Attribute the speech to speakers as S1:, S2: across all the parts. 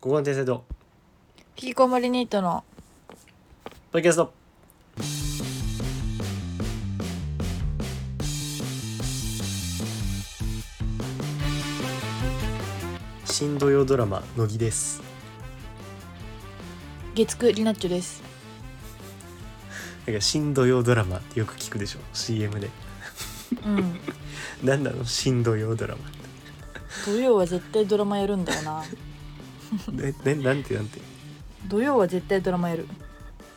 S1: 五番天聖堂
S2: 引きこもりニートの
S1: ポイキャスト新土曜ドラマ乃木です
S2: 月9リナッチョです
S1: なんか新土曜ドラマってよく聞くでしょ CM で
S2: うん
S1: 何なの新土曜ドラマっ
S2: 土曜は絶対ドラマやるんだよな
S1: てねねなんてなんて
S2: 土曜は絶対ドラマやる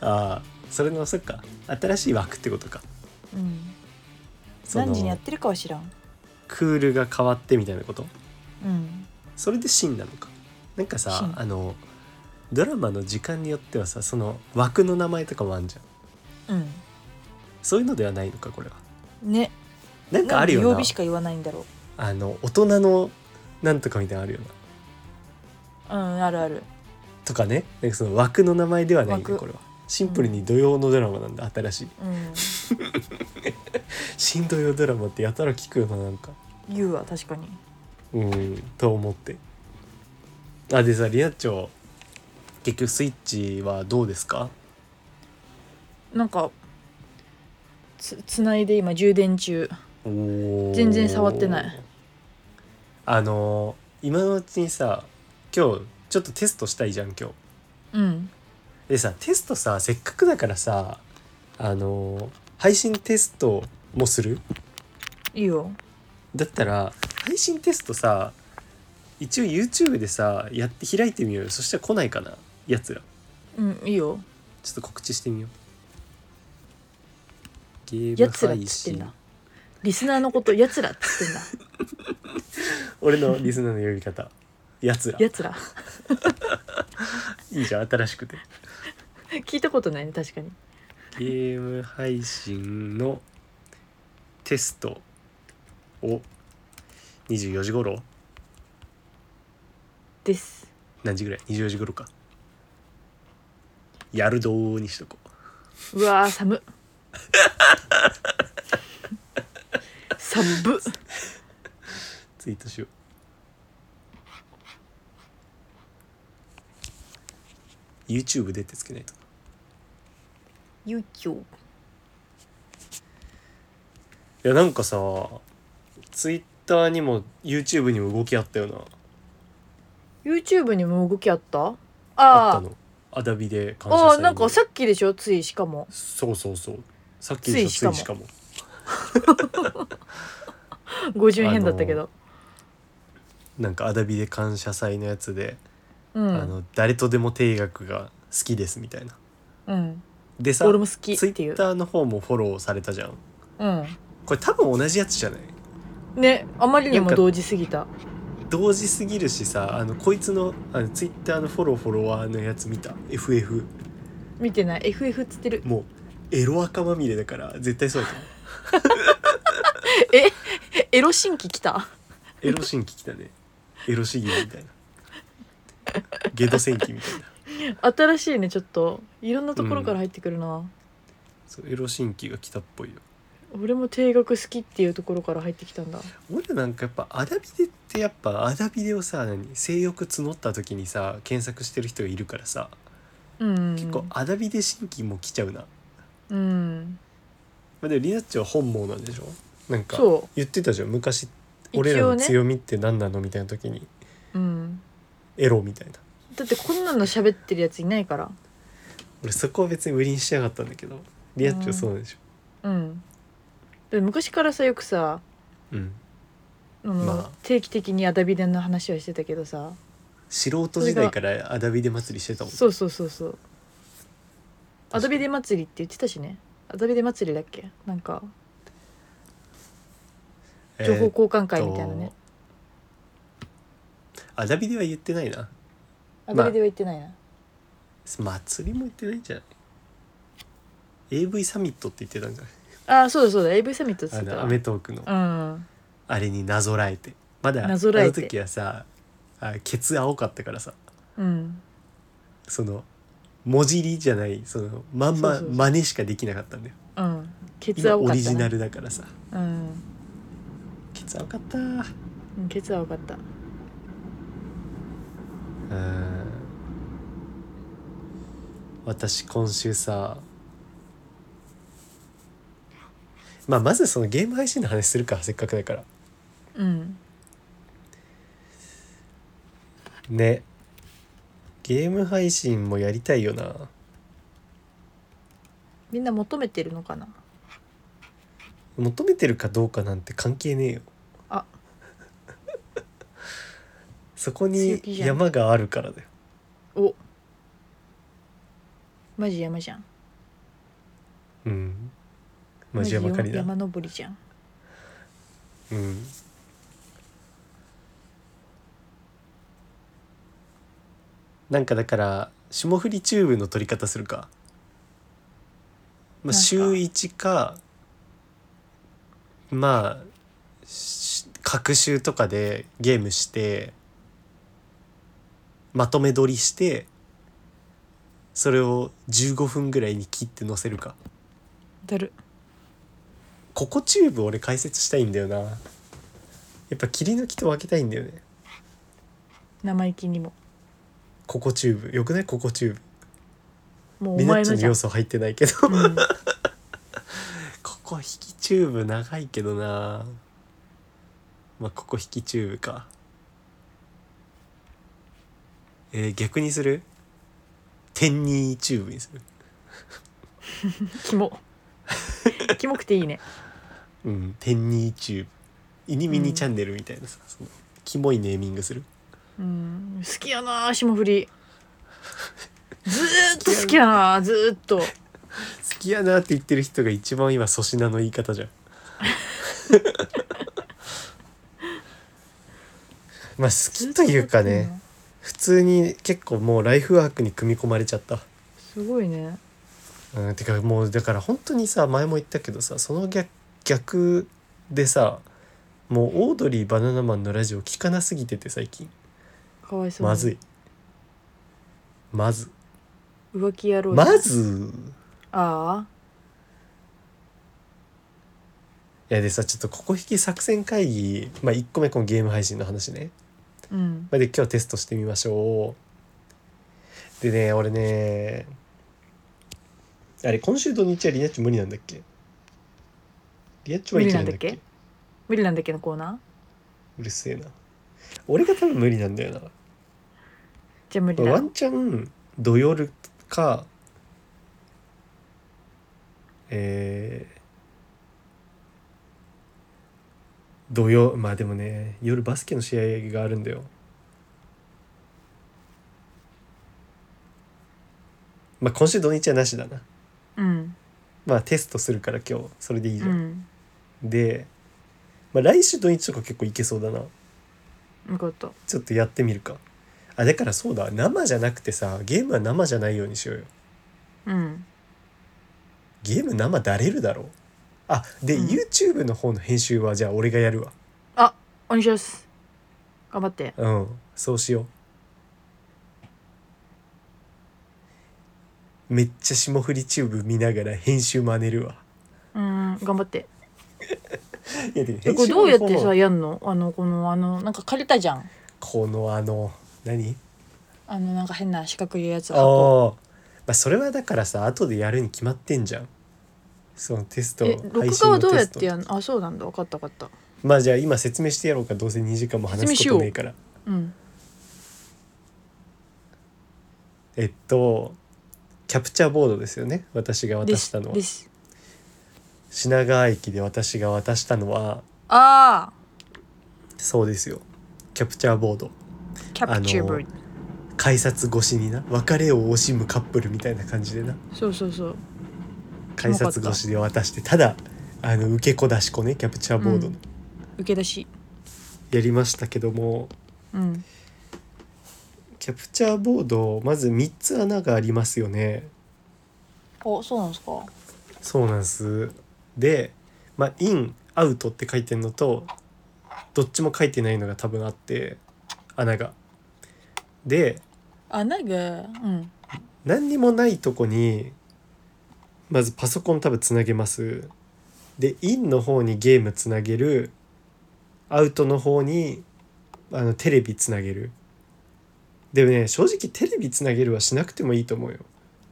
S1: ああそれのそっか新しい枠ってことか
S2: うん
S1: その
S2: 何時にやってるかは知らん
S1: クールが変わってみたいなこと
S2: うん
S1: それで真なのかなんかさ
S2: 真
S1: あのドラマの時間によってはさその枠の名前とかもあんじゃん
S2: う
S1: そういうのではないのかこれは
S2: んね
S1: なんかあるよ
S2: なんで曜
S1: な
S2: 日しか言わないんだろ
S1: あの大人のなんとかみたいなのあるよな
S2: ううんあるある
S1: とかねなんかその枠の名前ではないね
S2: 枠
S1: これはシンプルに土曜のドラマなんだ新しい
S2: うん
S1: 新土曜ドラマってやたら聞くよななんか
S2: 言うわ確かに
S1: うんと思ってあでさリナッチョ結局スイッチはどうですか
S2: なんかつつないで今充電中全
S1: 全
S2: 然触ってない
S1: あのー今のうちにさ今日ちょっとテストしたいじゃん今日
S2: うん
S1: でさテストさせっかくだからさあのー配信テストもする
S2: いいよ
S1: だったら配信テストさ一応 YouTube でさやって開いてみようよそしたら来ないかなやつら
S2: うんいいよ
S1: ちょっと告知してみようゲー
S2: や
S1: ム
S2: つらっ
S1: 配
S2: つってん
S1: 信
S2: だリスナーのことやつらっつってんだ
S1: 俺のリスナーの呼び方やつら
S2: やつら
S1: いいじゃん新しくて
S2: 聞いたことないね確かに
S1: ゲーム配信のテストを24時頃
S2: です
S1: 何時ぐらい24時頃かやるどーにしとこう
S2: うわー寒っ寒っ
S1: ツイートしよう YouTube でってつけないと
S2: YouTube
S1: いやなんかさ Twitter にも YouTube にも動きあったよな
S2: YouTube にも動きあった
S1: あった
S2: あ
S1: のアダビで感
S2: あああ
S1: 祭
S2: なんか
S1: に
S2: さっきでしょついしかも
S1: そうそうそうさっきでし
S2: つい
S1: ょつい
S2: し
S1: し
S2: か
S1: かも
S2: 50変だったけど、
S1: なんかアダビで感謝祭のやつで、あ
S2: うん
S1: の誰とでも定額が好きですみたいな
S2: うん
S1: でさ
S2: 俺も好き
S1: ツイ
S2: ってい
S1: ッ
S2: う
S1: ターの方もフォローされたじゃん
S2: うん
S1: これ多分同じやつじゃない
S2: ねあまりに
S1: なん
S2: も
S1: か
S2: 同時すぎた
S1: 同時すぎるしさあのこいつのあのツイッターのフォローフォロワーのやつ見た FF
S2: 見てない FF っつってる
S1: もうエロ赤まみれだから絶対そうだと思う
S2: エロ新規来た
S1: エロ新規来たねエロ主義みたいなゲド戦記みたいな
S2: 新しいねちょっといろんなところから入ってくるな、
S1: そうエロ新規が来たっぽいよ
S2: 俺も定額好きっていうところから入ってきたんだ
S1: 俺なんかやっぱアダビデってやっぱアダビデをさ何性欲募った時にさ検索してる人がいるからさ
S2: うん
S1: 結構アダビデ新規も来ちゃうな、ま
S2: うん
S1: あ、でもリナッチは本望なんでしょなんか
S2: そ
S1: 言ってたじゃん昔
S2: 一応ね
S1: 俺らの強みって何なのみたいな時に
S2: ううん
S1: エロみたいな
S2: だってこんなの喋ってるやついないから
S1: 俺そこは別に売りにしやがったんだけどリナッチはそうなんでしょ
S2: うんで昔からさよくさ、
S1: うん
S2: あの
S1: まあ
S2: 定期的にアダビデンの話はしてたけどさ
S1: 素人時代からアダビデ祭りしてたもん
S2: そうそうそうそうアダビデ祭りって言ってたしねアダビデ祭りだっけなんか情報交換会みたいなね、
S1: えーっとアダビデは言ってないなー
S2: アダビデは言ってないな、
S1: 祭りも言ってないんじゃない AV サミットって言ってたんじゃない
S2: ああそうだそうだ AV サミットって
S1: あ
S2: 言って
S1: の
S2: た
S1: ア
S2: わ
S1: メトークの
S2: うん
S1: あれになぞらえてまだ
S2: なぞらえて
S1: あの時はさあケツ青かったからさ
S2: うん
S1: その文字りじゃないそのまんま
S2: そうそうそう
S1: 真似しかできなかったんだよ
S2: うんケツ
S1: 今
S2: は多
S1: オ
S2: か
S1: リ
S2: った
S1: ジ
S2: な
S1: ナルだからさ
S2: うん
S1: ケツ青かったう
S2: うんケツは多かった
S1: ーん私今週さまあまずそのゲーム配信の話するかせっかくだから
S2: うん
S1: ねゲーム配信もやりたいよな
S2: みんな求めてるのかな
S1: 求めてるかどうかなんて関係ねえよ
S2: あ
S1: そこ
S2: 強
S1: に
S2: 気じゃん
S1: 山があるからだよ
S2: おマジ山じゃん
S1: うんマジ山かりだ
S2: 山登りじゃん
S1: うんなんかだから霜降りチューブの取り方するか,、ま
S2: なん
S1: あ、
S2: か
S1: 週1かまあし隔週とかでゲームしてまとめ撮りしてそれを15分ぐらいに切って載せるか
S2: だる
S1: ここチューブ俺解説したいんだよなやっぱ切り抜きと分けたいんだよね
S2: 生意気にも
S1: ココチューブよくないココチューブ
S2: もうお
S1: リナ
S2: 前
S1: ッチ
S2: の
S1: の
S2: じゃん
S1: 要素入ってないけどこ
S2: うん
S1: こ引きチューブ長いけどなまあここ引きチューブかえー、逆にする天にチューブにする
S2: キモ キモくていいね
S1: うん天にチューブイニミニチャンネルみたいなさ、そのキモいネーミングする
S2: うん好きやな霜降りずーっと好きやなずーっと
S1: 好きやなって言ってる人が一番今粗品の言い方じゃんまあ好きというかね普通に結構もうライフワークに組み込まれちゃった。
S2: すごいね
S1: うん、てかもうだから本当にさ前も言ったけどさその逆逆でさもうオードリーバナナマンのラジオ聞かなすぎてて最近
S2: かわいそうに
S1: まずいまず
S2: 浮気野郎じゃん
S1: まず
S2: あ
S1: いやでさちょっとここ引き作戦会議、まあ、1個目このゲーム配信の話ね
S2: あうん
S1: まあで今日テストしてみましょうでね俺ねあれ今週土日はリナッチ無理なんだっけリナッチはいけないんだっけ
S2: 無理なんだっ無理なんだっけのコーナー
S1: うるせえな俺が多分無理なんだよな、
S2: じゃあ無理
S1: まあ
S2: だ
S1: ワンチャン土曜日かえー土曜まあでもね夜バスケの試合があるんだよまあ今週土日はなしだな
S2: うん
S1: まあテストするから今日それでいいじ
S2: う
S1: ゃん、
S2: ん
S1: で、まあ、来週土日とか結構いけそうだな
S2: よかった
S1: ちょっとやってみるかあだからそうだ生じゃなくてさゲームは生じゃないようにしようよ
S2: うん
S1: ゲーム生だれるだろうあで、
S2: うん
S1: YouTube の方の編集はじゃあ俺がやるわ
S2: あお願いします頑張って
S1: うんそうしようめっちゃ霜降りチューブ見ながら編集真似るわ
S2: うん頑張って
S1: いやでも
S2: え
S1: 編
S2: これ
S1: 集
S2: どうやって
S1: の方
S2: さ
S1: の
S2: やんのあのこのあのなんか借りたじゃん
S1: このあの何
S2: あのなんか変な四角いやつ
S1: ああ
S2: 箱
S1: ー、まあ、それはだからさ後でやるに決まってんじゃんそのテスト
S2: え
S1: 配
S2: 録画
S1: 信の
S2: はどうや
S1: テ
S2: っ
S1: スト
S2: てやんのあそうなんだ分かった分かった
S1: まあじゃあ今説明してやろうかどうせ2時間も話す
S2: 説明
S1: こ
S2: しよ
S1: と
S2: う
S1: ねえから
S2: うん
S1: えっとキャプチャーボードですよね私が渡
S2: で
S1: し
S2: す
S1: たのは
S2: です
S1: 品川駅で私が渡したのは
S2: あ
S1: そうですよキャプチャーボード
S2: あキャプチャーボード、
S1: 改札越しにな別れを惜しむカップルみたいな感じでな
S2: そうそうそう
S1: 改札越しで渡してただあの受け子出し子ねキャプチャーボードの、
S2: うん受け出し
S1: やりましたけども
S2: うん
S1: キャプチャーボードまず3つ穴がありますよね
S2: あそうなんですか
S1: そうなんです。で、まあ、イン、アウトって書いてんのと、どっちも書いてないのが多分あって、穴が。で、
S2: 穴がうん
S1: 何にもないとこに、まずパソコン多分つなげます。で、インの方にゲームつなげる。アウトの方に、あの、テレビつなげる。でもね、正直テレビつなげるはしなくてもいいと思うよ。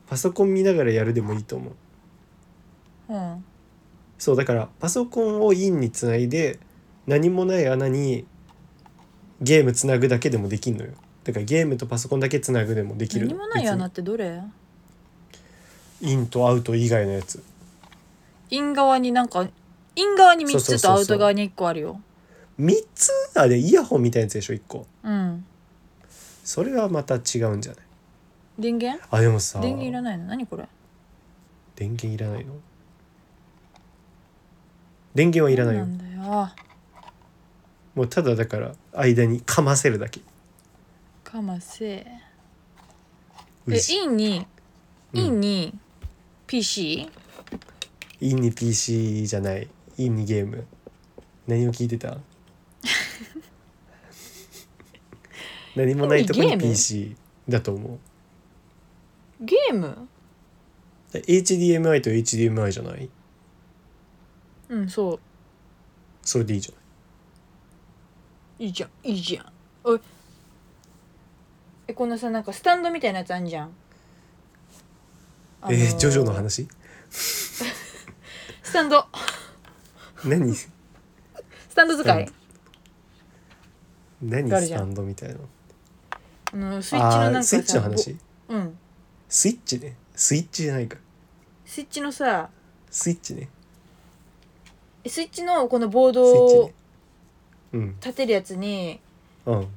S1: パソコン見ながらやるでもいいと思う
S2: うん
S1: そうだからパソコンをインにつないで何もない穴にゲームつなぐだけでもできんのよだからゲームとパソコンだけつなぐでもできる
S2: 何
S1: の
S2: もない穴ってどれ
S1: 別にインとアウト以外のやつ
S2: イン側になんかイン側に3
S1: そうそうそう
S2: つ
S1: そ
S2: と
S1: う
S2: アウト側に1個あるよ
S1: 3つあれイヤホンみたいなやつでしょ1個
S2: うん
S1: それはまた違うんじゃない
S2: 電源
S1: あでもさ
S2: 電源いらないの何これ
S1: 電源いらないの電源はいらないよ
S2: んだよあ
S1: もうただだから間にかませるだけ
S2: かませ
S1: う
S2: え
S1: し
S2: インに
S1: うん
S2: インに PC
S1: インに PC じゃないインにゲーム何を聞いて た何もないとこ
S2: イ
S1: に
S2: ンにゲーム
S1: PC だと思う
S2: ゲーム
S1: え HDMI と HDMI じゃない
S2: うんそ
S1: それでいいじゃないう
S2: いいじゃんいいじゃんおいえこのさなんかスタンドみたいなやつあんじゃんあ
S1: えージョジョの
S2: 話
S1: 話
S2: スタンド
S1: 何
S2: スタンド使い
S1: ス何
S2: ある
S1: ス
S2: じゃん
S1: タンドみたいな
S2: あのスイッチのな
S1: あ
S2: ん
S1: ー
S2: か
S1: スイッチの
S2: さ
S1: 話
S2: ぼうん
S1: スイッチねスイッチじゃないか
S2: スイッチのさ
S1: スイッチね
S2: スイッチのこのボ
S1: ス
S2: ー
S1: イ
S2: ド
S1: ッチ
S2: を
S1: ねうん
S2: 立てるやつに
S1: うん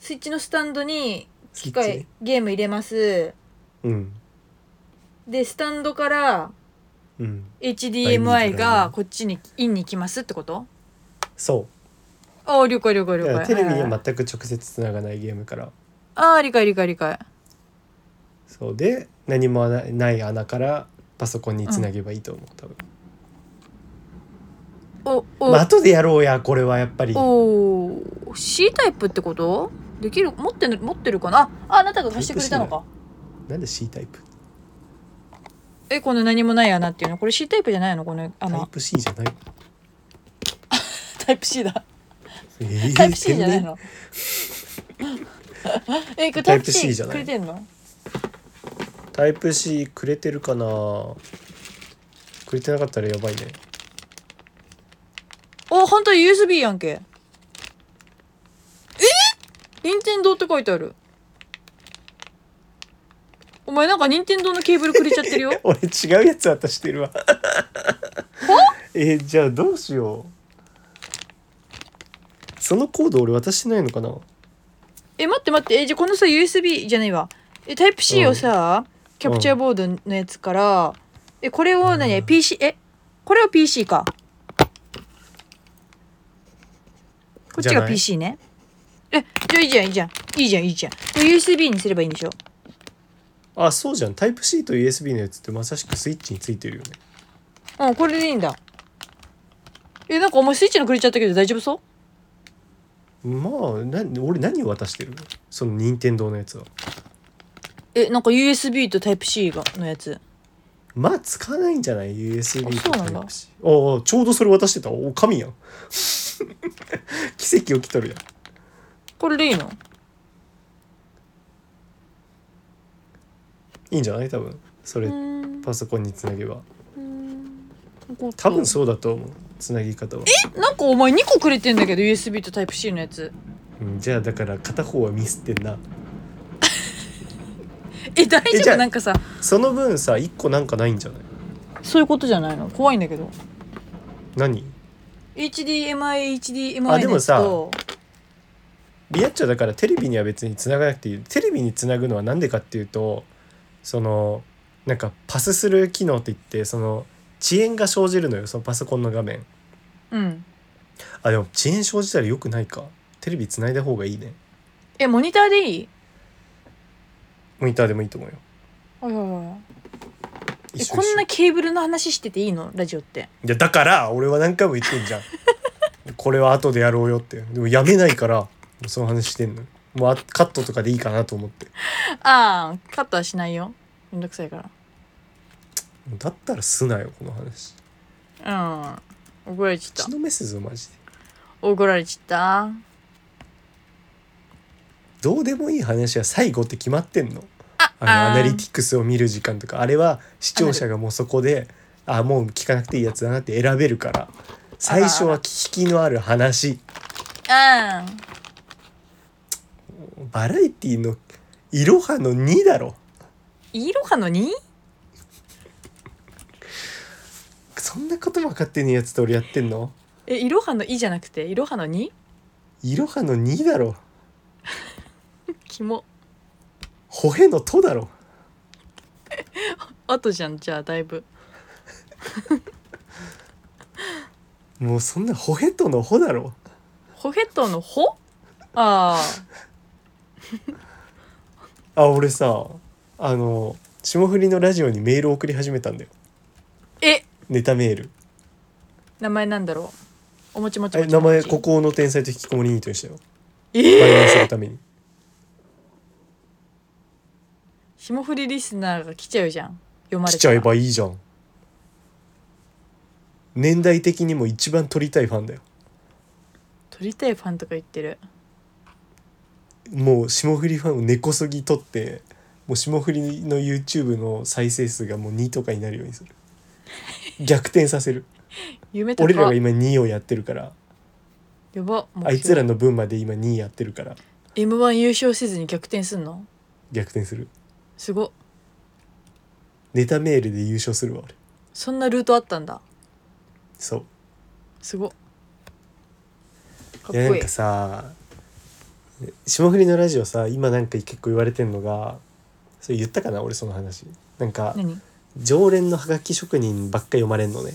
S2: スイッチのスタンドに
S1: スイ
S2: 機
S1: ッチ
S2: 械
S1: ね
S2: ゲーム入れます
S1: うん
S2: でスタンドから
S1: うん
S2: HDMI がこっちにインに来ますってこと
S1: そ
S2: ああ了解了解
S1: う
S2: 了
S1: だか
S2: 解
S1: らテレビに
S2: はいはいは
S1: はい全く直接つながないゲームから
S2: ああ理解理解理解
S1: そうで何もなない穴からパソコンにつなげばいいと思う、多分、
S2: おお、
S1: まあ後でやろうやこれはやっぱり
S2: おー C タイプってことできる持ってる持ってるかなあああなたが貸してくれたのか
S1: なんで C タイプ
S2: えこの何もない穴っていうのこれ C タイプじゃないのこの
S1: タイ
S2: 穴
S1: プ C じゃないの
S2: タイプ C だ
S1: え
S2: タイプ C
S1: 天
S2: じゃない
S1: 然
S2: の えこ
S1: タ
S2: れタ
S1: イ
S2: イ
S1: プ
S2: プ
S1: C
S2: C
S1: じゃない
S2: くれてんの
S1: タイプ C くれてるかなくれてなかったらやばいね
S2: お本当 USB やんけえ任天堂って書いてあるお前なんか任天堂のケーブルくれちゃってるよ
S1: 俺違うやつ渡してるわえじゃあどうしようそのコード俺渡してないのかな
S2: え待って待ってえじゃあこのさ USB じゃないわえタイプ C をさ、キャプチャーボードのやつから、えこれを何、
S1: うん
S2: PC えこれは PC かこっ
S1: じ
S2: ち
S1: ゃな
S2: が
S1: い
S2: PC ねえじゃあいいじゃんいいじゃんいいじゃんいいじゃんで USB にすればいいんでしょ
S1: あそうじゃんタイプ C と USB のやつってまさしくスイッチについてるよね
S2: うんこれでいいんだえなんかお前スイッチのくれちゃったけど大丈夫そう
S1: まあな俺何を渡してるのその任天堂のやつは
S2: えなんか USB とタイプ C がのやつ
S1: まあ使わないんじゃない USB
S2: あそうなんだ
S1: と Type-C おうおうちょうどそれ渡してたお神やん 奇跡起きとるやん
S2: これでいいの
S1: いいんじゃない多分そうれ
S2: ーん
S1: パソコンにつなげば
S2: ここ
S1: 多分そうだと思うつなぎ方は
S2: なんかお前2個くれてんだけど USB と Type-C のやつ
S1: うん、じゃあだから片方はミスってんな
S2: え大
S1: えじ
S2: 丈
S1: ゃあ
S2: 夫なんかさ
S1: その分さ1個なんかないんじゃない
S2: そういうことじゃないの怖いんだけど
S1: 何
S2: HDMIHDMI
S1: あでもさ
S2: と
S1: リアッチョだからテレビには別につながなくていいテレビにつなぐのは何でかっていうとそのなんかパスする機能って言ってその遅延が生じるのよそのパソコンの画面
S2: うん
S1: あでも遅延生じたらよくないかテレビつないだ方がいいね
S2: えモニターでいい
S1: モニターでもいいと思うよ
S2: はいはいはいえ
S1: 一緒
S2: こんな
S1: 一
S2: ケーブルの話してていいのラジオって
S1: 緒いやだから俺は何回も言ってんじゃんこれは後でやろうよってでもやめないからもうその話してんのもうあカットとかでいいかなと思って
S2: ああカットはしないよめんどくさいか
S1: だったらすなよこの話
S2: らうん怒られちゃっ
S1: 血のメスぞマジで
S2: た怒られちゃった
S1: どうでもいい話は最後って決まってんの
S2: あ
S1: あの
S2: あー
S1: アナリティクスを見る時間とかあれは視聴者がもうそこであもう聞かなくていいやつだなって選べるから最初は聞きのある話
S2: あー
S1: バラエティのいろはの2だろ
S2: イロハの 2?
S1: そんなこと分かってねえやつと俺やってんの
S2: えイロハの「イ」じゃなくてイロハの 2?
S1: いろはの2だろ
S2: キモ
S1: ほへのとだろ
S2: あとじゃんじゃあだいぶ
S1: もうそんなほへとのほだろ
S2: ホヘッドの「ほ」あ
S1: あ俺さあの霜降りのラジオにメールを送り始めたんだよ
S2: ーえ
S1: ネタメール
S2: 名前なんだろうおもちもち
S1: え
S2: もち
S1: 名
S2: もち
S1: 前孤高の天才と引きこもりニートにしたよ
S2: え
S1: 倍にするために
S2: 霜降りリスナーが来ちゃうじゃん読まれ
S1: 来
S2: た
S1: ちゃ
S2: ら
S1: えばいいじゃん年代的にも一番取りたいファンだよ
S2: 撮りたいファンとか言ってる
S1: もう霜降りファンを根こそぎ取ってもう霜降りの YouTube の再生数がもう2とかになるようにする逆転さ せる
S2: 夢と
S1: 俺ら
S2: か
S1: が今2をやってるから
S2: やば
S1: あいつらの分まで今2やってるから
S2: m 1優勝せずに逆転すんの
S1: 逆転する
S2: すごっ
S1: ネタメールで優勝するわ俺
S2: そんなルートあったんだ
S1: そう
S2: すごっかっ
S1: いやな
S2: こい
S1: ん
S2: い
S1: かさ霜降りのラジオさ今なんか結構言われてんのがそれ言ったかな俺その話なんか
S2: 何
S1: 常連のハガキ職人ばっか読まれんのね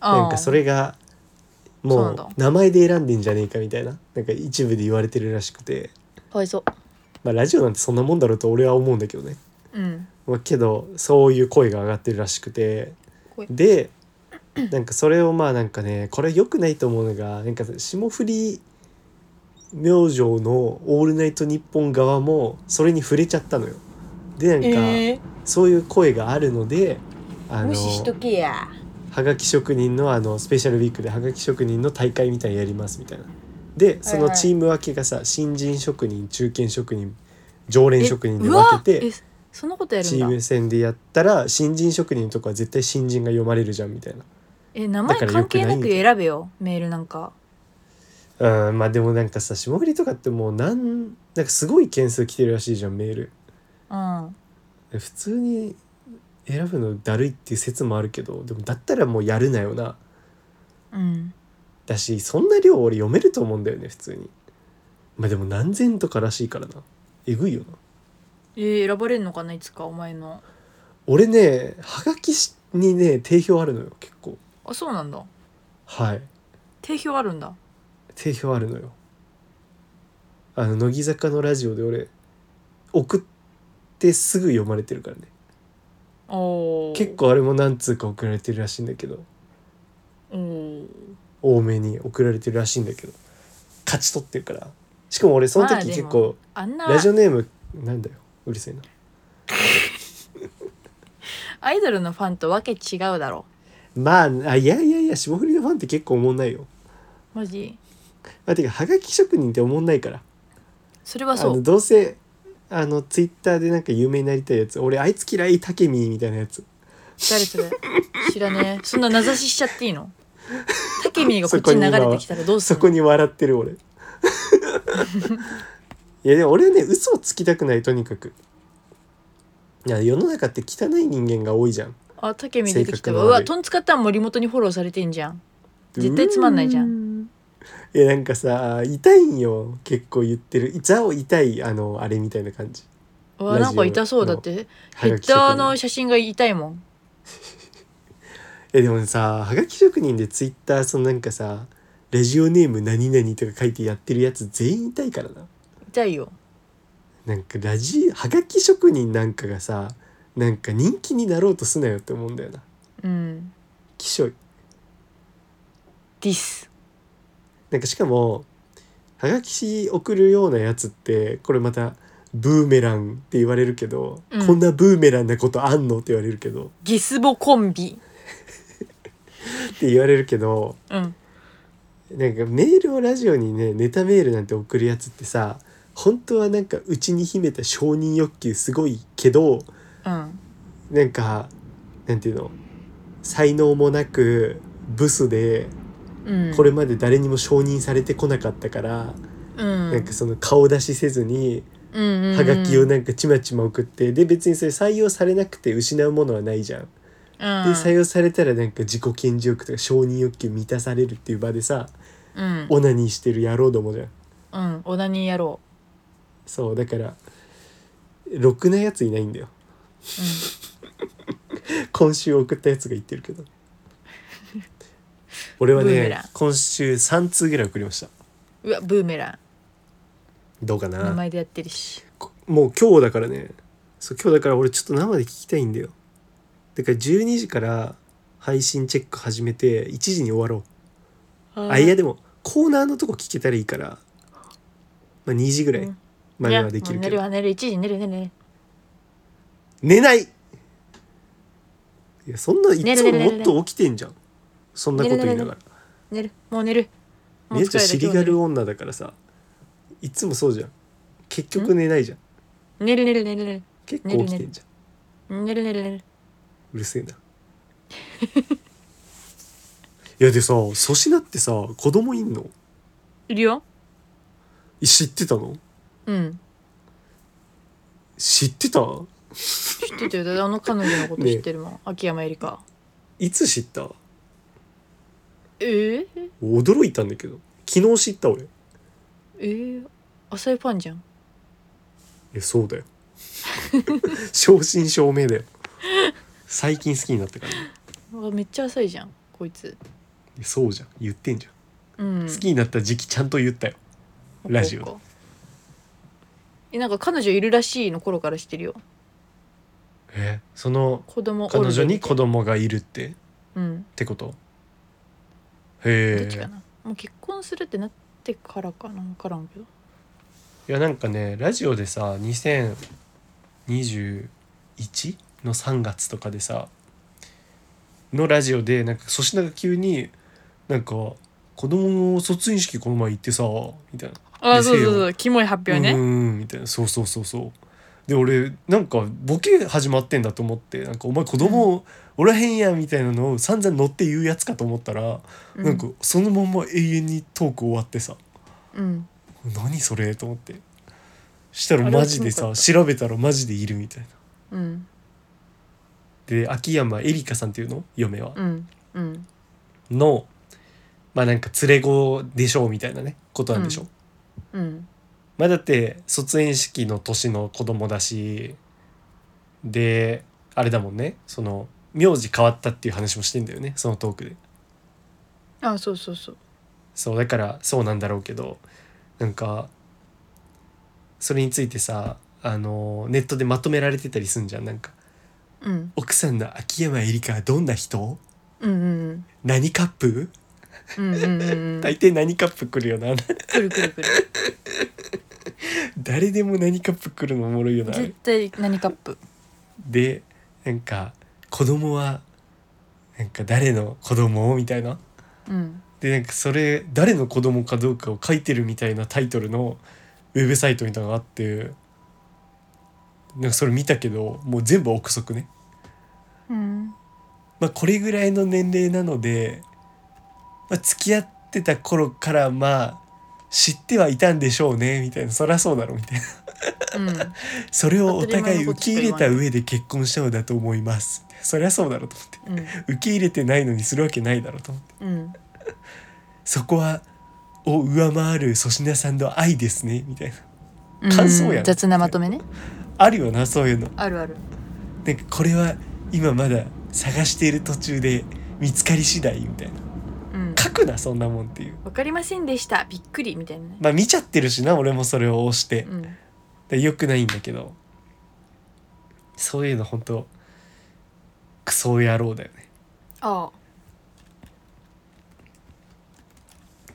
S2: あー
S1: なんかそれが
S2: そうな
S1: も
S2: ん
S1: う
S2: だ
S1: 名前で選んでんじゃねえかみたいななんか一部で言われてるらしくて
S2: かわいそう
S1: まあラジオなんてそんなもんだろうと俺は思うんだけどね、
S2: うん
S1: まあ、けどそういう声が上がってるらしくて
S2: 声
S1: でなんかそれをまあなんかねこれ良くないと思うのがなんか霜降り明星の「オールナイトニッポン」側もそれに触れちゃったのよ。でなんか、
S2: え
S1: そういう声があるのであ
S2: ー、
S1: の
S2: 無視しとけや
S1: はがき職人のあのスペシャルウィークではがき職人の大会みたいなのやりますみたいな。でそのチーム分けがさ新人職人中堅職人常連職人で
S2: うわ
S1: 分けて
S2: えそんなことやる
S1: チ
S2: んだ
S1: ーム戦でやったら新人職人のとこは絶対新人が読まれるじゃんみたい
S2: え名前
S1: だから良
S2: 関
S1: くないん
S2: 係
S1: だ
S2: な
S1: よ
S2: く選べよメールなんか
S1: なうんまあでもなんかさ霜降りとかってもうなんなんかすごい件数来てるらしいじゃんメール
S2: うん
S1: 普通に選ぶのだるいっていう説もあるけどでもだったらもうやるなよな
S2: うん
S1: だしそんな量俺読めると思うんだよね普通にまあでも何千とからしいからなえぐいよな
S2: えー、選ばれるのかないつかお前の
S1: 俺ねはがきしにね定評あるのよ結構
S2: あそうなんだ
S1: はい
S2: 定評あるんだ
S1: 定評あるのよあの乃木坂のラジオで俺送ってすぐ読まれてるからね
S2: おー
S1: 結構あれも何通か送られてるらしいんだけど
S2: おー
S1: 多めに送られてるらしいんだけど勝ち取ってるからしかも俺その
S2: まあ
S1: 時
S2: でも
S1: 結構
S2: あんな
S1: ラジオネームなんだようるせえな
S2: アイドルのファンとわけ違うだろ
S1: まああいやいやいや霜降りのファンって結構おもんないよ
S2: マジ
S1: まあ、てかはがき職人って思んないから
S2: それは
S1: あ
S2: そ
S1: の
S2: う
S1: どうせあのツイッターでなんか有名になりたいやつ俺あいつ嫌いタケミーみたいなやつ
S2: 誰それ知らねえそんな名指ししちゃっていい のタケミーがこっちに流れてきたらどうす
S1: そ
S2: ん
S1: こ
S2: の
S1: に笑ってる 俺いやでも俺はね嘘をつきたくないとにかくいや世の中って汚い人間が多いじゃん
S2: あタケミー出てきた
S1: 性格
S2: わ
S1: の
S2: う
S1: 悪い
S2: わトンツカタンもリモートにフォローされてんじゃん絶対つまんないじゃん
S1: んいやなんかさ痛いんよ結構言ってるザを痛いあのあれみたいな感じ
S2: う
S1: ラ
S2: わ
S1: ジオ
S2: なんか痛そうだって
S1: は
S2: ヘ
S1: が
S2: ッ
S1: き職人
S2: ダーの写真が痛いもん
S1: えでもさはがき職人でツイッターそのなんかさ「ラジオネーム何々」とか書いてやってるやつ全員痛いからな
S2: 痛いよ
S1: なんかラジはがき職人なんかがさなんか人気になろうとすなよって思うんだよな
S2: うん
S1: きしょい
S2: ディス
S1: なんかしかもはがき送るようなやつってこれまたブーメランって言われるけど、
S2: うん
S1: こんなブーメランなことあんのって言われるけど
S2: ギスボコンビ
S1: って言われるけど
S2: うん
S1: なんかメールをラジオにねネタメールなんて送るやつってさ本当はなんかうちに秘めた承認欲求すごいけど
S2: うん
S1: なんかなんていうの才能もなくブスで
S2: うん
S1: これまで誰にも承認されてこなかったから、
S2: うん
S1: なんかその顔出しせずに
S2: うんうんうん
S1: ハガキをなんかちまちま送って、で別にそれ採用されなくて失うものはないじゃん。
S2: うん
S1: で採用されたらなんか自己顕示欲とか承認欲求満たされるっていう場でさ
S2: うん
S1: オナニーしてる野郎どもじゃん。
S2: うんオナニー野郎
S1: そうだからろくなやついないんだよ 今週送ったやつが言ってるけど俺は
S2: ブーメラ
S1: ね
S2: ン
S1: 今週3通ぐらい送りました
S2: うんうわブーメラ
S1: どうか
S2: ン名
S1: な
S2: 前でやってるし
S1: こもう今日だからねそう今日だから俺ちょっと生で聞きたいんだよだから12時から配信チェック始めて1時に終わろうあいやでもコーナーのとこ聞けたらいいからまあ2時ぐら
S2: う
S1: い
S2: ん
S1: まではできる
S2: いやもう寝
S1: けど
S2: るわ寝る一時寝る寝る寝る
S1: 寝ないいやそんない
S2: 寝る
S1: つも
S2: 寝る寝る
S1: もっと起きてんじゃんそんなこと言いながら
S2: 寝るもう寝るもう
S1: 姉
S2: 疲
S1: ちゃん
S2: れた
S1: 尻
S2: 今日寝
S1: が
S2: る
S1: る女だからさいつもそうじゃん結局寝ないじゃん
S2: 寝る寝る寝る寝る
S1: 結構起きてんじゃん
S2: 寝る寝る寝る
S1: うるせえな いやでさ粗品ってさ子供いんの
S2: いるよ
S1: い知ってたの
S2: うん
S1: 知ってた
S2: 知ってたよあの彼女のこと知ってるもん、秋山絵里香
S1: いつ知った
S2: ええ
S1: 驚いたんだけど昨日知った俺い
S2: えー、浅いファンじゃん
S1: やそうだよ 正真正銘だよ最近好きになったからね
S2: うわめっちゃ浅いじゃんこいつ
S1: いやそうじゃん言ってんじゃん、
S2: うん
S1: 好きになった時期ちゃんと言ったよラジオで
S2: そうかえなんか彼女いるらしいの頃から知ってるよ
S1: えその
S2: 子供
S1: 彼女に子
S2: 供
S1: 供がいるってっ
S2: うん
S1: てこと
S2: どっち
S1: へ
S2: かなもう結婚するってなってからかな分からんけど
S1: えいやなんかねラジオでさ2021の3月とかでさのラジオでなんか粗品が急になんか子供の卒園式この前行ってさみたいな
S2: あ
S1: ーそうそうそう
S2: キモい発
S1: うんうんみたいなそうそうそうそうで俺なんかボケ始まってんだと思ってなんかお前子供おらへんやみたいなのを散々乗って言うやつかと思ったら、なんかそのまんま永遠にトーク終わってさ
S2: うん
S1: 何それと思ってしたら
S2: あれは
S1: マジでさ
S2: すご
S1: 調
S2: かった
S1: べたらマジでいるみたいな
S2: うん
S1: で秋山エリカさんっていうの嫁は
S2: うんうん
S1: のまあなんか連れ子でしょうみたいなねことなんでしょう、
S2: うん
S1: まあだって卒園式の年の子供だしであれだもんねその名字変わったっていう話もしてんだよねそのトークで
S2: あそうそうそう
S1: そうだからそうなんだろうけどなんかそれについてさあのネットでまとめられてたりすんじゃんなんか
S2: うん
S1: 奥さんの秋山エリカはどんな人
S2: うんうん
S1: 何カップ
S2: うんうんうんう ん
S1: 大抵何カップ来るよな
S2: くるくるくる
S1: 誰でも何カップ来るのおもろいよなあれ
S2: 絶対何カップ
S1: でなんか子供はなんか誰の子供みたいな
S2: うん
S1: でなんかそれ誰の子供かどうかを書いてるみたいなタイトルのウェブサイトみたいなのがあってなんかそれ見たけどもう全部憶測ね、
S2: うん
S1: まあ、これぐらいの年齢なので、まあ、付き合ってた頃からまあ知ってはいたんでしょうねみたいなそりゃそうだろうみたいな
S2: うん
S1: それをお互い受け入れた上で結婚したのだと思いますそりゃそうだろうと思って。
S2: うん
S1: 受け入れてないのにするわけないだろうと思って
S2: うん
S1: そこはを上回る粗品さんの愛ですねみたいな
S2: うん
S1: 感想やな
S2: 雑なまとめね
S1: あるよなそういうの
S2: あるある
S1: なんかこれは今まだ探している途中で見つかり次第みたいな
S2: うん
S1: 書くなそんなもんっていう
S2: わかりませんでしたびっくりみたいなね
S1: まあ見ちゃってるしな俺もそれを押して
S2: うん
S1: よくないんだけどそういうの本当クソ野郎だよね
S2: ああ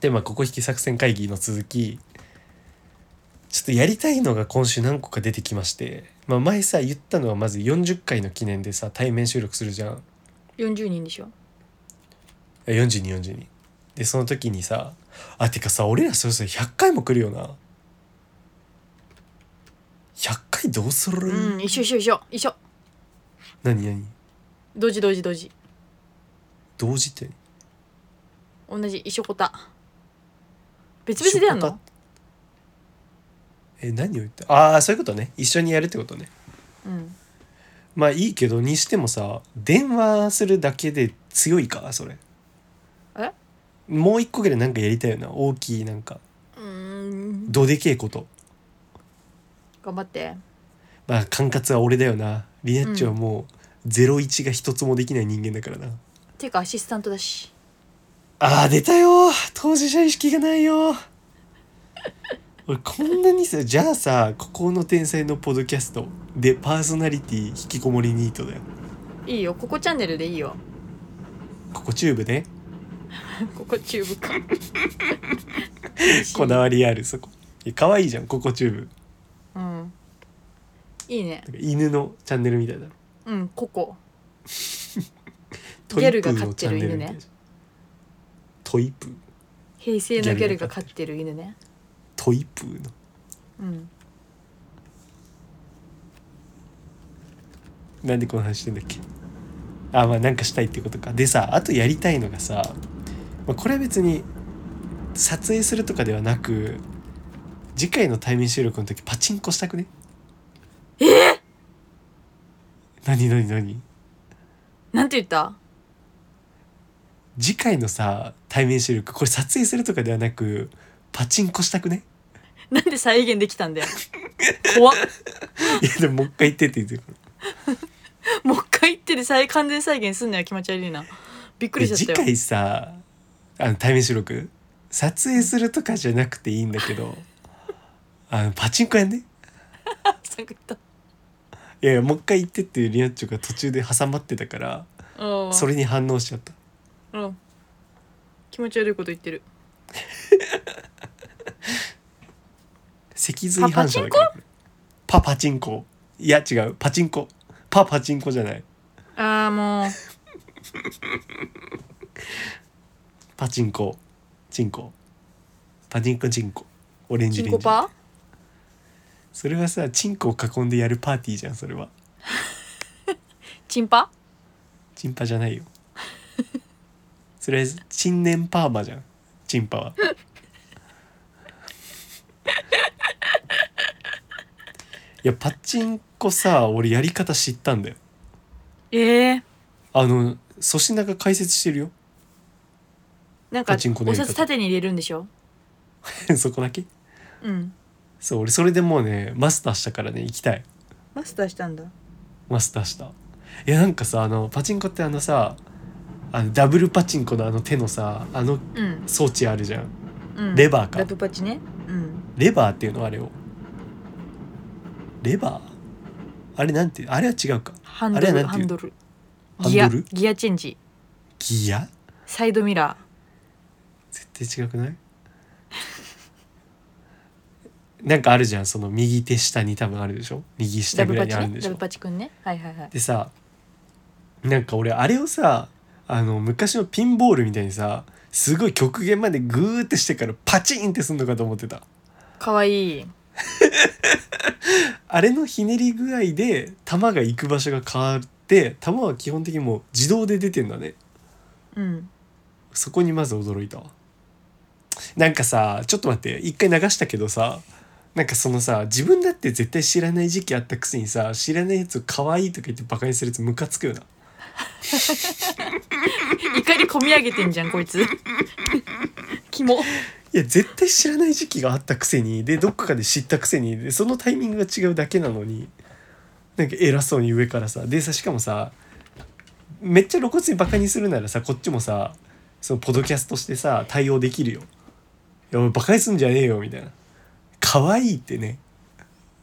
S1: でまあここ引き作戦会議の続きちょっとやりたいのが今週何個か出てきまして、まあ、前さ言ったのはまず40回の記念でさ対面収録するじゃん
S2: 40人でしょ
S1: 4242でその時にさあてかさ俺らそろそろ100回も来るよな100回どうする、
S2: うん一緒一緒一緒一緒
S1: 何何
S2: 同時同時同時
S1: 同時って
S2: 同じ一緒こた別々でやん
S1: 一緒こ
S2: の
S1: え何を言ってああそういうことね一緒にやるってことね
S2: うん
S1: まあいいけどにしてもさ電話するだけで強いかそれ
S2: え
S1: もう一個ぐらいなんかやりたいよな大きいなんか
S2: うーん
S1: どでけえこと
S2: 頑張って
S1: まあ管轄は俺だよなリナッチはもう01が一つもできない人間だからな、
S2: ていうかアシスタントだし
S1: あー出たよ当事者意識がないよ俺こんなにさじゃあさ「ここの天才」のポッドキャストでパーソナリティ引きこもりニートだよ
S2: いいよここチャンネルでいいよ
S1: ここチューブで
S2: ここチューブか
S1: こだわりあるそこいや可愛いじゃんここチューブ
S2: うんいいね
S1: なんか犬のチャンネルみたいな
S2: うんここ
S1: ト
S2: ギ
S1: イ
S2: ャル
S1: プ
S2: が
S1: ー
S2: 飼っ
S1: のチ
S2: て
S1: ャン
S2: る
S1: ネル
S2: 犬
S1: みたい
S2: ね
S1: なトイプー
S2: 平成のギャルが飼ってる犬ね
S1: トイプーの
S2: うん
S1: なんでこの話してんだっけあまあなんかしたいってことかでさあとやりたいのがさ、まあ、これは別に撮影するとかではなく次回の対面収録の時パチンコしたくねえ何何何
S2: なんて言った
S1: 次回のさ対面収録これ撮影するとかではなくパチンコしたくね
S2: なんで再現できたんだよ怖っ
S1: いやでももう一回言ってって言ってるから
S2: もう一回言ってで再完全再現すんのよ気持ち悪いなびっくりしちゃ
S1: 次
S2: ったよ
S1: 回さあの対面収録撮影するとかじゃなくていいんだけど あのパチンコやんね
S2: さっき言った
S1: いやいやもう一回言ってっていうリナッチョが途中で挟まってたから
S2: うん
S1: それに反応しちゃった
S2: うん気持ち悪いこと言ってる
S1: 脊髄反射だからパパチンコいや違うパチンコパパチンコじゃない
S2: あ あもう
S1: パチンコチンコパチンコチンコオレンジ
S2: チ
S1: レン
S2: ンコ
S1: ジ
S2: パ
S1: それはさチンコを囲んでやるパーティーじゃんそれは
S2: チンパ
S1: チンパじゃないよそれはチンネンパーマじゃんチンパはいやパチンコさ俺やり方知ったんだよ
S2: ええ
S1: あの粗品が解説してるよ
S2: なんか
S1: パチンコの
S2: お
S1: やり方
S2: 札縦に入れるんでしょ
S1: そこだけ
S2: うん
S1: そう俺それでもうねマスターしたからね行きたい
S2: マスターしたんだ
S1: マスターしたいやなんかさあのパチンコってあのさあのダブルパチンコのあの手のさあの
S2: うん、
S1: 装置あるじゃん
S2: うん、
S1: レバーか
S2: ラブパチねうん
S1: レバーっていうのあれをレバーあれなんてあれは違うか
S2: ハンド
S1: あれ
S2: ル
S1: はなん
S2: ハ
S1: ていう
S2: ンドル
S1: ハン
S2: ギア
S1: ドル
S2: ギアチェンジ
S1: ギア
S2: サイドミラ
S1: 絶対違くない なんかあるじゃんその右手下に多分あるでしょ右
S2: ー
S1: 下
S2: ラ
S1: ぐ
S2: ブ
S1: らいに
S2: パチ
S1: あるん
S2: ね
S1: でし
S2: ラ
S1: ょ
S2: ブパチくんねはいはいはい
S1: でさなんか俺あれをさあの昔のピンボールみたいにさすごい極限までグーってしてからパチンってすんのかと思ってた
S2: かわいい
S1: あれのひねり具合で球が行く場所が変わって球は基本的にもう自動で出てんだね
S2: うん
S1: そこにまず驚いたわなんかさちょっと待って一回流したけどさなんかそのさ自分だって絶対知らない時期あったくせにさ知らないやつを可愛いとか言ってバカにするやつムカつくよな
S2: 怒り込み上げてんじゃんこい つキモ
S1: いや絶対知らない時期があったくせにでどっかで知ったくせにでそのタイミングが違うだけなのになんか偉そうに上からさでさしかもさめっちゃ露骨にバカにするならさこっちもさそのポドキャストしてさ対応できるよ。いや俺バカにすんじゃねえよみたいな。可愛いってね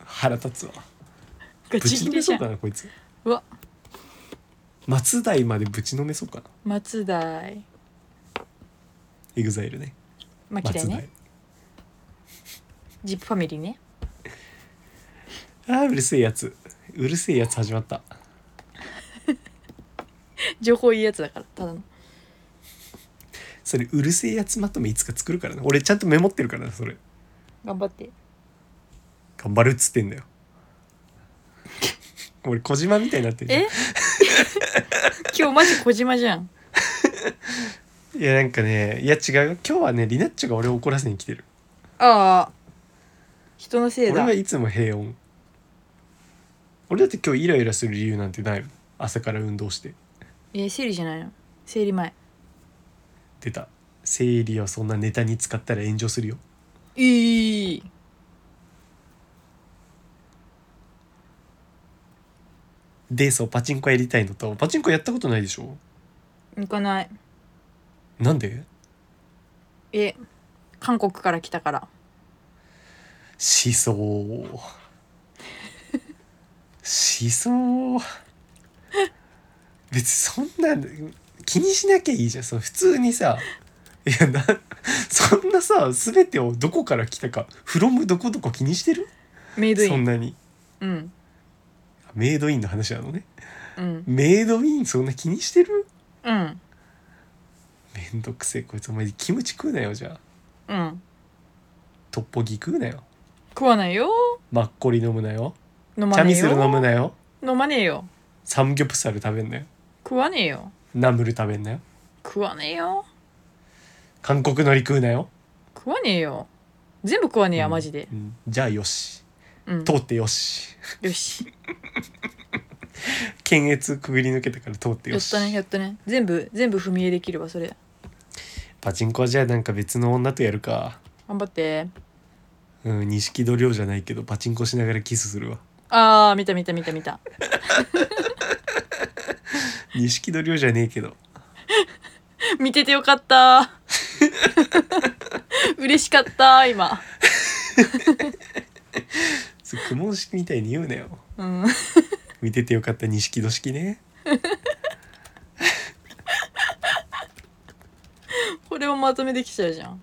S1: 腹立つわ。
S2: ガ
S1: ぶ
S2: チ
S1: ち
S2: 切
S1: の
S2: れ
S1: め
S2: じ
S1: そ
S2: ゃ
S1: うか
S2: ん
S1: なこいつ。
S2: うわ
S1: 松代までぶちのめそうかな。
S2: 松代
S1: エグザイルね。
S2: まあ嫌い
S1: 松
S2: ね
S1: 代。
S2: ジップファミリーね
S1: あーうるせえやつ。うるせえやつ始まった。
S2: 情報いいやつだからただの
S1: それうるせえやつまとめいつか作るからな俺ちゃんとメモってるからなそれ
S2: 頑張って
S1: 頑張るっつってんだよ 俺小島みたいになってるじゃん
S2: え 今日マジ小島じゃん
S1: いやなんかねいや違うよ今日はねリナッチョが俺を怒らせに来てる
S2: ああ人のせい
S1: 俺
S2: だ
S1: はいつも平穏俺だって今日イライラする理由なんてないもん朝から運動して
S2: え生理じゃないの生理前
S1: 出た生理をそんなネタに使ったら炎上するよ
S2: いい
S1: でそうパチンコやりたいのとパチンコやったことないでしょ
S2: 行かない
S1: なんで
S2: え韓国から来たから
S1: しそうしそう別にそんな気にしなきゃいいじゃんその普通にさいやなそんなさ全てをどこから来たか「フロムどこどこ気にしてる
S2: メイドイ
S1: そん
S2: ン
S1: なに
S2: うん
S1: メイドインの話なのね
S2: うん
S1: メイドインそんな気にしてる
S2: うん
S1: めんどくせえこいつお前キムチ食うなよじゃあ
S2: うん
S1: トッポギ食うなよ
S2: 食わないよ
S1: マッコリ飲むなよ
S2: 飲ま
S1: チャ
S2: ね
S1: ミ
S2: え
S1: スル飲
S2: よ
S1: むなよ
S2: 飲まねえよ
S1: サムギョプサル食べんなよ
S2: 食わねえよ
S1: ナムル食べんなよ
S2: 食わねえよ
S1: 韓国海苔食うなよ
S2: 食わねえよ全部食わねえや、
S1: うん
S2: マジで、
S1: うんじゃあよし
S2: うん、
S1: 通ってよし
S2: よし
S1: 検閲くぐり抜けたから通って
S2: や
S1: よ
S2: っ
S1: した
S2: ねやったね全部全部踏み絵できるわそれ
S1: パチンコはじゃあなんか別の女とやるか
S2: 頑張って
S1: うん錦戸亮じゃないけどパチンコしながらキスするわ
S2: あー見た見た見た見た
S1: 錦戸亮じゃねえけど
S2: 見ててよかった 嬉しかった今
S1: そう公文式みたいに言うなよ
S2: うん
S1: 見ててよかった錦戸式ね
S2: これをまとめできちゃうじゃん
S1: い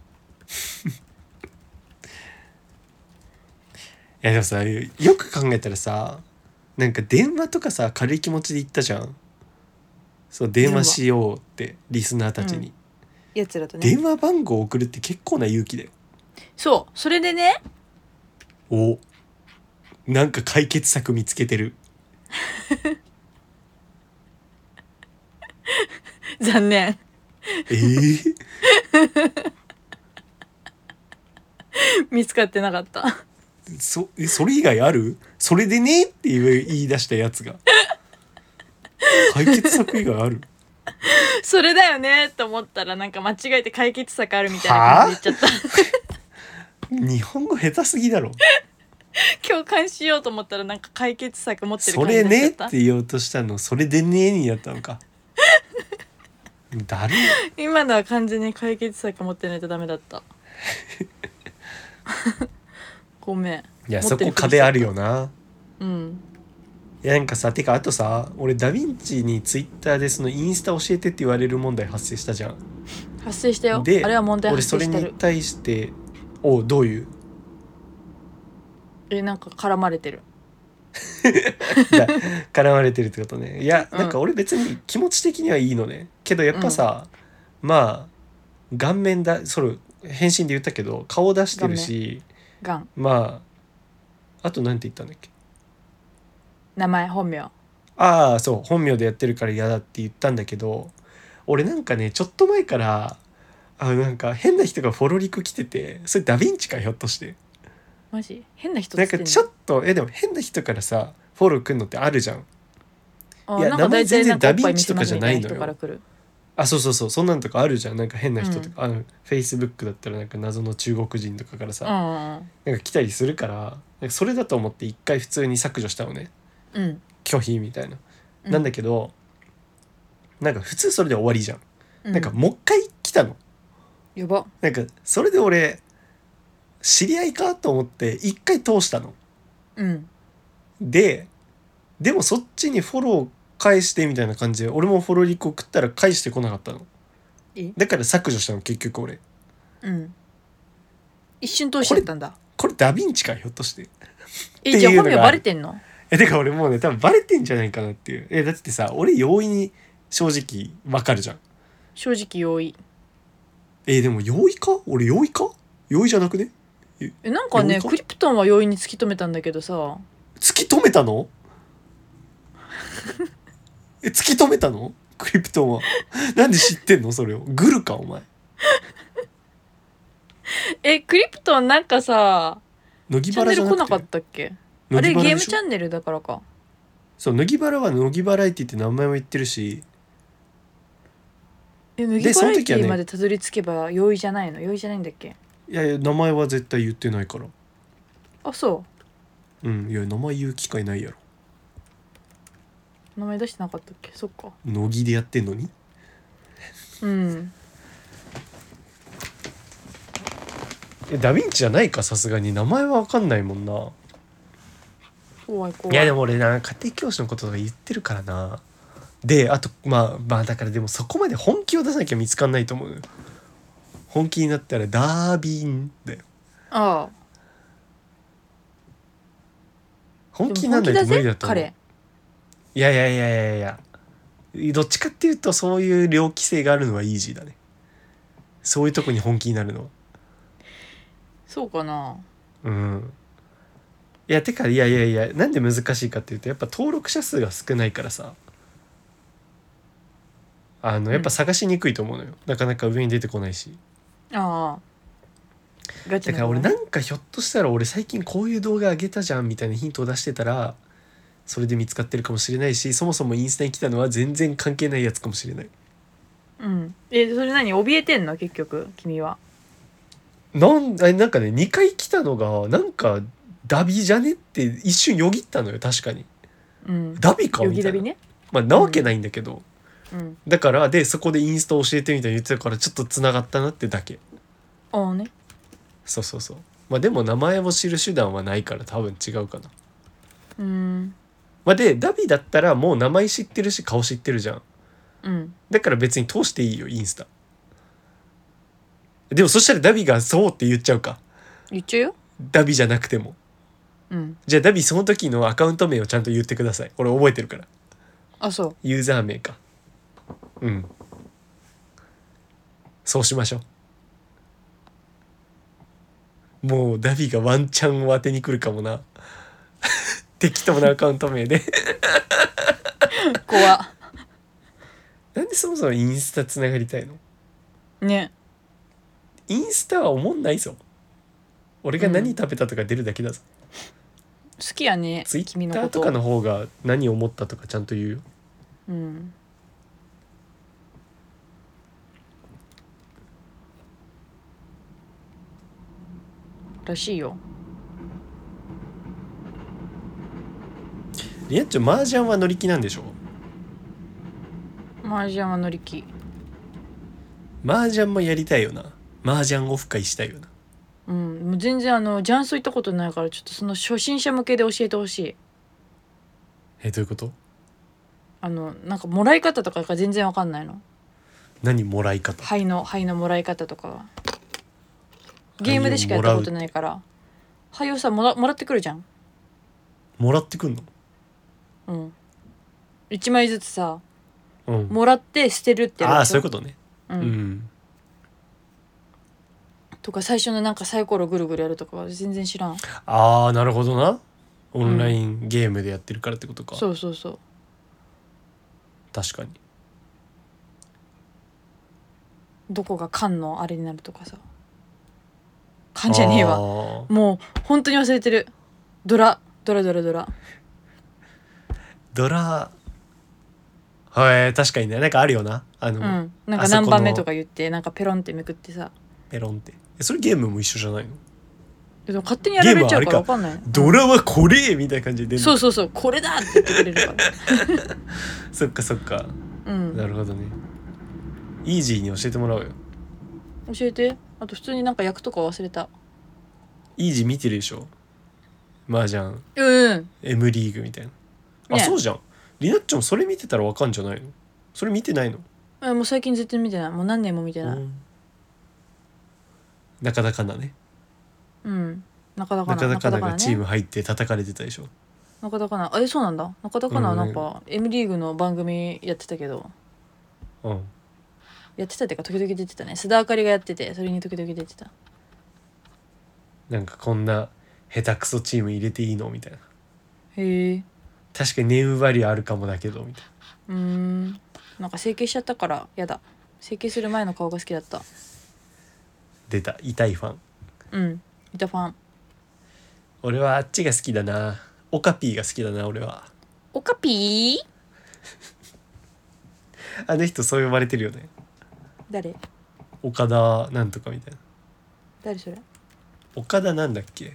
S1: やでもさよく考えたらさなんか電話とかさ軽い気持ちで言ったじゃんそう電話しようってリスナーたちに、
S2: やつらとね
S1: 電話番号送るって結構な勇気だよ
S2: そうそれでね
S1: おなんか解決策見つけてる
S2: 残念
S1: えー、
S2: 見つかってなかった
S1: そえそれ以外あるそれでねって言う言い出したやつが解決策以外ある
S2: それだよねと思ったらなんか間違えて解決策あるみたいな感じで言っちゃった
S1: 日本語下手すぎだろ
S2: 共感しようと思ったらなんか解決策持ってる
S1: そ
S2: 感じ
S1: れ
S2: になっち
S1: ね
S2: ゃ
S1: っ
S2: った
S1: て言おうとしたのそれでねになったのかだるい
S2: 今のは完全に解決策持ってないとダメだった ごめん
S1: いや
S2: 持
S1: そ
S2: って
S1: こ
S2: る
S1: 壁あるよな
S2: うん
S1: いやなんかさてかあとさ俺ダヴィンチにツイッターでそのインスタ教えてって言われる問題発生したじゃん
S2: 発生したよ
S1: で
S2: あれは問題
S1: 俺
S2: 発
S1: そ
S2: 生
S1: れ
S2: して
S1: に
S2: る
S1: 対しておうどういう
S2: えなんか絡まれてる
S1: だ絡まれてるってことねいや
S2: うん
S1: なんか俺別に気持ち的にはいいのねけどやっぱさ、まあ顔面だそれ返信で言ったけど顔出してるし
S2: がん
S1: まああとなんて言ったんだっけ
S2: 名前本名
S1: ああそう本名でやってるから嫌だって言ったんだけど俺なんかねちょっと前からあなんか変な人がフォロリク来ててそれダヴィンチかひょっとして
S2: マジ変な人
S1: なん
S2: つって
S1: か
S2: んの
S1: ちょっとえでも変な人からさフォロー来んのってあるじゃん
S2: あ
S1: いや
S2: なんか大体なんかおっぱ
S1: 名前全然ダヴィ
S2: い見せます
S1: ンチとかじゃ
S2: み
S1: な
S2: た
S1: い
S2: い
S1: の
S2: な
S1: よ
S2: 人から来る
S1: あそうそうそうそんなんとかあるじゃんなんか変な人とか、あのフェイスブックだったらなんか謎の中国人とかから
S2: う
S1: さ、
S2: ん
S1: なんか来たりするからなんかそれだと思って一回普通に削除したのね
S2: うん
S1: 拒否みたいな、
S2: う
S1: なんだけどなんか普通それで終わりじゃん、
S2: う
S1: なんかもう一回来たの
S2: やば
S1: なんかそれで俺知り合いかと思って一回通したの
S2: うん
S1: ででもそっちにフォロー返してみたいな感じで俺もフォローリック送ったら返してこなかったの
S2: え
S1: だから削除したの結局俺
S2: うん一瞬通しちゃったんだ
S1: これダヴィンチかひょっとして
S2: えじゃあ
S1: っていうの
S2: 本
S1: が
S2: 名バレてんの
S1: えてか俺もうね多分バレてんじゃないかなっていうえだってさ俺容易に正直わかるじゃん
S2: 正直容易
S1: えでも容易か俺容易か容易じゃなくね
S2: えなんか
S1: 容
S2: ね
S1: 易か
S2: クリプトンは容易に突き止めたんだけどさ
S1: 突き止めたのえ突き止めたのクリプトンはなんで知ってんのそれをグルかお前
S2: えクリプトンなんかさ
S1: 乃木
S2: チャン
S1: 原
S2: ネ
S1: じ
S2: ル
S1: ゃ
S2: 来
S1: な
S2: なか
S1: く
S2: ってたっけあ
S1: 乃木
S2: れゲ
S1: 原
S2: ー
S1: で
S2: ム
S1: し
S2: チ
S1: ょ
S2: ャンネルだからか
S1: そう乃木原は乃木バラエティって名前も言ってるし
S2: え麦バラエテ
S1: その時は
S2: ィ
S1: ね
S2: までたどり着けば容易じゃないの容易じゃないんだっけ
S1: いやいや名前は絶対言ってないから
S2: あそ
S1: うんいや名前言う機会ないやろ
S2: う名前出してなかったっけそっか
S1: 乃木でやってんのに
S2: うん
S1: えダヴィンチじゃないかさすがに名前は分かんないもんな
S2: 怖い怖い
S1: いやでも俺な家庭教師のこととか言ってるからなであとまあまあだからでもそこまで本気を出さなきゃ見つかんないと思うのよ本気になったらダービンだよ
S2: ああ
S1: 本気
S2: で
S1: に
S2: も
S1: な
S2: 本
S1: んな
S2: 気
S1: いと
S2: だ
S1: 無理
S2: ぜ
S1: だと思う
S2: 彼
S1: いやいやいやいやいやどっちかっていうとそういう猟奇性があるのはイージーだねそういうとこに本気になるのは
S2: そうかな
S1: うんいやてかいやいやいやなんで難しいかっていうとやっぱ登録者数が少ないからさあのやっぱ探しにくいと思うのよ、なかなか上に出てこないし
S2: ああガチ
S1: だ
S2: な
S1: から俺
S2: のね
S1: なんかひょっとしたら俺最近こういう動画あげたじゃんみたいなヒントを出してたらそれで見つかってるかもしれないしそもそもインスタに来たのは全然関係ないやつかもしれない
S2: うんえそれ何怯えてんの結局君は
S1: なんあなんかね2回来たのがなんかダビじゃねって一瞬よぎったのよ確かに
S2: うん
S1: ダビか
S2: よ
S1: み
S2: ぎ
S1: た
S2: だ
S1: い
S2: び
S1: な、
S2: ね
S1: まあなわけないんだけど、
S2: うん
S1: だからでそこでインスタ教えてみたいに言ってたからちょっとつながったなってだけ
S2: ああね
S1: そうそうそうまあでも名前を知る手段はないから多分違うかな
S2: うん
S1: まあでダビだったらもう名前知ってるし顔知ってるじゃん
S2: うん
S1: だから別に通していいよインスタでもそしたらダビが「そう」って言っちゃうか
S2: 言っちゃうよ
S1: ダビじゃなくても
S2: うん
S1: じゃあダビその時のアカウント名をちゃんと言ってください俺覚えてるから
S2: あそう
S1: ユーザー名かうんそうしましょうもうダビがワンチャンを当てに来るかもな 適当なアカウント名で
S2: 怖っ
S1: なんでそもそもインスタつながりたいの
S2: ね
S1: インスタは思んないぞ俺が何食べたとか出るだけだぞ、
S2: 好きやね
S1: ツイ
S2: 君
S1: ッ
S2: の
S1: タ
S2: こ
S1: ー
S2: と
S1: とかの方が何思ったとかちゃんと言うよ
S2: うんらしいよ
S1: リアッチョ麻雀は乗り気なんでしょ
S2: 麻雀は乗り気
S1: 麻雀もやりたいよな麻雀オフ会したいよな
S2: うんもう全然あの雀荘行ったことないからちょっとその初心者向けで教えてほしい
S1: えどういうこと
S2: あのなんかもらい方とかが全然わかんないの
S1: 何もらい方
S2: 灰の灰のもらい方とかがゲームでしかやったことないから灰をさもらもらってくるじゃん
S1: もらってくんの
S2: うん1枚ずつさ
S1: うん
S2: もらって捨てるってやる
S1: ああ
S2: で
S1: ー
S2: しょ
S1: そういうことね
S2: う
S1: うんん、
S2: とか最初のなんかサイコロぐるぐるやるとかは全然知らん
S1: ああなるほどなオンラインゲームでやってるからってことか、
S2: そうそうそう
S1: 確かに
S2: どこが缶のあれになるとかさ缶じゃねえわ
S1: わ
S2: もう本当に忘れてるドラドラドラドラ
S1: ドラはい、確かにねなんかあるよなあの、
S2: うんなんか
S1: あそこの
S2: 何番目とか言ってなんかペロンってめくってさ
S1: ペロンってえそれゲームも一緒じゃないの
S2: でも勝手にやられちゃうから分
S1: ゲ
S2: かんない
S1: ドラはこれみたいな感じで出る
S2: そうそうそうこれだって言ってく れるか
S1: そっかそっから
S2: うん
S1: なるほどねイージーに教えてもらおうよ
S2: 教えてあと普通になんか役とか忘れた
S1: イージー見てるでしょ麻雀
S2: うん、
S1: M リーグみたいなあ、
S2: ね
S1: そうじゃんリナッチョもそれ見てたらわかんじゃないのそれ見てないの
S2: うん、もう最近絶対見てないもう何年も見てない
S1: うんなかなかなね
S2: うんなかなか
S1: な
S2: な
S1: かなかな
S2: な
S1: が
S2: ね
S1: チーム入って叩かれてたでしょ
S2: なかなかなえそうなんだなかなかな
S1: うん
S2: なんか M リーグの番組やってたけど
S1: うん
S2: やってたっていうか時々出てたね須田あかりがやっててそれに時々出てた
S1: なんかこんな下手くそチーム入れていいのみたいな
S2: へえ
S1: 確かにネームバリューあるかもだけどみたいな
S2: うーんなんか整形しちゃったからやだ整形する前の顔が好きだった
S1: 出た痛いファン
S2: うんイタファン
S1: 俺はあっちが好きだなオカピーが好きだな俺は
S2: オカピー
S1: あの人そう呼ばれてるよね
S2: 誰
S1: 岡田なんとかみたいな
S2: 誰それ
S1: 岡田なんだっけ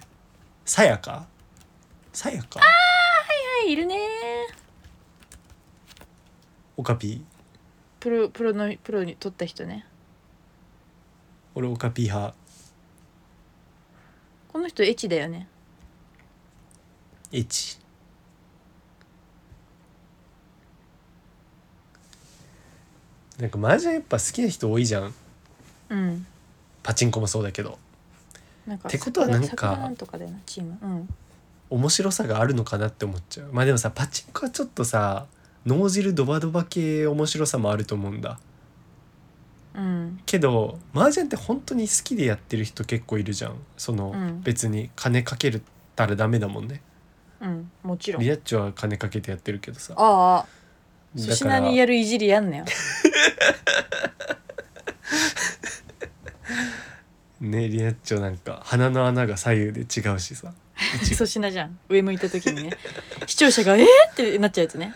S1: さやかさやか
S2: はいいるね
S1: オカピー
S2: プロプロのプロに取った人ね
S1: 俺オカピー派
S2: この人エチだよね
S1: エチなんか麻雀やっぱ好きな人多いじゃん
S2: うん
S1: パチンコもそうだけど
S2: なんか
S1: ってことはなんか
S2: 桜桜なんとかだよなチームうん
S1: 面白さがあるのかなって思っちゃうまあでもさパチンコはちょっとさ脳汁ドバドバ系面白さもあると思うんだ
S2: うん
S1: けど麻雀って本当に好きでやってる人結構いるじゃんその、
S2: うん
S1: 別に金かけるたらダメだもんね
S2: うんもちろん
S1: リアッチョは金かけてやってるけどさ
S2: ああ粗
S1: だか
S2: 品
S1: ら
S2: にやるいじりやんなよ
S1: ねリアッチョなんか鼻の穴が左右で 違うしさ
S2: 粗品じゃん上向いた時にね視聴者が「えっ!」ってなっちゃうやつ ね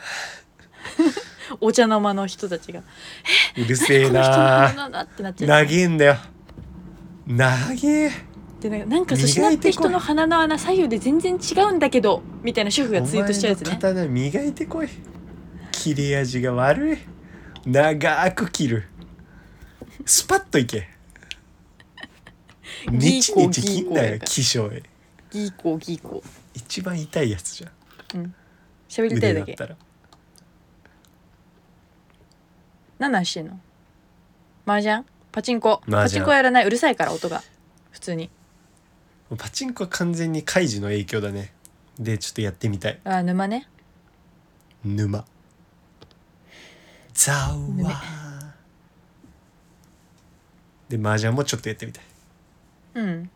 S2: お茶の間の人たちが
S1: うる
S2: 「
S1: せえな
S2: この人の鼻だ」ってなっちゃうや
S1: 長
S2: つ
S1: えんだよ長え
S2: でなんかなんか粗品って人の鼻の穴左右で全然違うんだけどみたいな主婦が
S1: お
S2: ツイ
S1: 前
S2: ートしちゃう
S1: の
S2: やつね
S1: 刀磨いてこい切れ味が悪い長く切るスパッとい け
S2: ギ
S1: ね
S2: ー
S1: ち
S2: コー
S1: ねち切んな
S2: ギーコーだ
S1: よ
S2: から
S1: 気性へ
S2: ギーコーギーコ
S1: 一番痛いやつじゃん
S2: ーうん喋りた
S1: 腕
S2: い
S1: だ
S2: だ
S1: っ
S2: け
S1: たら
S2: 何なんしてんの麻雀パチンコ
S1: 麻雀
S2: パチンコはやらないうるさいから音が普通に
S1: パチンコは完全にカイジの影響だねでちょっとやってみたい
S2: あー沼ね
S1: 沼ざ
S2: 沼
S1: わで麻雀もちょっとやってみたい
S2: うん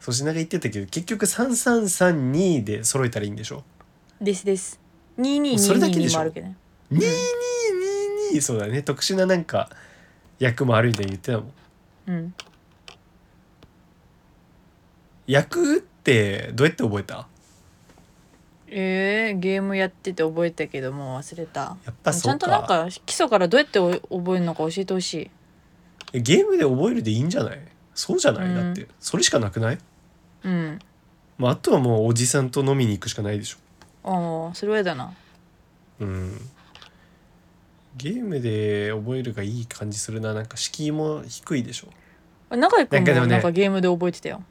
S1: 粗品が言ってたけど結局3332で揃えたらいいんでしょ
S2: ですです
S1: それだけで
S2: 2222
S1: しょ
S2: もあるけどね
S1: 2222そうだね特殊ななんか役もあるみたいに言ってたもん
S2: うん
S1: 役ってどうやって覚えた
S2: えー、ゲームやってて覚えたけどもう忘れた
S1: やっぱ
S2: ち
S1: そ
S2: ゃ
S1: うん
S2: となん
S1: か
S2: か基礎からどうやってお覚えるのか教えてほしい
S1: ゲームで覚えるでいいんじゃないそうじゃない、
S2: うん
S1: だってそれしかなくない、
S2: うん
S1: まあ、あとはもうおじさんと飲みに行くしかないでしょ
S2: ああそれはやだな
S1: うんゲームで覚えるがいい感じするななんか敷居も低いでしょ
S2: 永井君
S1: なんかでも
S2: も
S1: ね
S2: なんかゲームで覚えてたよ、
S1: え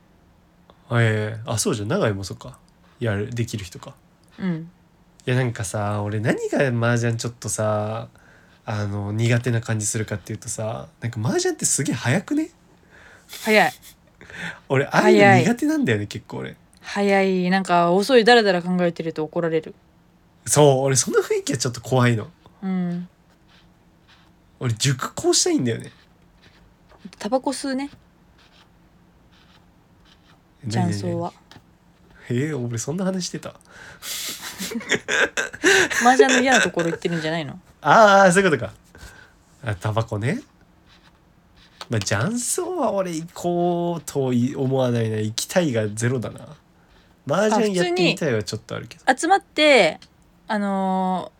S1: えあそうじゃん長井もそっかやるできる人か
S2: うん
S1: いやなんかさ俺何が麻雀ちょっとさあの苦手な感じするかっていうとさなんか麻雀ってすげえ早くね
S2: 早い
S1: 俺ああいう
S2: 早
S1: の
S2: い
S1: 苦手なんだよね結構俺
S2: 早いなんか遅いだらだら考えてると怒られる
S1: そう俺その雰囲気はちょっと怖いの
S2: うん
S1: 俺熟考したいんだよね
S2: タバコ吸うね
S1: 何
S2: 雀
S1: 々
S2: 荘は
S1: ええ俺そんな話してた
S2: 麻雀の嫌なところ言ってるんじゃな いの
S1: ああそういうことかあタバコねまあ雀荘は俺行こうとい思わないな行きたいがゼロだな麻雀やってみたいはちょっとあるけど
S2: 集まってあの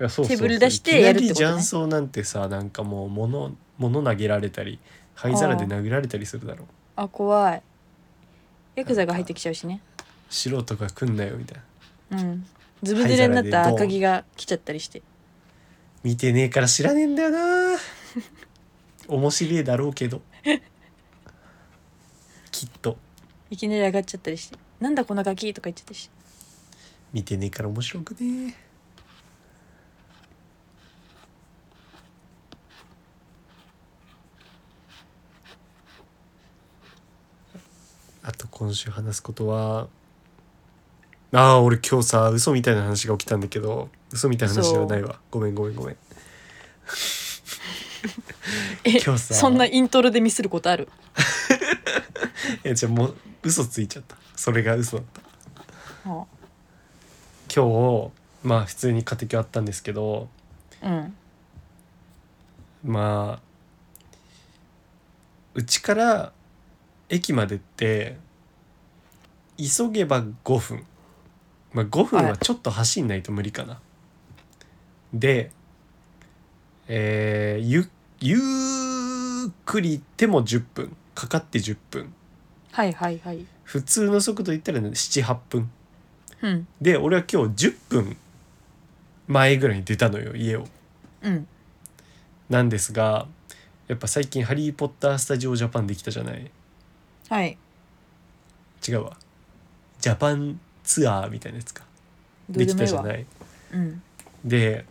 S1: いやそうそうそう
S2: テーブル出してやるってことね
S1: いきなり雀荘なんてさなんかもう物物投げられたり灰皿で殴られたりするだろう
S2: ーあ怖いヤクザが入ってきちゃうしね
S1: 素人が来んなよみたいな
S2: うんズブズレになった赤木が来ちゃったりして
S1: 見てねえから知らねえんだよ な面白いだろうけどきっと
S2: いきなり上がっちゃったりして「なんだこのガキ」とか言っちゃったりして
S1: 見てねえから面白くねえあと今週話すことはああ俺今日さ嘘みたいな話が起きたんだけど嘘みたいな話ではないわごめんごめんごめん
S2: え
S1: 今日さ
S2: そんなイントロでミスることある
S1: えじゃあもう嘘ついちゃったそれが嘘だった
S2: あ
S1: 今日まあ普通に家庭教あったんですけど
S2: うん
S1: まあうちから駅までって急げば5分まあ5分はちょっと走んないと無理かな。でえーゆゆっくり行っても10分かかって10分
S2: はいはいはい
S1: 普通の速度言ったら78分
S2: うん
S1: で俺は今日10分前ぐらいに出たのよ家を。
S2: うん
S1: なんですがやっぱ最近「ハリー・ポッター・スタジオ・ジャパン」できたじゃない
S2: はい
S1: 違うわジャパンツアーみたいなやつか
S2: どう
S1: でき
S2: でも
S1: た
S2: いい
S1: じゃ
S2: わ
S1: ない
S2: うん
S1: で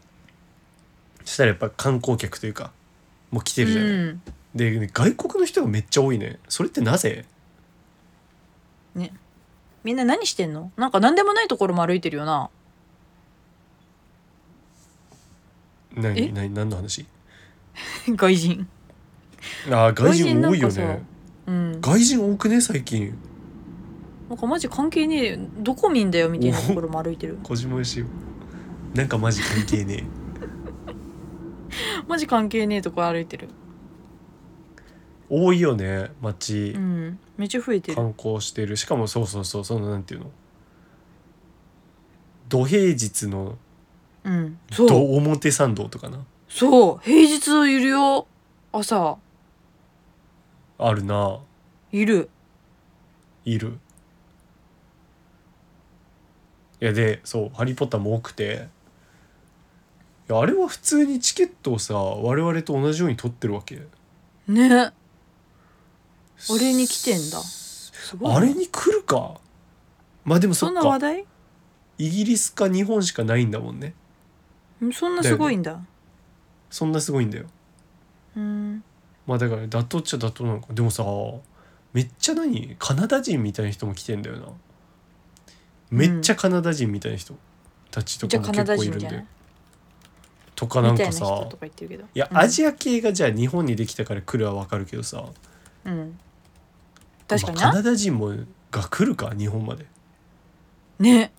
S1: そしたらやっぱ観光客というかもう来てるじゃない、
S2: うん
S1: で外国の人がめっちゃ多いねそれってなぜ
S2: みんな何してんのなんか何でもないところも歩いてるよなえ
S1: 何何何の話
S2: 外人
S1: あー外人多いよ
S2: 外人なん
S1: ね
S2: かうん
S1: 外人多くね最近
S2: なんかマジ関係ねえどこ見んだよみたいなところも歩いてる
S1: 小島よしおなんかマジ関係ねえ
S2: マジ関係ねえとこ歩いてる
S1: 多いよね街
S2: うんめっちゃ増えてる
S1: 観光してるしかもそうそうそうそのなんていうの土平日の
S2: うん
S1: 土
S2: そう
S1: 表参道とかな
S2: そう平日いるよ朝
S1: あるない
S2: る
S1: いるいやでそう「ハリー・ポッター」も多くていやあれは普通にチケットをさ我々と同じように取ってるわけ
S2: ね俺に来てんだすごいな
S1: あれに来るかまあでもそ
S2: そ
S1: っ
S2: んな話
S1: か
S2: 題
S1: イギリスか日本しかないんだもんね
S2: うんそんなすごいんだ
S1: そんなすごいんだよ
S2: うん
S1: まあだから妥当っちゃ妥当なのかでもさめっちゃ何カナダ人みたいな人も来てんだよなめっちゃカナダ人みたいな人たちと
S2: じ
S1: か
S2: ゃあ
S1: も
S2: カナ
S1: 結
S2: ダ
S1: 構いる
S2: 人
S1: ん
S2: じ
S1: だ
S2: ゃ
S1: よ
S2: ない
S1: とかなん
S2: みたい
S1: か
S2: な
S1: さ
S2: 人とか言ってるけど
S1: いや、
S2: うん
S1: アジア系がじゃあ日本にできたから来るはわかるけどさ
S2: うん確かに
S1: まあカ
S2: な
S1: ナダ人もが来るか日本まで、
S2: ね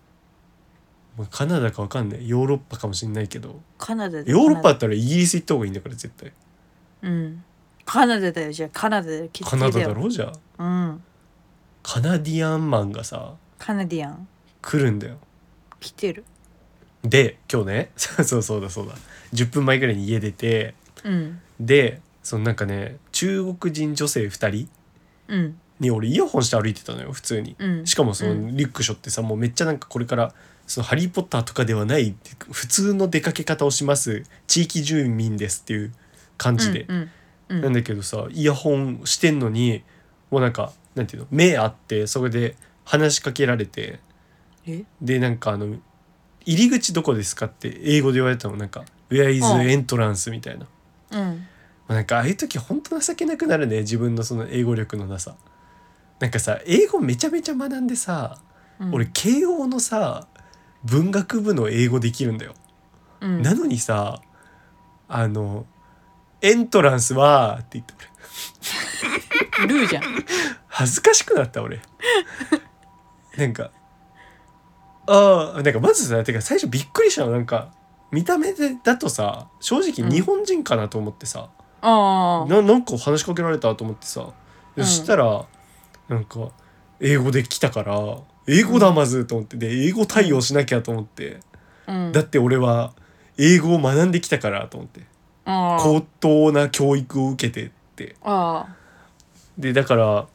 S1: まあ、カナダかわかんないヨーロッパかもしんないけど
S2: カナダで
S1: ヨーロッパ
S2: カ
S1: だったらイギリス行った方がいいんだから絶対
S2: ナダうんカナダだよじゃあカナダだよ決
S1: カ
S2: 定だ
S1: ナ
S2: よ
S1: ダだろじゃあ
S2: うん
S1: カナディアンマンがさ
S2: カナディアン
S1: 来るんだよ
S2: 来てる
S1: で今日ね そうそうそうだそうだ10分前ぐらいに家出て
S2: うん
S1: でそのなんかね中国人女性2人
S2: うん
S1: に俺イヤホンして歩いてたのよ普通に
S2: うん
S1: しかもその
S2: うん
S1: リュックショってさ、もうめっちゃなんかこれから「そのハリー・ポッター」とかではない普通の出かけ方をします地域住民ですっていう感じで、
S2: うんう
S1: なん
S2: ん
S1: だけどさイヤホンしてんのにもうなんかなんていうの目あってそこで話しかけられて
S2: え
S1: でなんかあの「入り口どこですか?」って英語で言われたのなんか「Where is
S2: うん
S1: entrance?」みたいな。
S2: うん
S1: まあなんかああいう時本当情けなくなるね自分のその英語力のなさなんかさ英語めちゃめちゃ学んでさ、
S2: うん
S1: 俺慶応のさ文学部の英語できるんだよ、
S2: うん
S1: なのにさあの「エントランスは」って言って俺
S2: ルーじゃん
S1: 恥ずかしくなった俺 なんかああなんかまずさてか最初びっくりしたのなんか見た目でだとさ正
S2: う
S1: 直
S2: ん
S1: 日本人かなと思ってさ、
S2: ああ
S1: ななんか話しかけられたと思ってさ、
S2: うん
S1: そしたらなんか英語で来たから英語だまずと思ってで英語対応しなきゃと思って、
S2: うん
S1: だって俺は英語を学んできたからと思って
S2: あー
S1: 高等な教育を受けてって
S2: あ
S1: でだから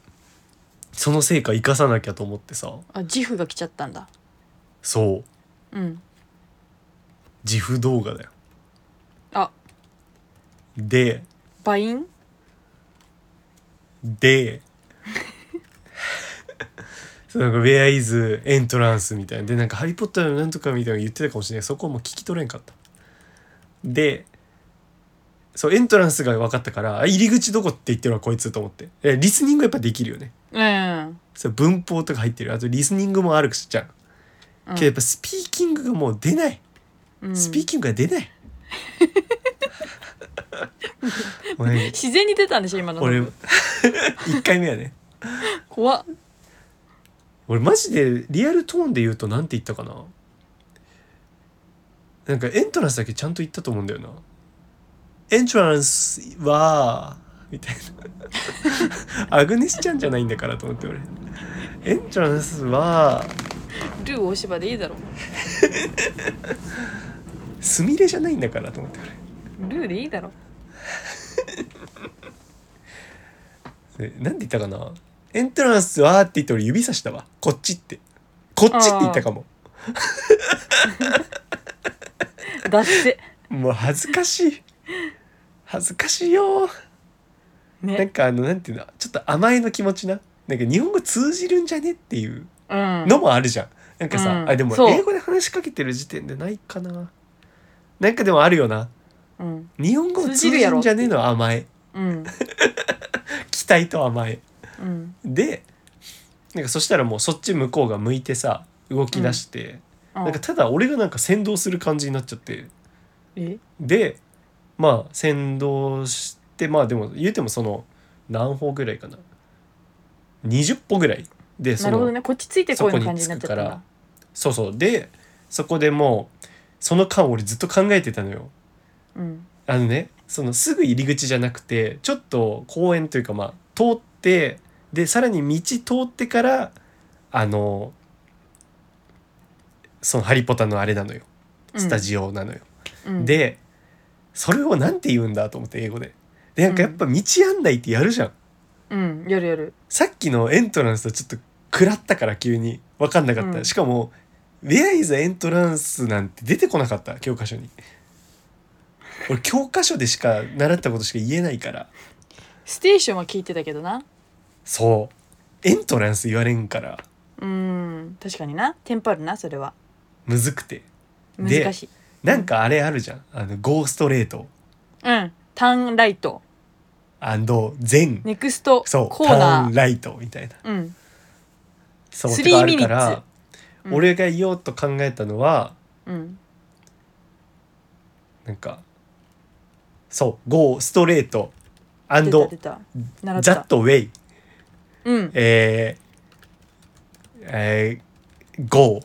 S1: その成果生かさなきゃと思ってさ
S2: ーあ自負が来ちゃったんだ
S1: そう
S2: うん
S1: 自負動画だよ
S2: あ
S1: で
S2: バイン
S1: で そうなんか「Where is entrance」みたいなでなんか「ハリー・ポッターのなんとか」みたいなの言ってたかもしれないそこはもう聞き取れんかったでそうエントランスが分かったからあ入り口どこって言ってるわこいつと思ってえリスニングやっぱできるよね
S2: うん
S1: そう文法とか入ってるあとリスニングもあるしじゃん
S2: うん
S1: けどやっぱスピーキングがもう出ない
S2: うん
S1: スピーキングが出 ない、もうね
S2: 自然に出たんでしょ今の
S1: 俺一回目やね
S2: 怖っ
S1: 俺マジでリアルトーンで言うとなんて言ったかななんかエントランスだけちゃんと言ったと思うんだよなエントランスはみたいな アグネスちゃんじゃないんだからと思って俺エントランスは
S2: ルー大芝でいいだろ
S1: スミレじゃないんだからと思って俺
S2: ルーでいいだろ
S1: えなんて言ったかなエントランスはって言って俺指さしたわこっちってこっちって言ったかも
S2: だって
S1: もう恥ずかしい恥ずかしいよなん
S2: ね
S1: かあのなんていうのちょっと甘えの気持ちななんか日本語通じるんじゃねっていう
S2: うん
S1: のもあるじゃん、なんかさ、
S2: うん
S1: あでも
S2: そう
S1: 英語で話しかけてる時点でないかななんかでもあるよな
S2: うん
S1: 日本語を通じるんじゃねえの甘え
S2: うん
S1: 期待と甘え
S2: うん
S1: でなんかそしたらもうそっち向こうが向いてさ動き出して、
S2: あ
S1: なんかただ俺がなんか先導する感じになっちゃって
S2: え
S1: でまあ先導してまあでも言うてもその何歩ぐらいかな20歩ぐらいで
S2: な
S1: そ
S2: るほ
S1: の
S2: どねこっちついてこいの感じになっちゃったん
S1: そこに
S2: だ
S1: そうそうでそこでもうその間俺ずっと考えてたのよ
S2: うん
S1: あのねそのすぐ入り口じゃなくてちょっと公園というかまあ通ってでさらに道通ってからあのその「ハリポタ」のあれなのよスタジオなのよ、
S2: オ、うん、
S1: でそれをなんて言うんだと思って英語ででなんかやっぱ道案内ってやるじゃん、
S2: うんやるやる
S1: さっきのエントランスとちょっと食らったから急に分かんなかった、
S2: うん
S1: しかも「Where is エントランス」なんて出てこなかった教科書に俺教科書でしか習ったことしか言えないから
S2: ステーションは聞いてたけどな
S1: そうエントランス言われんから
S2: うん確かになテンパるなそれは
S1: むずくてで
S2: 難しい
S1: なんかあれあるじゃんあのゴーストレート
S2: うんターンライト
S1: 全
S2: ネクスト
S1: そう
S2: コ
S1: コ
S2: ー
S1: ー
S2: ナー
S1: ライトみたいな
S2: うん
S1: そう
S2: 3
S1: とかあるか
S2: ミニッ
S1: ら、
S2: うん
S1: 俺が言おうと考えたのは
S2: うん
S1: なんかそうゴーストレートアン
S2: 出た
S1: ド
S2: 出た習っ
S1: ザッ
S2: た
S1: トウェイ
S2: うん
S1: えー、えー、Go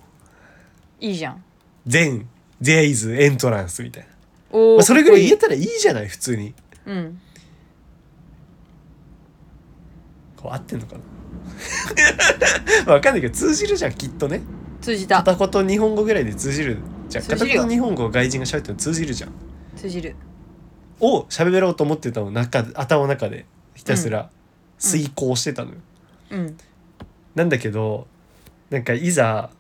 S2: いいじゃん
S1: then there is entrance みたいな、
S2: お
S1: ま
S2: お
S1: あ、それぐらい言えたらいいじゃない普通に
S2: うん
S1: こう合ってんのかな わかんないけど通じるじゃんきっとね
S2: 通じた
S1: 片言日本語ぐらいで通じるじゃん
S2: 通
S1: 片
S2: じるよ
S1: 言日本語を外人が喋っても通じるじゃん
S2: 通じる
S1: を喋ろうと思ってたの中頭の中でひたすら遂行してたのよ、
S2: うん
S1: なんだけどなんかいざ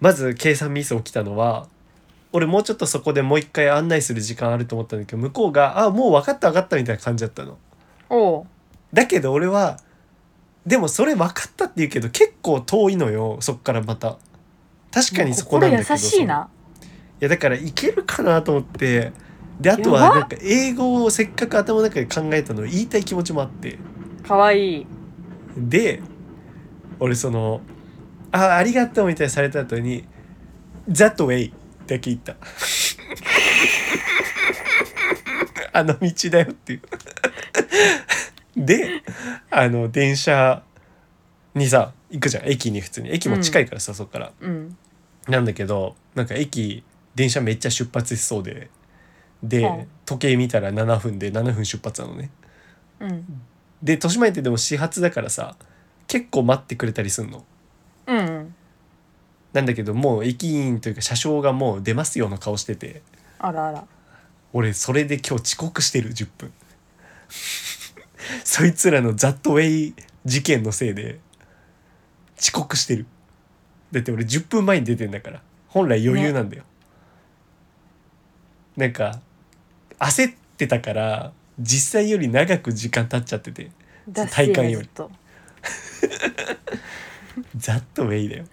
S1: まず計算ミス起きたのは俺もうちょっとそこでもう一回案内する時間あると思ったんだけど向こうが「あもう分かった分かった」みたいな感じだったの。
S2: おう
S1: だけど俺はでもそれ分かったって言うけど結構遠いのよそっからまた。確かにそこなんだけど
S2: 心優しいな
S1: そのいやだからいけるかなと思ってであとは
S2: やば
S1: なんか英語をせっかく頭の中で考えたのを言いたい気持ちもあって。
S2: かわいい
S1: で俺その「あありがとう」みたいにされた後に「That way」だけ言った あの道だよっていうであの電車にさ行くじゃん駅に普通に駅も近いからさ、そっから
S2: うん
S1: なんだけどなんか駅電車めっちゃ出発しそうでで、
S2: うん
S1: 時計見たら7分で7分出発なのね
S2: うん
S1: で豊島園ってでも始発だからさ結構待ってくれたりすんの
S2: うんうん
S1: なんだけどもう駅員というか車掌がもう出ますよの顔してて
S2: あらあら
S1: 俺それで今日遅刻してる10分 そいつらのザットウェイ事件のせいで遅刻してるだって俺10分前に出てんだから本来余裕なんだよ、なんか焦ってたから実際より長く時間経っちゃってて
S2: 脱
S1: 体
S2: 線
S1: 感
S2: が
S1: よ
S2: ず
S1: り
S2: っと
S1: ザットウェイだよ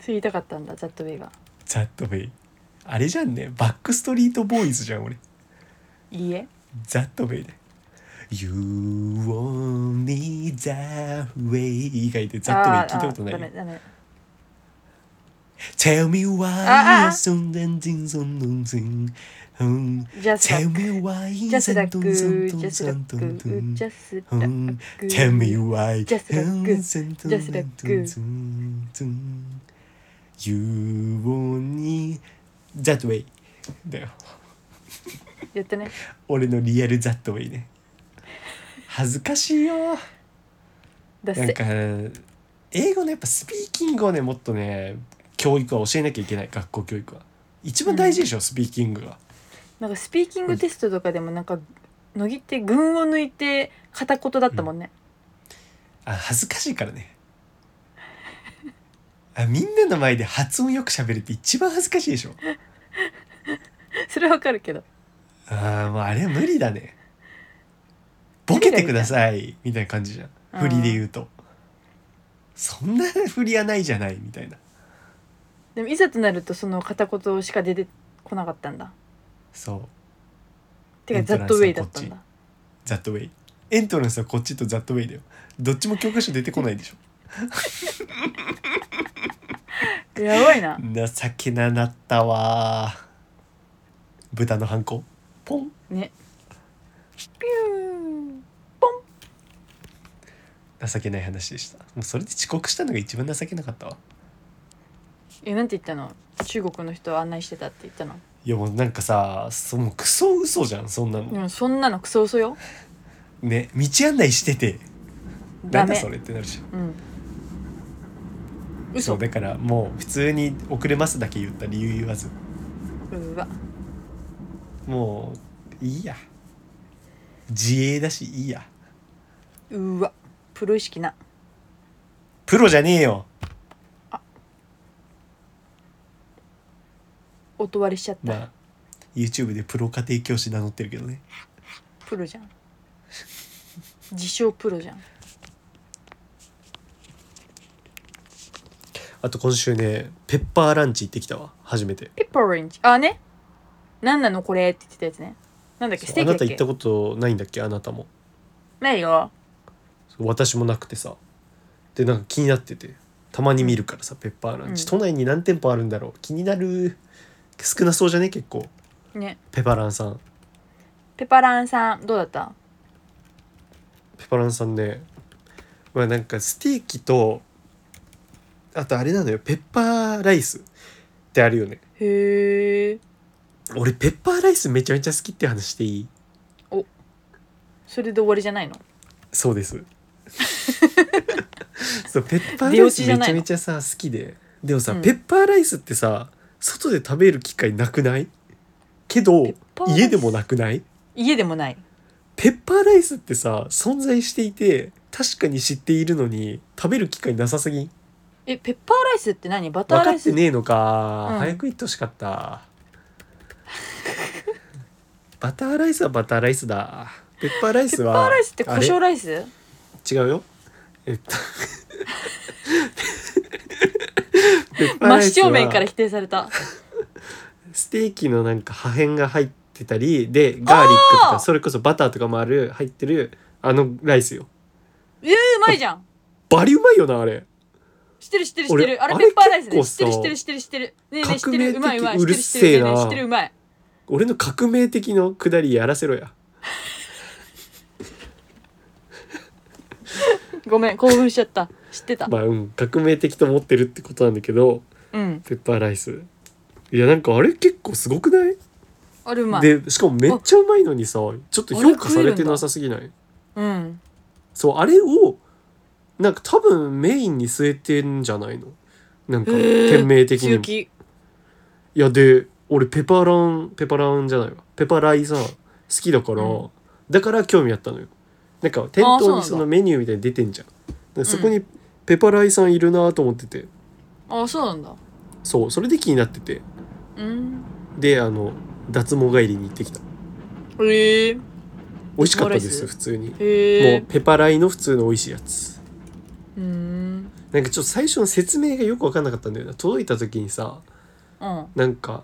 S2: 吸いたかったんだザットウェイが
S1: ザットウェイあれじゃんねバックストリートボーイズじゃん俺
S2: いいえ
S1: ザットウェイで You want me that way 以外でザットウェイ聞いたことない
S2: あーあーダ
S1: よ
S2: メダメ
S1: Tell me why you're
S2: あ
S1: so dancing so dancing うん
S2: ジャスダ
S1: Tell
S2: ック
S1: me why
S2: ジャスダッ
S1: so
S2: ク
S1: dancing
S2: ジャス
S1: so
S2: ダック
S1: dancing
S2: ジャスダ
S1: う
S2: ッ
S1: ん
S2: ク
S1: Tell me why
S2: ジャスラック
S1: so
S2: ジャスラック
S1: dancing so dancing You want me That way だよ
S2: やってね
S1: 俺のリアル That way ね恥ずかしいよ
S2: だ
S1: なん
S2: せ
S1: か英語のやっぱスピーキングをねもっとね教育は教えなきゃいけない学校教育は一番大事でしょ、スピーキングが
S2: なんかスピーキングテストとかでもなんか乃木って群を抜いて片言だったもんね、
S1: あ恥ずかしいからねあみんなの前で発音よく喋るって一番恥ずかしいでしょ
S2: それはわかるけど
S1: ああもうあれは無理だねボケてくださいみたいな感じじゃん
S2: うん
S1: 振りで言うとそんな振りはないじゃないみたいな
S2: でもいざとなるとその片言しか出てこなかったんだ
S1: そう
S2: て
S1: エ
S2: か
S1: ン
S2: ザ
S1: トラン
S2: ッ
S1: ス
S2: トウェイだ
S1: は
S2: っ
S1: こったち
S2: んだ
S1: ザットウェイエントランスはこっちとザットウェイだよどっちも教科書出てこないでしょ
S2: やばいな
S1: 情けななったわ豚の反抗ポン
S2: ねピュー
S1: 情けない話でしたもうそれで遅刻したのが一番情けなかったわ
S2: えなんて言ったの中国の人を案内してたって言ったの
S1: いやもうなんかさそもうクソ嘘じゃんそんな
S2: で
S1: の
S2: もそんなのクソ嘘よ
S1: ね道案内しててな
S2: ダ
S1: んだ
S2: メ
S1: それってなるじゃん
S2: うん
S1: そ
S2: 嘘
S1: うだからもう普通に遅れますだけ言った理由言わず
S2: うわ
S1: もういいや自衛だしいいや
S2: うわプロ意識な
S1: プロじゃねえよ
S2: お断りしちゃった、
S1: まあ YouTube でプロ家庭教師名乗ってるけどね
S2: プロじゃん自称プロじゃん
S1: あと今週ねペッパーランチ行ってきたわ初めて
S2: ピッパーレンジあね何なのこれって言ってたやつねなんだっけステ
S1: あ
S2: ーキだ
S1: な
S2: ったけ
S1: 行ったことないんだっけあなたも
S2: ないよ
S1: そう私もなくてさでなんか気になっててたまに見るからさペッパーランチ、
S2: うん
S1: 都内に何店舗あるんだろう気になる少なそうじゃね結構
S2: ね
S1: ペパランさん
S2: ペパランさんどうだった
S1: ペパランさんねまあなんかステーキとあとあれなのよペッパーライスってあるよね
S2: へえ
S1: 俺ペッパーライスめちゃめちゃ好きって話していい
S2: それで終わりじゃないの
S1: そうです そうペッパー
S2: 出
S1: ライ
S2: 落ち
S1: ス
S2: じゃ
S1: め
S2: な
S1: ち
S2: い
S1: ゃ
S2: の
S1: めちゃさ好きででもさ、
S2: うん
S1: ペッパーライスってさ外で食べる機会なくないけど
S2: ペッパーライス
S1: 家でもなくない
S2: 家でもない
S1: ペッパーライスってさ存在していて確かに知っているのに食べる機会なさすぎん
S2: えペッパーライスって何バタ
S1: 分
S2: ー
S1: か
S2: ライ
S1: っ
S2: ス
S1: てねえのか、
S2: うん
S1: 早く言ってほしかったバターライスはバターライスだペッパーライ
S2: ペ
S1: ス
S2: ッ
S1: は
S2: パーライスって胡
S1: あれ
S2: 椒ライス
S1: 違うよえっ とペッパーラ
S2: 真
S1: イス
S2: 正面から
S1: は
S2: 否定された
S1: ステーキのなんか破片が入ってたりでガーリックと
S2: あー
S1: かそれこそバターとかもある入ってるあのライスよ
S2: えー、うまいじゃん
S1: バリうまいよなあれ
S2: 知ってる知ってる知って
S1: 俺
S2: るあれ
S1: あ
S2: ペ
S1: れ
S2: ッパーライスね
S1: 結
S2: 知って
S1: 構
S2: る
S1: さ
S2: 知ってる知ってる知ってるねえねえ知って
S1: 革命
S2: る
S1: 的
S2: うまいうまい
S1: う
S2: 知って
S1: る
S2: る知っ
S1: せ
S2: て
S1: え
S2: るねえね
S1: な
S2: え知ってるうまい
S1: 俺の革命的のくだりやらせろや
S2: ごめん興奮しちゃった知ってた
S1: まあうん革命的と思ってるってことなんだけど
S2: うん
S1: ペッパーライスいやなんかあれ結構すごくない、
S2: あれうまい
S1: でしかもめっちゃうまいのにさちょっと評価されてなさすぎない
S2: うん
S1: そうあれをなんか多分メインに据えてんじゃないのなんか
S2: へー
S1: 店名的に
S2: 強
S1: もい
S2: 気
S1: やで俺ペパランペパランじゃないわペパライさ好きだから、
S2: うん
S1: だから興味あったのよなんか店
S2: あーそう
S1: 頭に
S2: なんだ
S1: そのメニューみたいに出てんじゃんでそこにペパライさんいるなと思ってて
S2: あそうなんだ
S1: そうそれで気になってて
S2: うん
S1: であの脱毛帰りに行ってきた
S2: へえ
S1: 美味しかったで
S2: 脱毛ラ
S1: す
S2: イス
S1: 普通にも
S2: へえ
S1: うペパライの普通の美味しいやつ
S2: うん
S1: なんかちょっと最初の説明がよく分かんなかったんだよな届いた時にさ
S2: うん
S1: なんか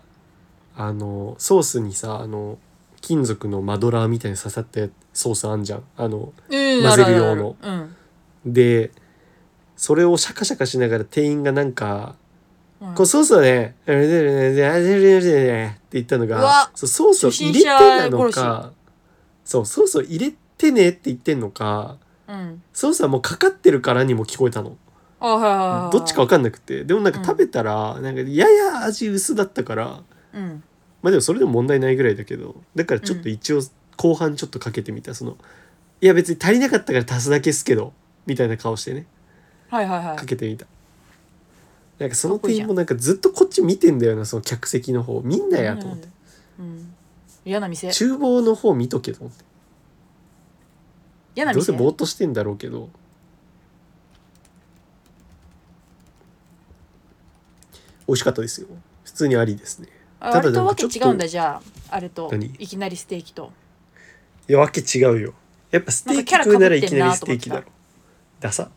S1: あのソースにさあの金属のマドラーみたいに刺さってソースあんじゃんあの
S2: うん
S1: 混ぜる
S2: あああ
S1: 用の
S2: うん
S1: でそれをシャカシャカしながら店員がなんか
S2: う
S1: 「
S2: ん
S1: こうソースをねあれでねであれでねあれでね」って言ったの
S2: う
S1: が
S2: わ
S1: そうソースを入れてなの
S2: 初心者
S1: かそうソースを入れてねって言ってんのか
S2: うん
S1: ソースはもうかかってるからにも聞こえたの
S2: あはいはいはいはい
S1: どっちか分かんなくてでもなんか
S2: うん
S1: 食べたらなんかやや味薄だったから
S2: ううん
S1: まあでもそれでも問題ないぐらいだけどだからちょっと一応後半ちょっとかけてみた、そのいや別に足りなかったから足すだけっすけどみたいな顔してね
S2: はいはいはい
S1: かけてみたなんかその
S2: かっこいいじ
S1: 点
S2: ゃん
S1: もなんかずっとこっち見てんだよなその客席の方見んなや
S2: うん
S1: と思って
S2: うん嫌な店
S1: 厨房の方見とけと思って
S2: 嫌な
S1: どうせ
S2: 店
S1: ぼーっとしてんだろうけど美味しかったですよ普通にありですね
S2: あ
S1: ただ
S2: 割
S1: で
S2: と
S1: も
S2: わ
S1: ち
S2: け
S1: ょっと
S2: 違うんだじゃああれと
S1: 何
S2: いきなりステーキと
S1: いやわけ違うよやっぱステーキ食うならいきなりステーキだろダサ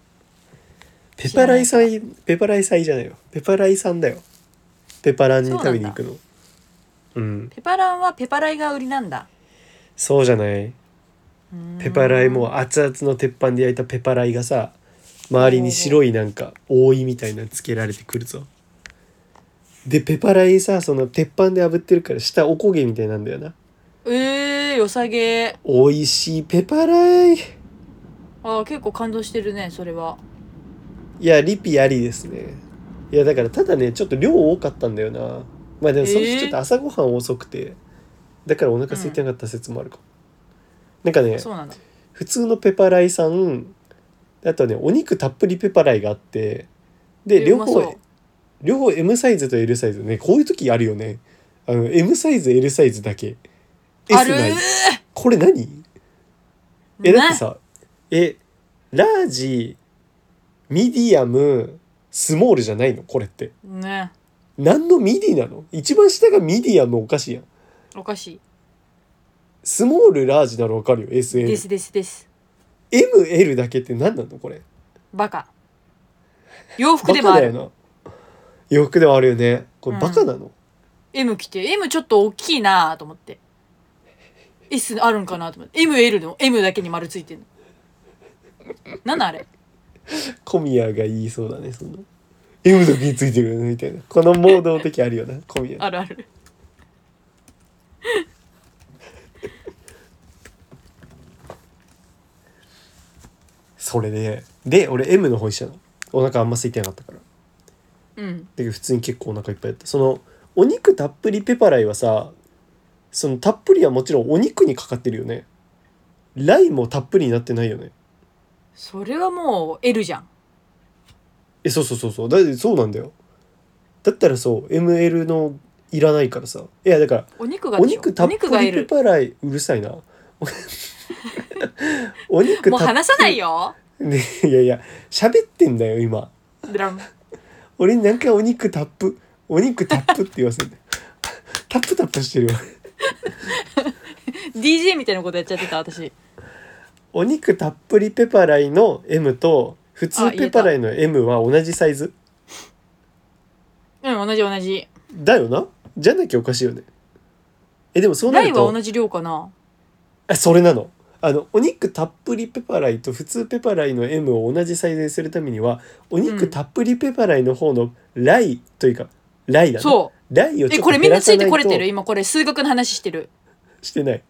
S1: ペパライさんペパライさんじゃないよペパライさんだよペパランに食べに行くのうん
S2: ペパランはペパライが売りなんだ
S1: そうじゃないう
S2: ーん
S1: ペパライも熱々の鉄板で焼いたペパライがさ周りに白いなんか覆いみたいなのつけられてくるぞでペパライさその鉄板で炙ってるから下おこげみたいなんだよな
S2: えー、よさげ
S1: 美味しいペパライい
S2: あー結構感動してるねそれは
S1: やリピありですねいやだからただねちょっと量多かったんだよなまあでもその
S2: え
S1: 日
S2: ー
S1: ちょっと朝ごはん遅くてだからお腹空いてなかった説もあるかも、なんかね
S2: そうなんだ
S1: 普通のペパライさんあとねお肉たっぷりペパライがあってで
S2: え
S1: 両
S2: うま
S1: 方
S2: そう
S1: 両方 M サイズと L サイズねこういう時あるよねあの M サイズ L サイズだけ
S2: あ
S1: S
S2: る
S1: ないこれ何えだってさえラージミディアムスモールじゃないのこれって
S2: ねね
S1: 何のミディなの一番下がミディアムおかしいやん
S2: おかし
S1: スモールラージならわかるよ
S2: いですですです
S1: SLML だけって何なのこれ
S2: バカ洋服
S1: バ
S2: でも
S1: カ
S2: あ
S1: だよ
S2: る
S1: な洋服でもあるよねこれ
S2: うん
S1: バカなの、
S2: M 着て M ちょっと大きいなと思って S あるんかなと思って ML の M だけに丸ついてるのなんだあれ
S1: 小宮が言いそうだねその M だけについてるよねみたいなこのモードの時あるよな小宮
S2: あるある
S1: それでで俺 M の方にしたのお腹あんま空いてなかったからだ
S2: うん
S1: けど普通に結構お腹いっぱいだったそのお肉たっぷりペパライはさそのたっぷりはもちろんお肉にかかってるよねライもたっぷりになってないよね
S2: それはもう L じゃん
S1: えそうそうそうそうだってそうなんだよだったらそう ML のいらないからさいやだから
S2: お肉が
S1: お
S2: でしょ
S1: 肉たっ
S2: お
S1: ぷ
S2: 肉が
S1: りペ
S2: L
S1: パライうるさ いなお肉
S2: もう話さない
S1: よ、
S2: よ
S1: ね、いやいや喋ってんだよ今
S2: ドラム
S1: 俺になんかお肉たっぷお肉たっぷって言わせてタップタップしてるよ
S2: DJ みたいなことやっちゃってた私
S1: お肉たっぷりペパライの M と普
S2: あ
S1: 通
S2: 言えた
S1: ペパライの M は同じサイズ
S2: うん同じ同じ
S1: だよなじゃなきゃおかしいよねえでもそうな
S2: ラ
S1: る
S2: イは
S1: と
S2: 同じ量かな
S1: あそれなのあのお肉たっぷりペパライと普通ペパライの M を同じサイズにするためにはお
S2: う
S1: 肉
S2: ん
S1: たっぷりペパライの方のライというかライだね
S2: そ
S1: ライを
S2: う
S1: ち
S2: え
S1: ょっ
S2: ことれみ
S1: 減
S2: んな
S1: ら
S2: つ
S1: さ
S2: い
S1: な
S2: て
S1: い
S2: これて
S1: と
S2: る今これ数学の話してる
S1: してない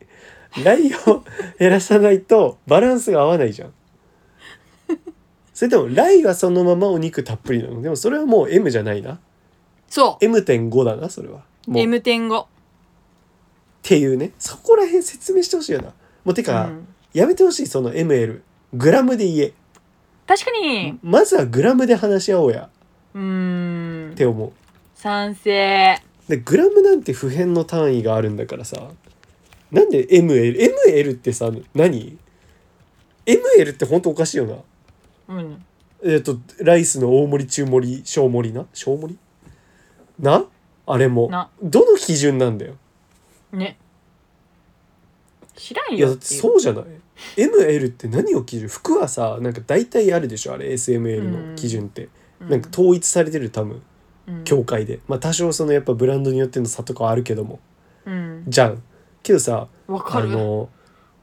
S1: ライを減らさないとバランスが合わないじゃんそれでもライはそのままお肉たっぷりなのでもそれはもう M じゃないな
S2: そう
S1: M.5 だなそれはもう
S2: M 点5
S1: っていうねそこら辺説明してほしいよなもうてか、やめてほしいその ML グラムで言え
S2: 確かに
S1: まずはグラムで話し合おうや
S2: うーん
S1: って思う
S2: 賛成
S1: でグラムなんて普遍の単位があるんだからさなんで ML ML ってさ何 ?ML ってほんとおかしいよな
S2: うん
S1: えっ、とライスの大盛り中盛り小盛りな小盛りなあれも
S2: な
S1: どの基準なんだよ
S2: ね知らん
S1: いや
S2: よ
S1: だ
S2: っ
S1: って
S2: ていう
S1: そうじゃない ML って何を基準服はさなんか大体あるでしょあれ SML の基準って、
S2: う
S1: なんか統一されてる多分
S2: うん
S1: 協会で、まあ多少そのやっぱブランドによっての差とかはあるけども
S2: うん
S1: じゃんけどさ
S2: わか
S1: あ
S2: る
S1: の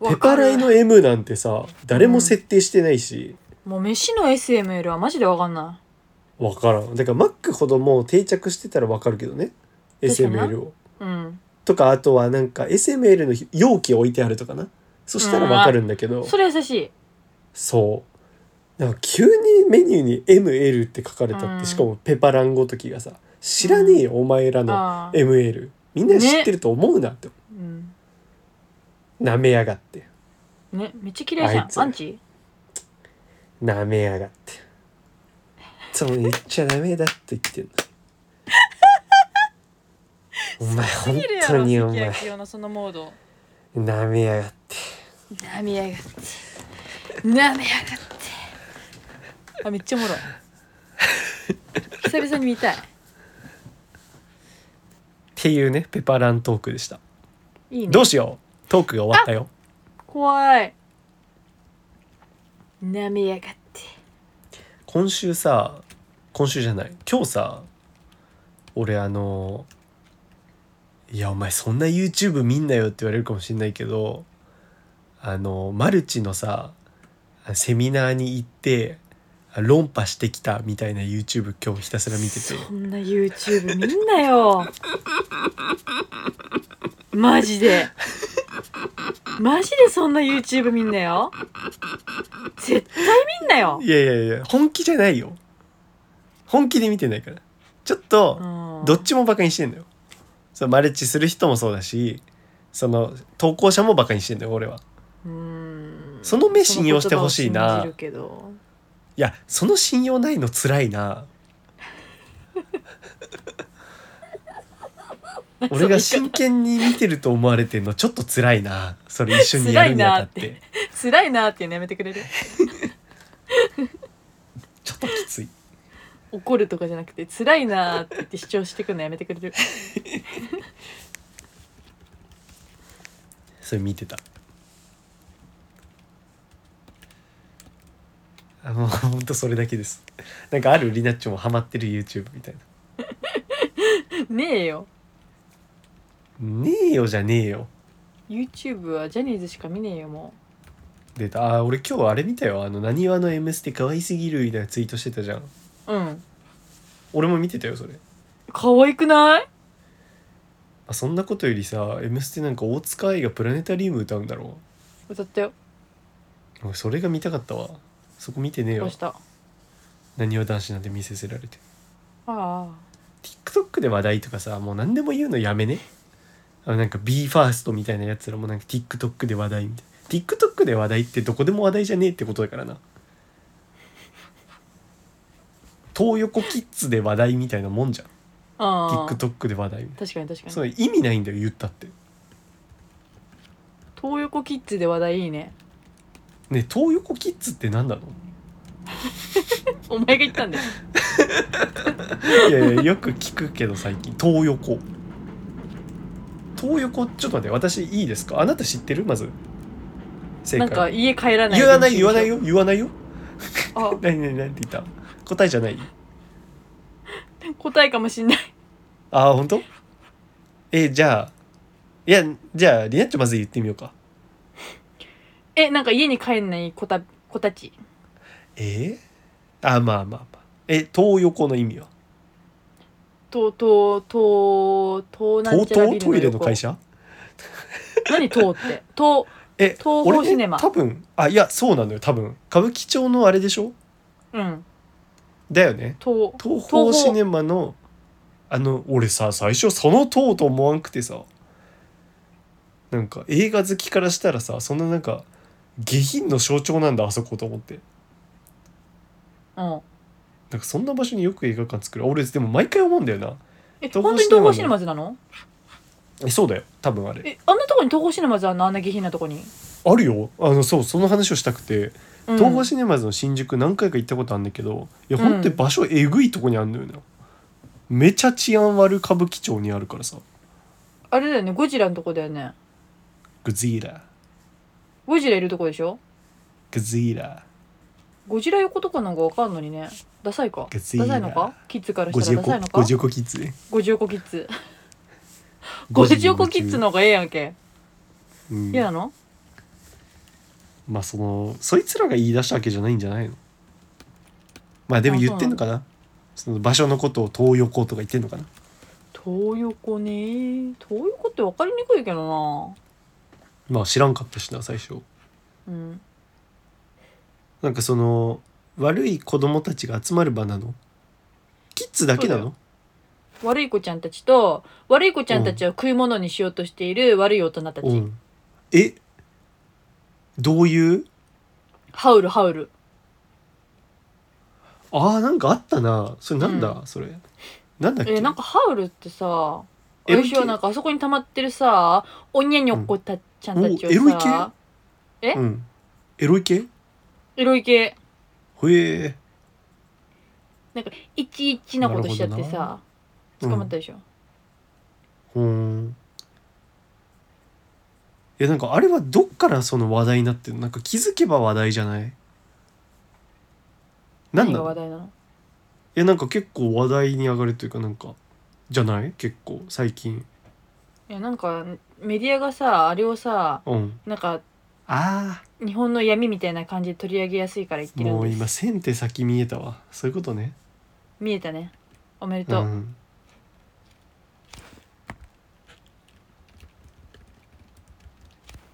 S1: ペ
S2: わ
S1: パ
S2: か
S1: ライ
S2: る
S1: の M なんてさ誰も設定してないし、
S2: もう飯の SML はマジでわかんな
S1: わからんだからマックほどもう定着してたらわかるけどね
S2: 確かにな
S1: SML を
S2: いうん
S1: とかあとはなんか SML の容器置いてあるとかなそしたらわかるんだけど、
S2: それ優しい
S1: そうなんか急にメニューに ML って書かれたって、
S2: うん
S1: しかもペパランごときがさ知らねえよ、お前らの
S2: ああ
S1: ML みみんな知ってると思うなって
S2: うん
S1: なめやがって
S2: ねめっちゃ嫌いじゃ
S1: あい
S2: ん
S1: つ
S2: アンチ
S1: なめやがってそう言っちゃダメだって言 ってんのお前本当にお前
S2: 関のそのモード
S1: なめやがって
S2: なめやがってなめやがってあめっちゃおもろい久々に見たい
S1: っていうねペパラントークでした
S2: いいね
S1: どうしようトークが終わったよ
S2: 怖いなめやがって
S1: 今週さ今週じゃない今日さ俺あのいやお前そんな YouTube 見んなよって言われるかもしんないけどあのマルチのさセミナーに行って論破してきたみたいな YouTube 今日ひたすら見てて
S2: そんな YouTube 見んなよマジでマジでそんな YouTube 見んなよ絶対見んなよ、
S1: いやいやいや本気じゃないよ本気で見てないからちょっと
S2: うん、
S1: どっちもバカにしてんだよそのマルチする人もそうだしその投稿者もバカにしてんだよ俺は
S2: うーん
S1: その目信用してほしいな
S2: その言葉を信じるけど
S1: いやその信用ないの辛い な俺が真剣に見てると思われてんのちょっと辛いなそれ一緒にやるにあたって
S2: 辛いな辛いなっていうのやめてくれる
S1: ちょっときつい
S2: 怒るとかじゃなくて辛いなって言って主張してくるのやめてくれる
S1: それ見てたあもうほんとそれだけですなんかあるリナッチョもハマってる YouTube みたいな
S2: ねえよ
S1: ねえよじゃねえよ
S2: YouTube はジャニーズしか見ねえよも
S1: 出たあー俺今日あれ見たよあのなにわの「M ステ」可愛すぎるみたいなツイートしてたじゃん
S2: ううん
S1: 俺も見てたよそれ
S2: 可愛くない
S1: あそんなことよりさ「M ステ」なんか大塚愛がプラネタリウム歌うんだろ
S2: 歌ったよ
S1: う俺それが見たかったわそこ見てねえ
S2: ど
S1: よ
S2: うしたあ
S1: なにわ男子なんて見せせられて
S2: あ
S1: TikTok で話題とかさもう何でも言うのやめねあのなんか BE:FIRST みたいなやつらもなんか TikTok で話題みたい TikTok で話題ってどこでも話題じゃねえってことだからな東横キッズで話題みたいなもんじゃん
S2: ああ
S1: TikTok で話題みたい
S2: 確かに確
S1: な
S2: か
S1: そ
S2: に
S1: れ意味ないんだよ言ったって
S2: 東横キッズで話題いいね
S1: ねえ東横キッズって何なの
S2: お前が言ったんだよ
S1: いやいやよく聞くけど最近東横東横ちょっと待って私いいですかあなた知ってるまず正
S2: なんか
S1: 解
S2: 家帰らない
S1: 言わない言わないよ言わないよ
S2: あ
S1: 何何何て言った答えじゃない
S2: 答えかもしんない
S1: ああ本当えじゃあいやじゃあリナッチョまず言ってみようか
S2: えなんか家に帰んない子た子たち
S1: えー、あまあまあまあえ東横の意味は
S2: ととととなんちゃらビルの
S1: 東
S2: 横
S1: トイレの会社
S2: 何とってと
S1: え
S2: 東宝
S1: 俺ね
S2: シネマ
S1: 多分あいやそうなのよ多分歌舞伎町のあれでしょ
S2: うん
S1: だよね
S2: と
S1: 東
S2: 宝
S1: 宝シネマのあの俺さ最初その塔と思わんくてさなんか映画好きからしたらさそんななんか下品の象徴なんだあそこと思って
S2: うん
S1: なんかそんな場所によく映画館作る俺でも毎回思うんだよな
S2: え
S1: 東宝
S2: 本当に東宝シネマズなの
S1: えそうだよ多分あれ
S2: えあんなとこに東宝シネマズあんのあんな下品なとこに、
S1: あるよあのそうその話をしたくて、
S2: うん、
S1: 東宝シネマズの新宿何回か行ったことあるんだけどいや
S2: うん
S1: 本当に場所えぐいとこにあるのよな、めちゃ治安悪歌舞伎町にあるからさ
S2: あれだよねゴジラのとこだよね
S1: グズイラ
S2: ゴジラいるとこでしょ
S1: グズイラ
S2: ゴジラ横とかなんかわかんのにねダサいか
S1: ゴ
S2: ダ
S1: ジラ
S2: サいのかキッズから
S1: ゴ
S2: した
S1: ジ
S2: ら
S1: オ
S2: ダ
S1: コ
S2: サいのか
S1: ゴジオコキッズね
S2: ゴジ横キッズゴジ横キッズの方がええやんけ
S1: うん
S2: 嫌なの
S1: まあそのそいつらが言い出したわけじゃないんじゃないのまあでも言ってんのかなその場所のことを東横とか言ってんのかな
S2: 東横ね東横って分かりにくいけど
S1: まあ知らんかったしな最初
S2: なうん
S1: なんかその悪い子供たちが集まる場なのキッズだけな
S2: そうだ
S1: の
S2: 悪い子ちゃんたちと悪い子ちゃんたちを食い物にしようとしている悪い大人たち、
S1: うんえどういう
S2: ハウルハウル
S1: あーなんかあったなそれなんだ、
S2: う
S1: それなんだっけ、
S2: えなんかハウルってさ
S1: LK
S2: 私はなんかあそこに溜まってるさおにゃにょっこたちゃんたちを
S1: うんおエロい
S2: さ、え
S1: うん、エロい系へ
S2: エロい系
S1: え
S2: なんかいちいちなことしちゃっ
S1: な
S2: て
S1: る
S2: さ捕まったでしょ、
S1: ほーんいやなんかあれはどっからその話題になってるのなんか気づけば話題じゃないなん
S2: 何
S1: だろう
S2: が話題なの
S1: いやなんか結構話題に上がるというかなんかじゃない結構最近
S2: いやなんかメディアがさあれをさ
S1: うん
S2: なんか
S1: あ
S2: 日本の闇みたいな感じで取り上げやすいから言っ
S1: あ
S2: てるん
S1: もう
S2: です
S1: 今線って先見えたわそういうことね
S2: 見えたねおめで
S1: う
S2: とう、
S1: ん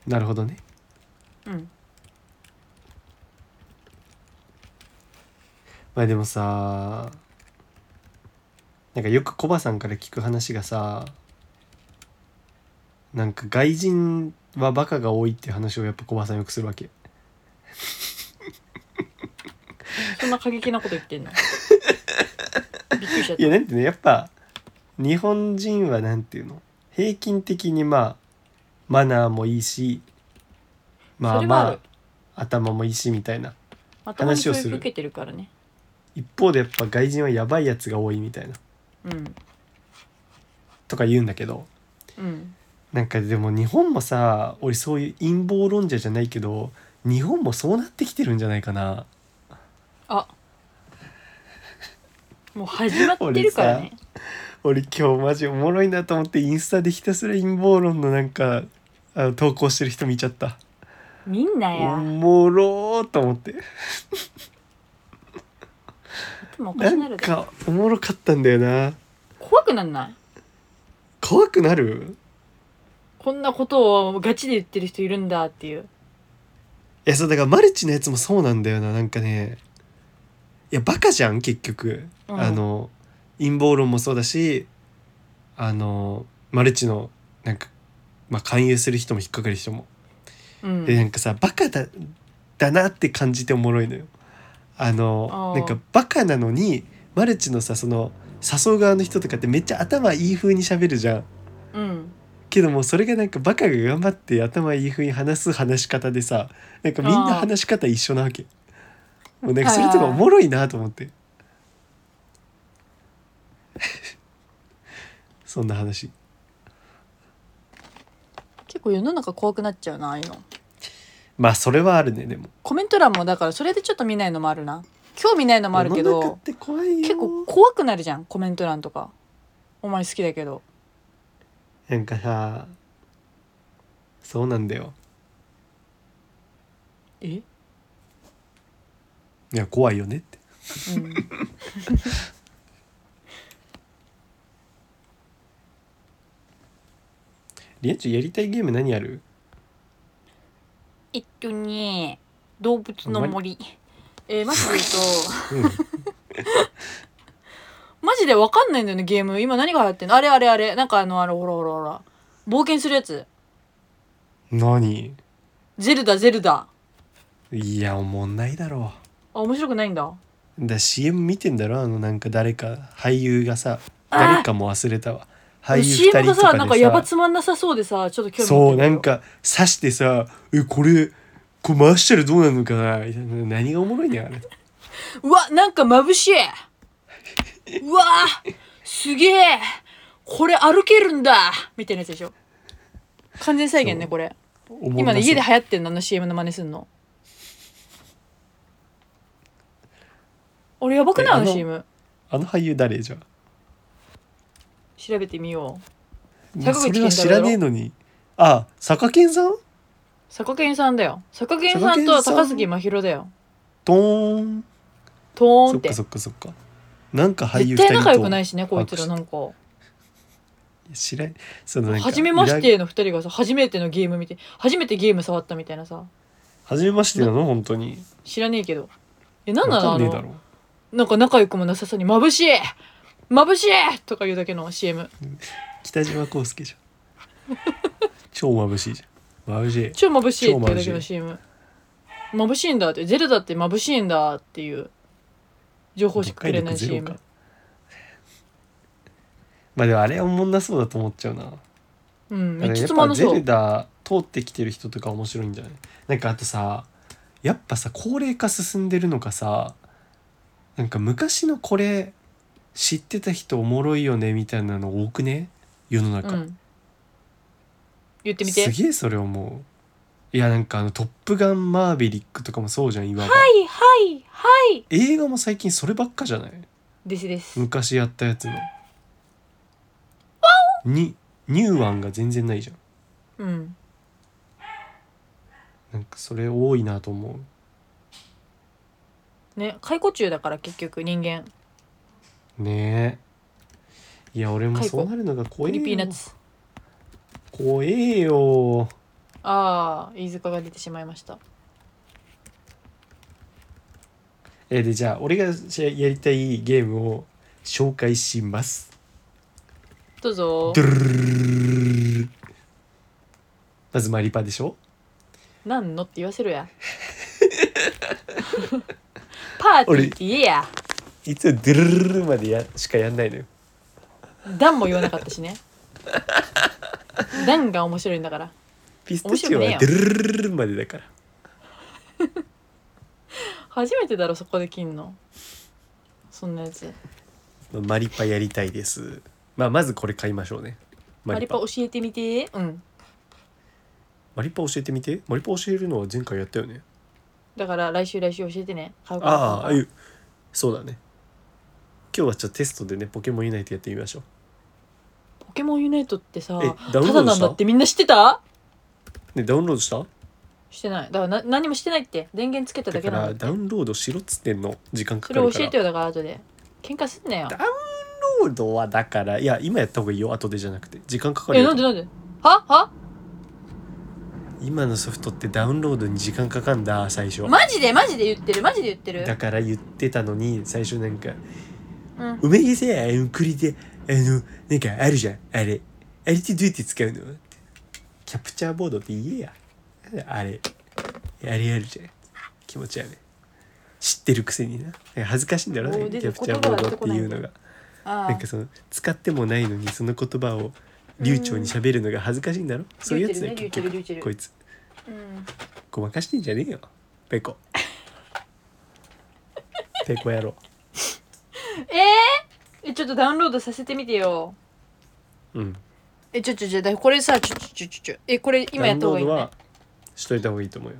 S1: なるほどね
S2: うん
S1: まあでもさなんかよくコバさんから聞く話がさなんか外人はバカが多いって話をやっぱコバさんよくするわけ
S2: そんな過激なこと言 ってんのびっくりしちゃっ
S1: い
S2: た
S1: やなんてねやっぱ日本人はなんていうの平均的にまあマナーもいいしま
S2: そ
S1: あ
S2: れはあ
S1: ま
S2: る
S1: あ頭もいいしみたいな
S2: 頭に
S1: 話
S2: 教
S1: をする
S2: 育受けてるからね
S1: 一方でやっぱ外人はやばいやつが多いみたいな
S2: うん
S1: とか言うんだけど
S2: うん
S1: なんかでも日本もさ俺そういう陰謀論者じゃないけど日本もそうなってきてるんじゃないかな
S2: あもう始まってるからね
S1: 俺今日マジおもろいなと思ってインスタでひたすら陰謀論のなんかあの投稿してる人見ちゃった
S2: みん
S1: お
S2: なや
S1: もろーと思って
S2: 頭おか
S1: な
S2: しなる
S1: ん
S2: で
S1: かおもろかったんだよな
S2: 怖くなんない
S1: 怖くなる
S2: こんなことをガチで言ってる人いるんだっていう
S1: いやそうだからマルチのやつもそうなんだよななんかねいやバカじゃん結局、
S2: うん
S1: あの陰謀論もそうだしあのマルチのなんか、まあ、勧誘する人も引っかかる人も、
S2: うん
S1: でなんかさバカだだなって感じておもろいのよあの
S2: あー
S1: なんかバカなのにマルチのさその誘う側の人とかってめっちゃ頭いい風に喋るじゃん
S2: うん
S1: けどもそれがなんかバカが頑張って頭いい風に話す話し方でさなんかみんな
S2: あー
S1: 話し方一緒なわけもうなんかそれとかおもろいなと思って そんな話
S2: 結構世の中怖くなっちゃうなああいうの
S1: まあそれはあるねでも
S2: コメント欄もだからそれでちょっと見ないのもあるな興味ないのもあるけ
S1: 世の中っ
S2: ど
S1: て怖いよ
S2: 結構怖くなるじゃんコメント欄とかお前好きだけど
S1: なんかさそうなんだよ
S2: え
S1: いや怖いよねって
S2: うん
S1: リアンちゃんやりたいゲーム何ある
S2: えっとね動物の森えー、マジで言うと、 マジでわかんないんだよねゲーム今何が流行ってんのあれあれあれなんかあのあれほらほらほら冒険するやつ
S1: 何
S2: ゼルダゼルダ
S1: いやおもんないだろ
S2: あ面白くないんだ
S1: だから CM 見てんだろあのなんか誰か俳優がさ誰かも忘れたわ俳優
S2: CM
S1: 2人
S2: が
S1: と
S2: さ
S1: かで
S2: なん
S1: さ
S2: かやばつまんなさそうでさちょっと興味持っ
S1: そう
S2: てみ
S1: な
S2: た
S1: んか刺してさ「えこれこれ回したらどうなるのかな」みたいな何がおもろいねんあれ
S2: うわなんか眩しいうわすげえこれ歩けるんだみたいなやつでしょ完全再現
S1: そ
S2: ね
S1: う
S2: これ
S1: おもんな
S2: 今
S1: そう
S2: ね家で流行ってんのあの CM の真似すんの俺やばくな
S1: え
S2: いあの
S1: あの
S2: CM
S1: あの俳優誰じゃあ
S2: 調べてみよう
S1: もう
S2: 坂
S1: それ
S2: 口
S1: は
S2: 健太
S1: 知
S2: 郎だ
S1: ら
S2: ろ
S1: ねえのにあ坂健さん
S2: 坂健さんだよ坂健さんと
S1: 坂健
S2: 高
S1: さん
S2: 杉真宙だよ
S1: トーン
S2: トー
S1: そ
S2: ンっ
S1: ってかそっかそっかなんか俳優
S2: 絶
S1: 2人
S2: 対
S1: と
S2: 仲良くないしねこいつら
S1: 握手
S2: なんか
S1: 知らんそのなんか
S2: 初めまし
S1: いら
S2: ての二人がさ初めてのゲーム見て初めてゲーム触ったみたいなさ
S1: 初めましてなの本当に
S2: 知らねえけどえなんな
S1: わ
S2: の
S1: か
S2: あ
S1: んねえだ
S2: の
S1: ろ
S2: なんか仲良くもなさそうに眩しい眩しいとか言うだけの CM
S1: 北島康介じゃん超眩しいじゃん眩しい
S2: 超眩しいって
S1: 超眩しい
S2: 言うだけの CM 眩しいんだってゼルダって眩しいんだっていう情報しかくれない
S1: 読解力ゼロ
S2: CM
S1: かまあでもあれはおもんなそうだと思っちゃうな
S2: うん
S1: だか
S2: めっ
S1: ら
S2: ち
S1: や
S2: ゃ
S1: っ
S2: つま
S1: ぱ
S2: んな
S1: ゼ
S2: そ
S1: ル
S2: う
S1: ダ通ってきてる人とか面白いんじゃないなんかあとさやっぱさ高齢化進んでるのかさなんか昔のこれ知ってた人おもろいよねみたいなの多くね世の
S2: う
S1: 中、
S2: ん言ってみて
S1: す
S2: はい
S1: げえそれ思ういやなんかあの「トップガンマーヴェリック」とかもそうじゃんいわば、
S2: はいはい
S1: 映画も最近そればっかじゃない
S2: ですです
S1: 昔やったやつのにニューアンが全然ないじゃん
S2: うん
S1: なんかそれ多いなと思う
S2: ね解雇中だから結局人間
S1: ねえいや俺も
S2: 解
S1: そ
S2: 雇
S1: うなるのが怖
S2: ク
S1: え
S2: リピーナッ
S1: よ
S2: ツ
S1: 怖えよ
S2: ああ飯塚が出てしまいました
S1: えでじゃあ俺がしやりたいゲームを紹介します
S2: どうぞ
S1: ドゥルルルルルルルまずマリパでしょ
S2: なんのって言わせるやパーティーって言えや
S1: いつもドゥルルルルルまでやしかやんないのよ
S2: ダンも言わなかったしねダンが面白いんだから
S1: ピスタチオ
S2: 面
S1: はド
S2: 白
S1: ゥルルルルルルまでだから
S2: 初めてだろそこで切んのそんなやつ
S1: まあマリパやりたいですまあまずこれ買いましょうね
S2: マリパ教えてみてうん
S1: マリパ教えてみてマリパ教えるのは前回やったよね
S2: だから来週来週教えてね買うから
S1: あああ
S2: 買
S1: いううそうだね今日はちょっとテストでねポケモンユナイトやってみましょう
S2: ポケモンユナイトってさ
S1: えダ
S2: た
S1: ウンロードした
S2: だなんだってみんな知ってた
S1: ねダウンロードした
S2: してないだからな何もしてないって電源つけただ
S1: だ
S2: け
S1: か
S2: な
S1: ら
S2: んだ
S1: ダウンロードしろっつってんの時間か
S2: そ
S1: か
S2: れ
S1: るか
S2: 教
S1: ら
S2: えてよだから後で喧嘩すんなよ
S1: ダダウンロードはだからいや今やった方がいいよ後でじゃなくて時間かかる
S2: え
S1: よ
S2: なんでなんではは
S1: 今のソフトってダウンロードに時間かかんだ最初
S2: マジでマジで言ってるマジで言ってる
S1: だから言ってたのに最初なんか
S2: うん
S1: お前がさ、あの、栗で、あの、なんかあるじゃん、あれ。あれってどうやって使うのってキャプチャーボードって言えや。あれ。あれあるじゃん。気持ち悪い。知ってるくせにな。なんか恥ずかしいんだろ、
S2: も
S1: な
S2: うん
S1: か
S2: 出
S1: キ
S2: て
S1: ャプチャーボードっていうの
S2: 言葉が出てこないんだ
S1: が
S2: よ。あ
S1: なんかその、使ってもないのにその言葉を流暢に喋るのが恥ずかしいんだろ。そういうやつだよ、
S2: リュウ
S1: 結
S2: チェルねリュウチェルリ
S1: 局。こ
S2: ュウチェル
S1: いつ。
S2: あ、うん、
S1: ごまかしてんじゃねえよ。ペ コ。ペコ野郎。
S2: えちょっとダウンロードさせてみてよ
S1: うん。
S2: えちょちょちょだこれさちょちょちょちょちょえこれ今やった方がいい
S1: ダウンロード
S2: ね
S1: はしといた方がいいと思うよ。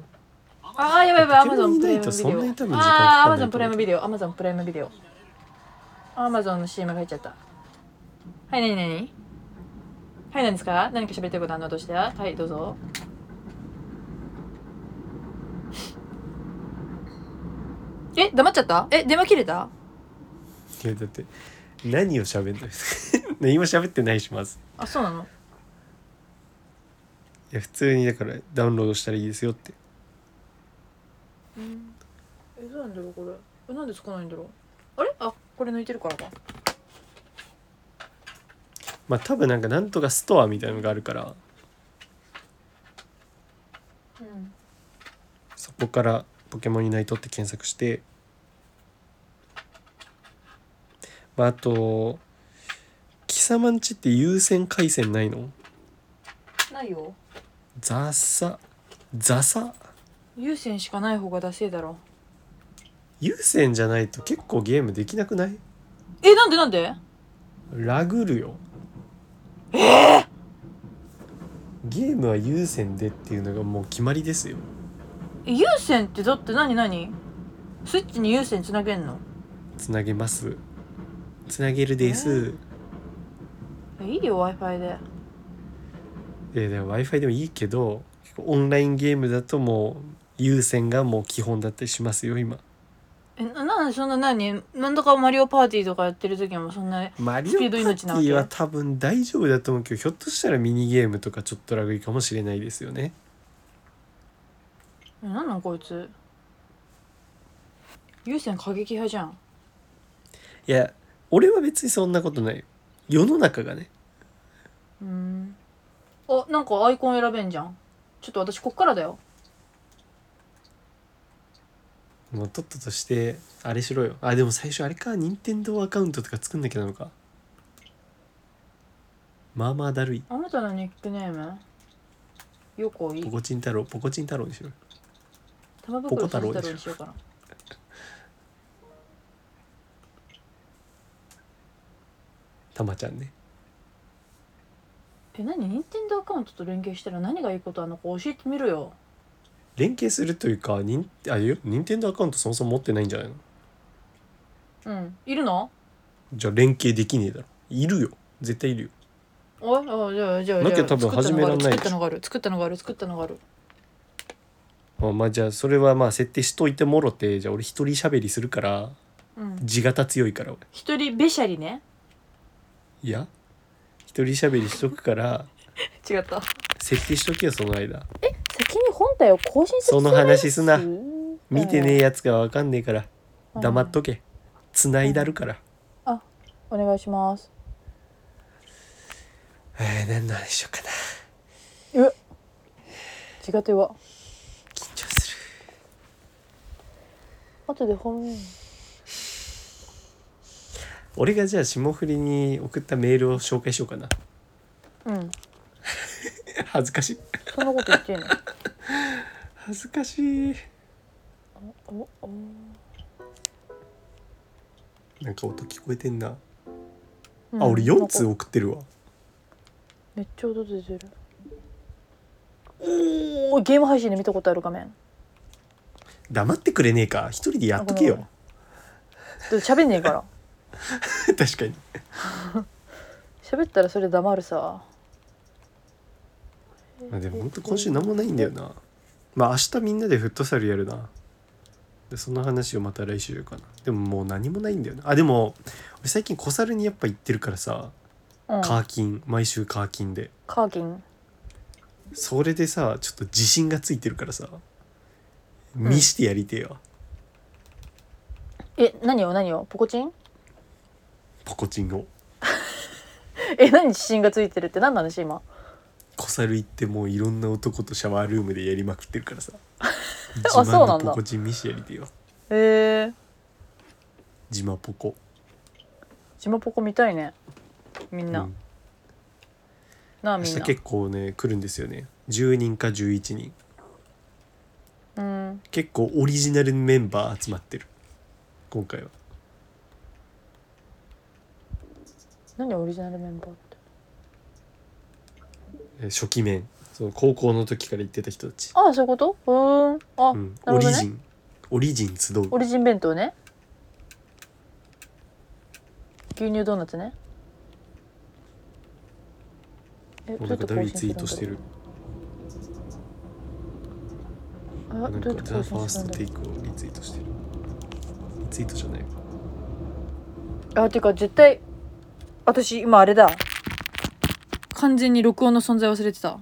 S2: あーやばいやばいア
S1: ポ
S2: マ
S1: ケモ
S2: ゾ
S1: ン
S2: ンプライ
S1: ユナイトそんな
S2: ム
S1: に
S2: ビ
S1: 多
S2: デオ
S1: 分時間
S2: ああーア
S1: かか
S2: マ
S1: ん
S2: ゾ
S1: ない
S2: ンプライムビデオアマゾンプライムビデオアマゾンの CM が入っちゃったはい何何はい何ですか何か喋ってることあんのどうしてはいどうぞえ黙っちゃったえ電話切れた
S1: いやだって何を喋んの 何も喋ってないします
S2: あそうなの
S1: いや普通にだからダウンロードしたらいいですよって
S2: えどうなんだろうこれえなんでつかないんだろうあれあこれ抜いてるからか
S1: まあ多分なんかなんとかストアみたいなのがあるから
S2: うん
S1: そこから「ポケモンユナイト」って検索してまああと貴様んちって優先回線ないの
S2: ないよ
S1: ザサザサ
S2: 優先しかない方がダセえだろ
S1: 優先じゃないと結構ゲームできなくない
S2: えなんでなんで
S1: ラグるよえゲームは優先でっていうのがもう決まりですよ
S2: え優先ってだって何何スイッチに優先つなげんの
S1: つなげますつなげるです
S2: えいいよ w i f i で
S1: えーでも w i f i でもいいけど結構オンラインゲームだともう優先がもう基本だったりしますよ今
S2: えななんでそんな何なんだかマリオパーティーとかやってる時もそんな
S1: マリオ
S2: ス
S1: パ
S2: ピ
S1: ーテ
S2: ード
S1: ィ
S2: 命なわけ
S1: ーは多分大丈夫だと思うけどひょっとしたらミニゲームとかちょっとラグいかもしれないですよね
S2: えなんなんこいつ優先過激派じゃん
S1: いや俺は別にそんなことないよ世の中がね
S2: うんあなんかアイコン選べんじゃんちょっと私こっからだよ
S1: もうとっととしてあれしろよあでも最初あれか任天堂アカウントとか作んなきゃなのかまあまあだるい
S2: あなたのニックネームよこい
S1: ポコチン太郎ポコチン太郎にしろよ
S2: 玉袋さん
S1: ポコ太
S2: 太郎
S1: 郎
S2: にしようかな
S1: たまちゃんね
S2: え何任天堂アカウントと連携したら何がいいことあるのか教えてみろよ
S1: 連携するというかにんあよ任天堂アカウントそもそも持ってないんじゃないの
S2: うんいるの
S1: じゃあ連携できねえだろいるよ絶対いるよ
S2: おいあじゃあじゃあ
S1: なきゃ
S2: じゃあ
S1: 多分始めらんない
S2: 作ったのがある作ったのがある作ったのがある作っ
S1: あまあじゃあそれはまあ設定しといてもろてじゃあ俺一人喋りするから
S2: たのがあるうん
S1: 地形強いから俺
S2: 一人べしゃりね
S1: いや一人喋りしとくから
S2: 違った
S1: 設定しとけよその間
S2: 先に本体を更新す
S1: そ
S2: る
S1: の話すな見てねえ
S2: え
S1: やつがわかんねえから黙っとけ繋いだるから
S2: お願いします
S1: えー、何の話しようかな
S2: 違っては
S1: 緊張する
S2: 後で本命
S1: 俺がじゃあ霜降りに送ったメールを紹介しようかな
S2: うん
S1: 恥ずかしい
S2: そんなこと言ってんの
S1: 恥ずかしい
S2: おお
S1: なんか音聞こえてんな、
S2: うん
S1: あ俺4
S2: な
S1: 通
S2: んか
S1: 送ってるわ
S2: めっちゃ音出てるおおゲーム配信で見たことある画面
S1: 黙ってくれねえか一人でやっとけ
S2: あごめんごめん
S1: よ
S2: だって喋んねえから
S1: 確かに
S2: 喋ったらそれ黙るさ
S1: まあでも本当今週何もないんだよなまあ明日みんなでフットサルやるなでその話をまた来週かなでももう何もないんだよなあでも俺最近小猿にやっぱ行ってるからさ
S2: うん
S1: カーキン毎週カーキンで
S2: カーキン
S1: それでさちょっと自信がついてるからさ
S2: ん
S1: 見してやりてえわ、
S2: え何を何をポコチン
S1: ポコチンを
S2: え何自信がついてるって何の話今
S1: 小猿行ってもういろんな男とシャワールームでやりまくってるから さ自
S2: そう
S1: 慢
S2: なんだ
S1: のポコチン見してやりてえわ
S2: えー、
S1: 自慢ポコ
S2: 島ポコ見たいねみんな、
S1: うん
S2: なあ
S1: 明
S2: みん
S1: 日
S2: な
S1: 結構ね来るんですよね10人か11人
S2: うん
S1: 結構オリジナルメンバー集まってる今回は
S2: 何オリジナルメンバーって
S1: えー初期面その高校の時から行ってた人たち、
S2: ああそういうことうーんあ、
S1: うん、
S2: な
S1: オ
S2: るほ
S1: リ
S2: ど
S1: ジ
S2: ね
S1: ンオリジン集う
S2: オリジン弁当ね牛乳ドーナツねえ
S1: もうなんかだいぶツイートしてる
S2: あ
S1: なん
S2: ど
S1: か
S2: うやって
S1: ザ・
S2: 更
S1: ファー
S2: 新す
S1: ス
S2: るん
S1: ト
S2: だ
S1: テ
S2: ろ
S1: イクをリツイートしてるリツイートじゃないう
S2: あてか絶対私今あれだ完全に録音の存在忘れてた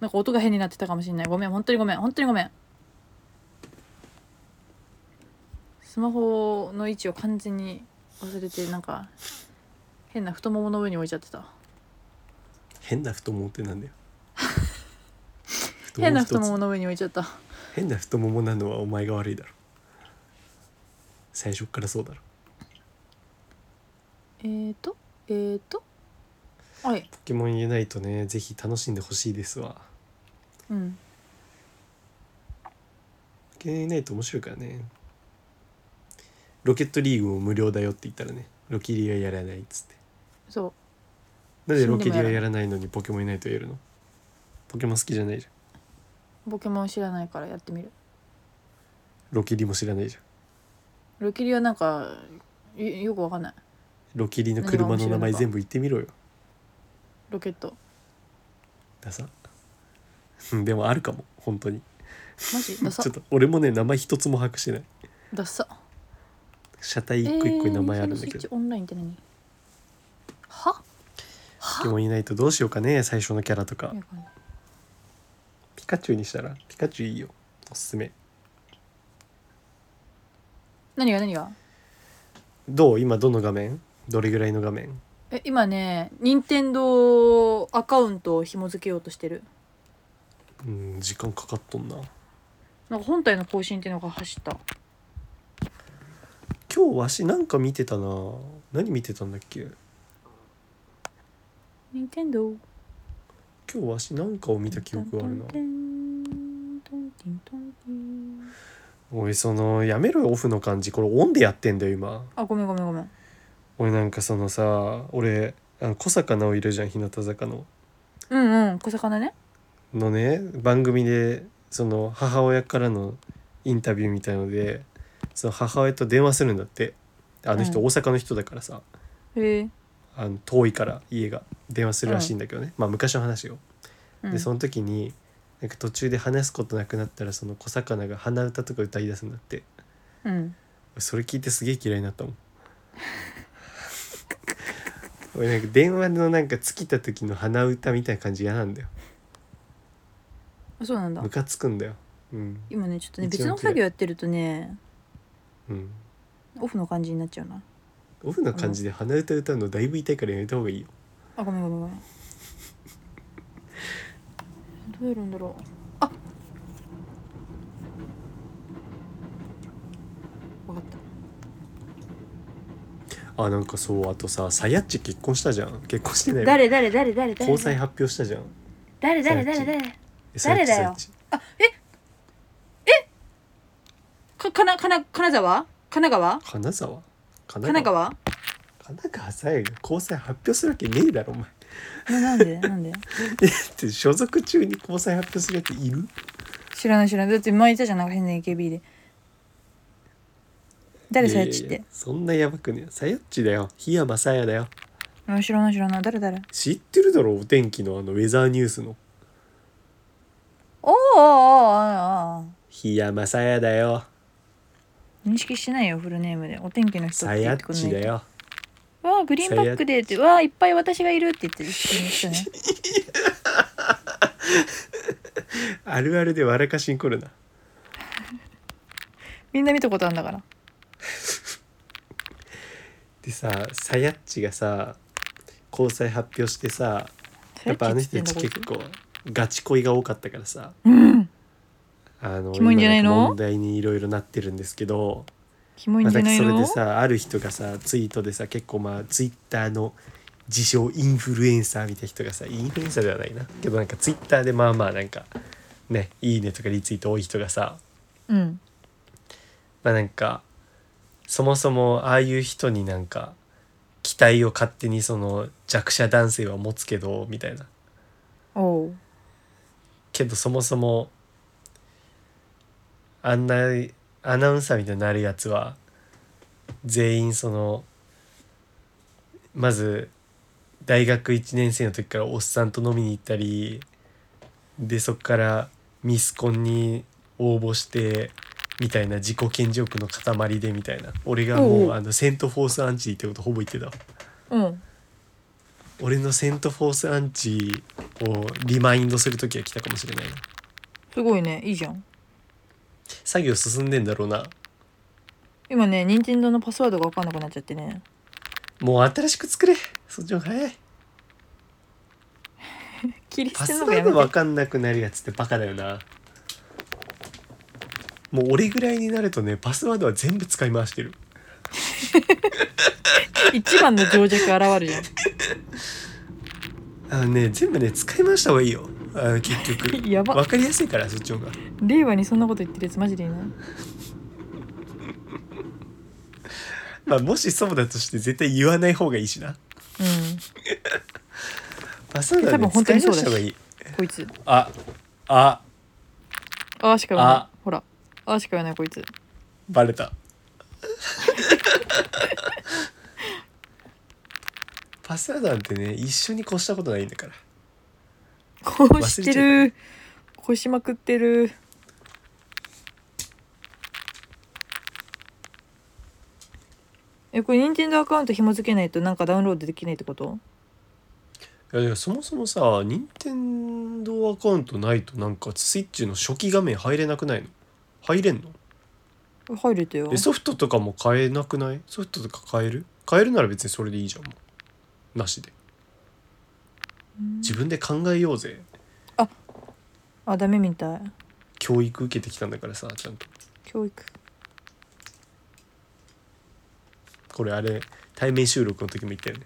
S2: なんか音が変になってたかもしれないごめん本当にごめん本当にごめんスマホの位置を完全に忘れてなんか変な太ももの上に置いちゃってた
S1: 変な太ももってなんだよ太
S2: 変な
S1: 一つ
S2: 太ももの上に置いちゃった
S1: 変な太ももなのはお前が悪いだろ最初っからそうだろ
S2: えーとえーとはい
S1: ポケモンユナイトねぜひ楽しんでほしいですわ
S2: うん
S1: ポケモンユナイト面白いからねロケットリーグも無料だよって言ったらねロキリはやらないっつって
S2: そう
S1: なんでロケリはやらないのにポケモンユナイトやるのポケモン好きじゃないじゃん
S2: ポケモン知らないからやってみる
S1: ロキリも知らないじゃん
S2: ルキリはなんかいよくわかんない
S1: ロキリの車の名前全部言ってみろよ
S2: ロケット
S1: ダサ でもあるかも本当に
S2: マジダサ
S1: ちょっと俺もね名前一つも把握してない
S2: ダサ
S1: 車体一個一個に名前あるんだ
S2: え
S1: け
S2: ーニンテンドースイッチ
S1: ど、
S2: オンラインって何は
S1: ポケモンいないとどうしようかね最初のキャラとか
S2: いやわかんない
S1: ピカチュウにしたらピカチュウいいよおすすめ
S2: 何が何が
S1: どう今どの画面どれぐらいの画面
S2: え今ね任天堂アカウントを紐付けようとしてる
S1: うん時間かかっとんな
S2: なんか本体の更新っていうのが走った
S1: 今日わしなんか見てたな何見てたんだっけ
S2: 任天堂
S1: 今日わしなんかを見た記憶があるな
S2: トントンテントンテン
S1: おいそのやめろよオフの感じこれオンでやってんだよ今
S2: あごめんごめんごめん
S1: 俺なんかそのさ俺あの小坂直いるじゃん日向坂の
S2: うんうん小魚ね
S1: のね番組でその母親からのインタビューみたいのでその母親と電話するんだってあの人、
S2: うん
S1: 大阪の人だからさ
S2: へえ、
S1: あの遠いから家が電話するらしいんだけどね、まあ昔の話よ。
S2: うん、
S1: でその時になんか途中で話すことなくなったらその小魚が鼻歌とか歌い出すんだって
S2: うん
S1: それ聞いてすげえ嫌いにな ったもん俺なんか電話のなんか尽きた時の鼻歌みたいな感じ嫌なんだよ
S2: あそうなんだ
S1: ムカつくんだようん
S2: 今ねちょっとね
S1: 一番
S2: 別の作業やってるとね
S1: うん
S2: オフの感じになっちゃうな
S1: オフの感じで鼻歌歌うのだいぶ痛いからやめた方がいいよ
S2: あごめんごめんごめんどうやるんだろうあわかった
S1: あなんかそうあとささやっち結婚したじゃん結婚してないわ
S2: 誰誰誰誰誰誰
S1: 交際発表したじゃん
S2: 誰誰
S1: さや
S2: 誰
S1: っち
S2: 誰
S1: えさやっち
S2: 誰だよ
S1: さやっち
S2: かかなかな金沢神奈川
S1: 金沢神
S2: 神奈
S1: 川
S2: 川
S1: 神奈川さやが交際発表するわけねえだろお前
S2: ななんで なんで
S1: えって所属中に交際発表するやついる
S2: 知らない知らないだって前いたじゃんなんか変な AKB で誰さやっち
S1: いやい
S2: って
S1: やそんなやばくねえさやっちだよ檜山さやだよ
S2: あ知らない知らない誰誰
S1: 知ってるだろお天気のあのウェザーニュースの
S2: おーおーおーおーおー
S1: 檜山さやだよ
S2: 認識してないよフルネームでお天気の人っ
S1: さ
S2: て言
S1: や
S2: っ
S1: って
S2: くんない
S1: ちだよ
S2: わあグリーンバックでってわあいっぱい私がいるって言って一緒 にしたね
S1: あるあるで笑かしに来るな
S2: みんな見たことあるんだから
S1: でささやっちがさ交際発表してさやっぱあの人たち結構ガチ恋が多かったからさ
S2: うん
S1: あの
S2: キモいんじゃないの
S1: 今問題にいろいろなってるんですけど
S2: キモいんじゃない
S1: まあ
S2: の
S1: だからそれでさある人がさツイートでさ結構まあツイッターの自称インフルエンサーみたいな人がさインフルエンサーではないなけどなんかツイッターでまあまあなんかね「いいね」とかリツイート多い人がさ
S2: うん
S1: まあなんかそもそもああいう人になんか期待を勝手にその弱者男性は持つけどみたいな
S2: おう
S1: けどそもそもあんなアナウンサーみたいになるやつは全員そのまず大学1年生の時からおっさんと飲みに行ったりでそっからミスコンに応募してみたいな自己顕示欲の塊でみたいな俺が
S2: おう
S1: も
S2: お
S1: う
S2: う
S1: あのセント・フォース・アンチってことほぼ言ってたわ
S2: うん
S1: 俺のセント・フォース・アンチをリマインドする時が来たかもしれないな
S2: すごいねいいじゃん
S1: 作業進んでんだろうな
S2: 今ね任天堂のパスワードが分かんなくなっちゃってね
S1: もう新しく作れそっちの方が早い
S2: 切り捨
S1: パ
S2: て
S1: ス
S2: ん
S1: ワ
S2: のがや
S1: ー
S2: め
S1: ド分
S2: て
S1: かんなくなるやつってバカだよなもう俺ぐらいになるとねパスワードは全部使い回してる
S2: 一番の情弱現るじゃ
S1: あ
S2: ん
S1: のね全部ね使い回した方がいいよあの結 局
S2: やば
S1: 分かりやすいからそっちの方が
S2: 令和にそんなこと言ってるやつマジでいない
S1: まあもしそうだとして絶対言わない方がいいしな
S2: う
S1: パスワードは、
S2: 多
S1: ね
S2: 分、本
S1: 使
S2: 当
S1: い
S2: にそ
S1: 回
S2: う
S1: し
S2: だした
S1: 方がいい
S2: んこいつ
S1: ああ
S2: あーしか言わ
S1: あ
S2: ないほらあーしか言わないこいつ
S1: バレたパスワードなんてね一緒に越したことないんだから
S2: こうしてるこうしまくってるえこれ任天堂アカウント紐付けないとなんかダウンロードできないってこと
S1: いやいやそもそもさ任天堂アカウントないとなんかスイッチの初期画面入れなくないの入れんの
S2: 入るとよ
S1: えソフトとかも買えなくないソフトとか買える変えるなら別にそれでいいじゃんもうなしで自分で考えようぜ
S2: あダメみたい
S1: 教育受けてきたんだからさちゃんと
S2: 教育
S1: これあれ対面収録の時も言ったよね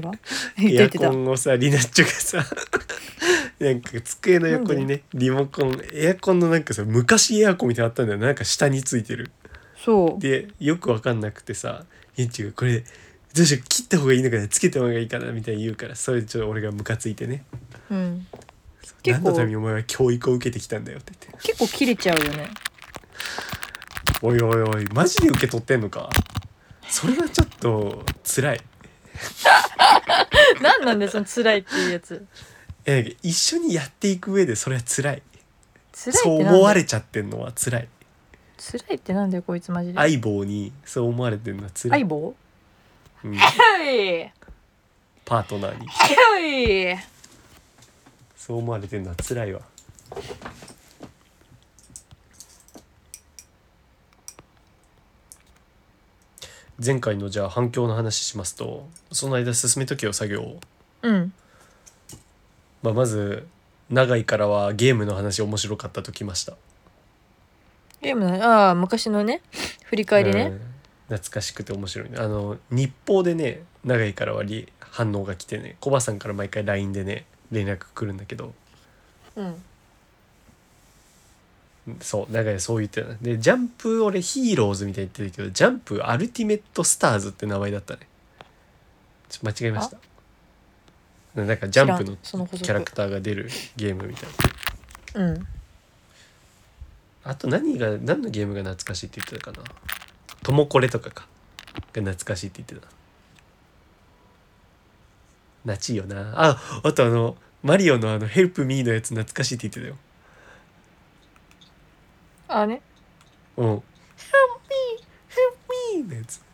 S2: が
S1: エ
S2: 言
S1: ア
S2: ってた
S1: コンをさリナッチョがさ なんか机の横にねリモコンエアコンのなんかさ昔エアコンみたいなのあったんだよなんか下についてる
S2: そう
S1: でよく分かんなくてさ現地がこれどうしよう切った方がいいのかなつけた方がいいかなみたいに言うからそれでちょっと俺がムカついてね
S2: うん結
S1: 何
S2: 構
S1: のためにお前は教育を受けてきたんだよって言って
S2: 結構切れちゃう よね
S1: 「おいおいおいマジで受け取ってんのかそれはちょっと辛い
S2: 何なんだよその辛いっていうやつ
S1: えなんか一緒にやっていく上でそれは辛い
S2: 辛いって
S1: そう
S2: なんだ
S1: 思わ
S2: よ
S1: れちゃってんのは辛い
S2: 辛いってなんだよこいつマジで
S1: 相棒にそう思われてんのは辛い、
S2: 相棒
S1: うん
S2: はい
S1: パートナーに
S2: はい
S1: そう思われてんのは辛いわ前回のじゃあ反響の話しますとその間進めとけよ作業を
S2: うん
S1: まあ、まず永井からはゲームの話面白かったときました
S2: ゲームのああ昔のね振り返り
S1: う
S2: ね
S1: ん懐かしくて面白いねあの日報でね永井からはり反応が来てねコバさんから毎回 LINE でね連絡来るんだけど
S2: うん
S1: そう永井はそう言ってたねでジャンプ俺ヒーローズみたいに言ってるけどジャンプアルティメットスターズって名前だったねちょ間違えましたなんかジャンプの
S2: 知らんその補足
S1: キャラクターが出るゲームみたいな
S2: うん
S1: あと何が何のゲームが懐かしいって言ってたかな「ともこれ」とかかが懐かしいって言ってたなちいよなああとあのマリオのあの「ヘルプミーのやつ懐かしいって言ってたよ
S2: ああね
S1: うん「Help me! Help me!」のやつ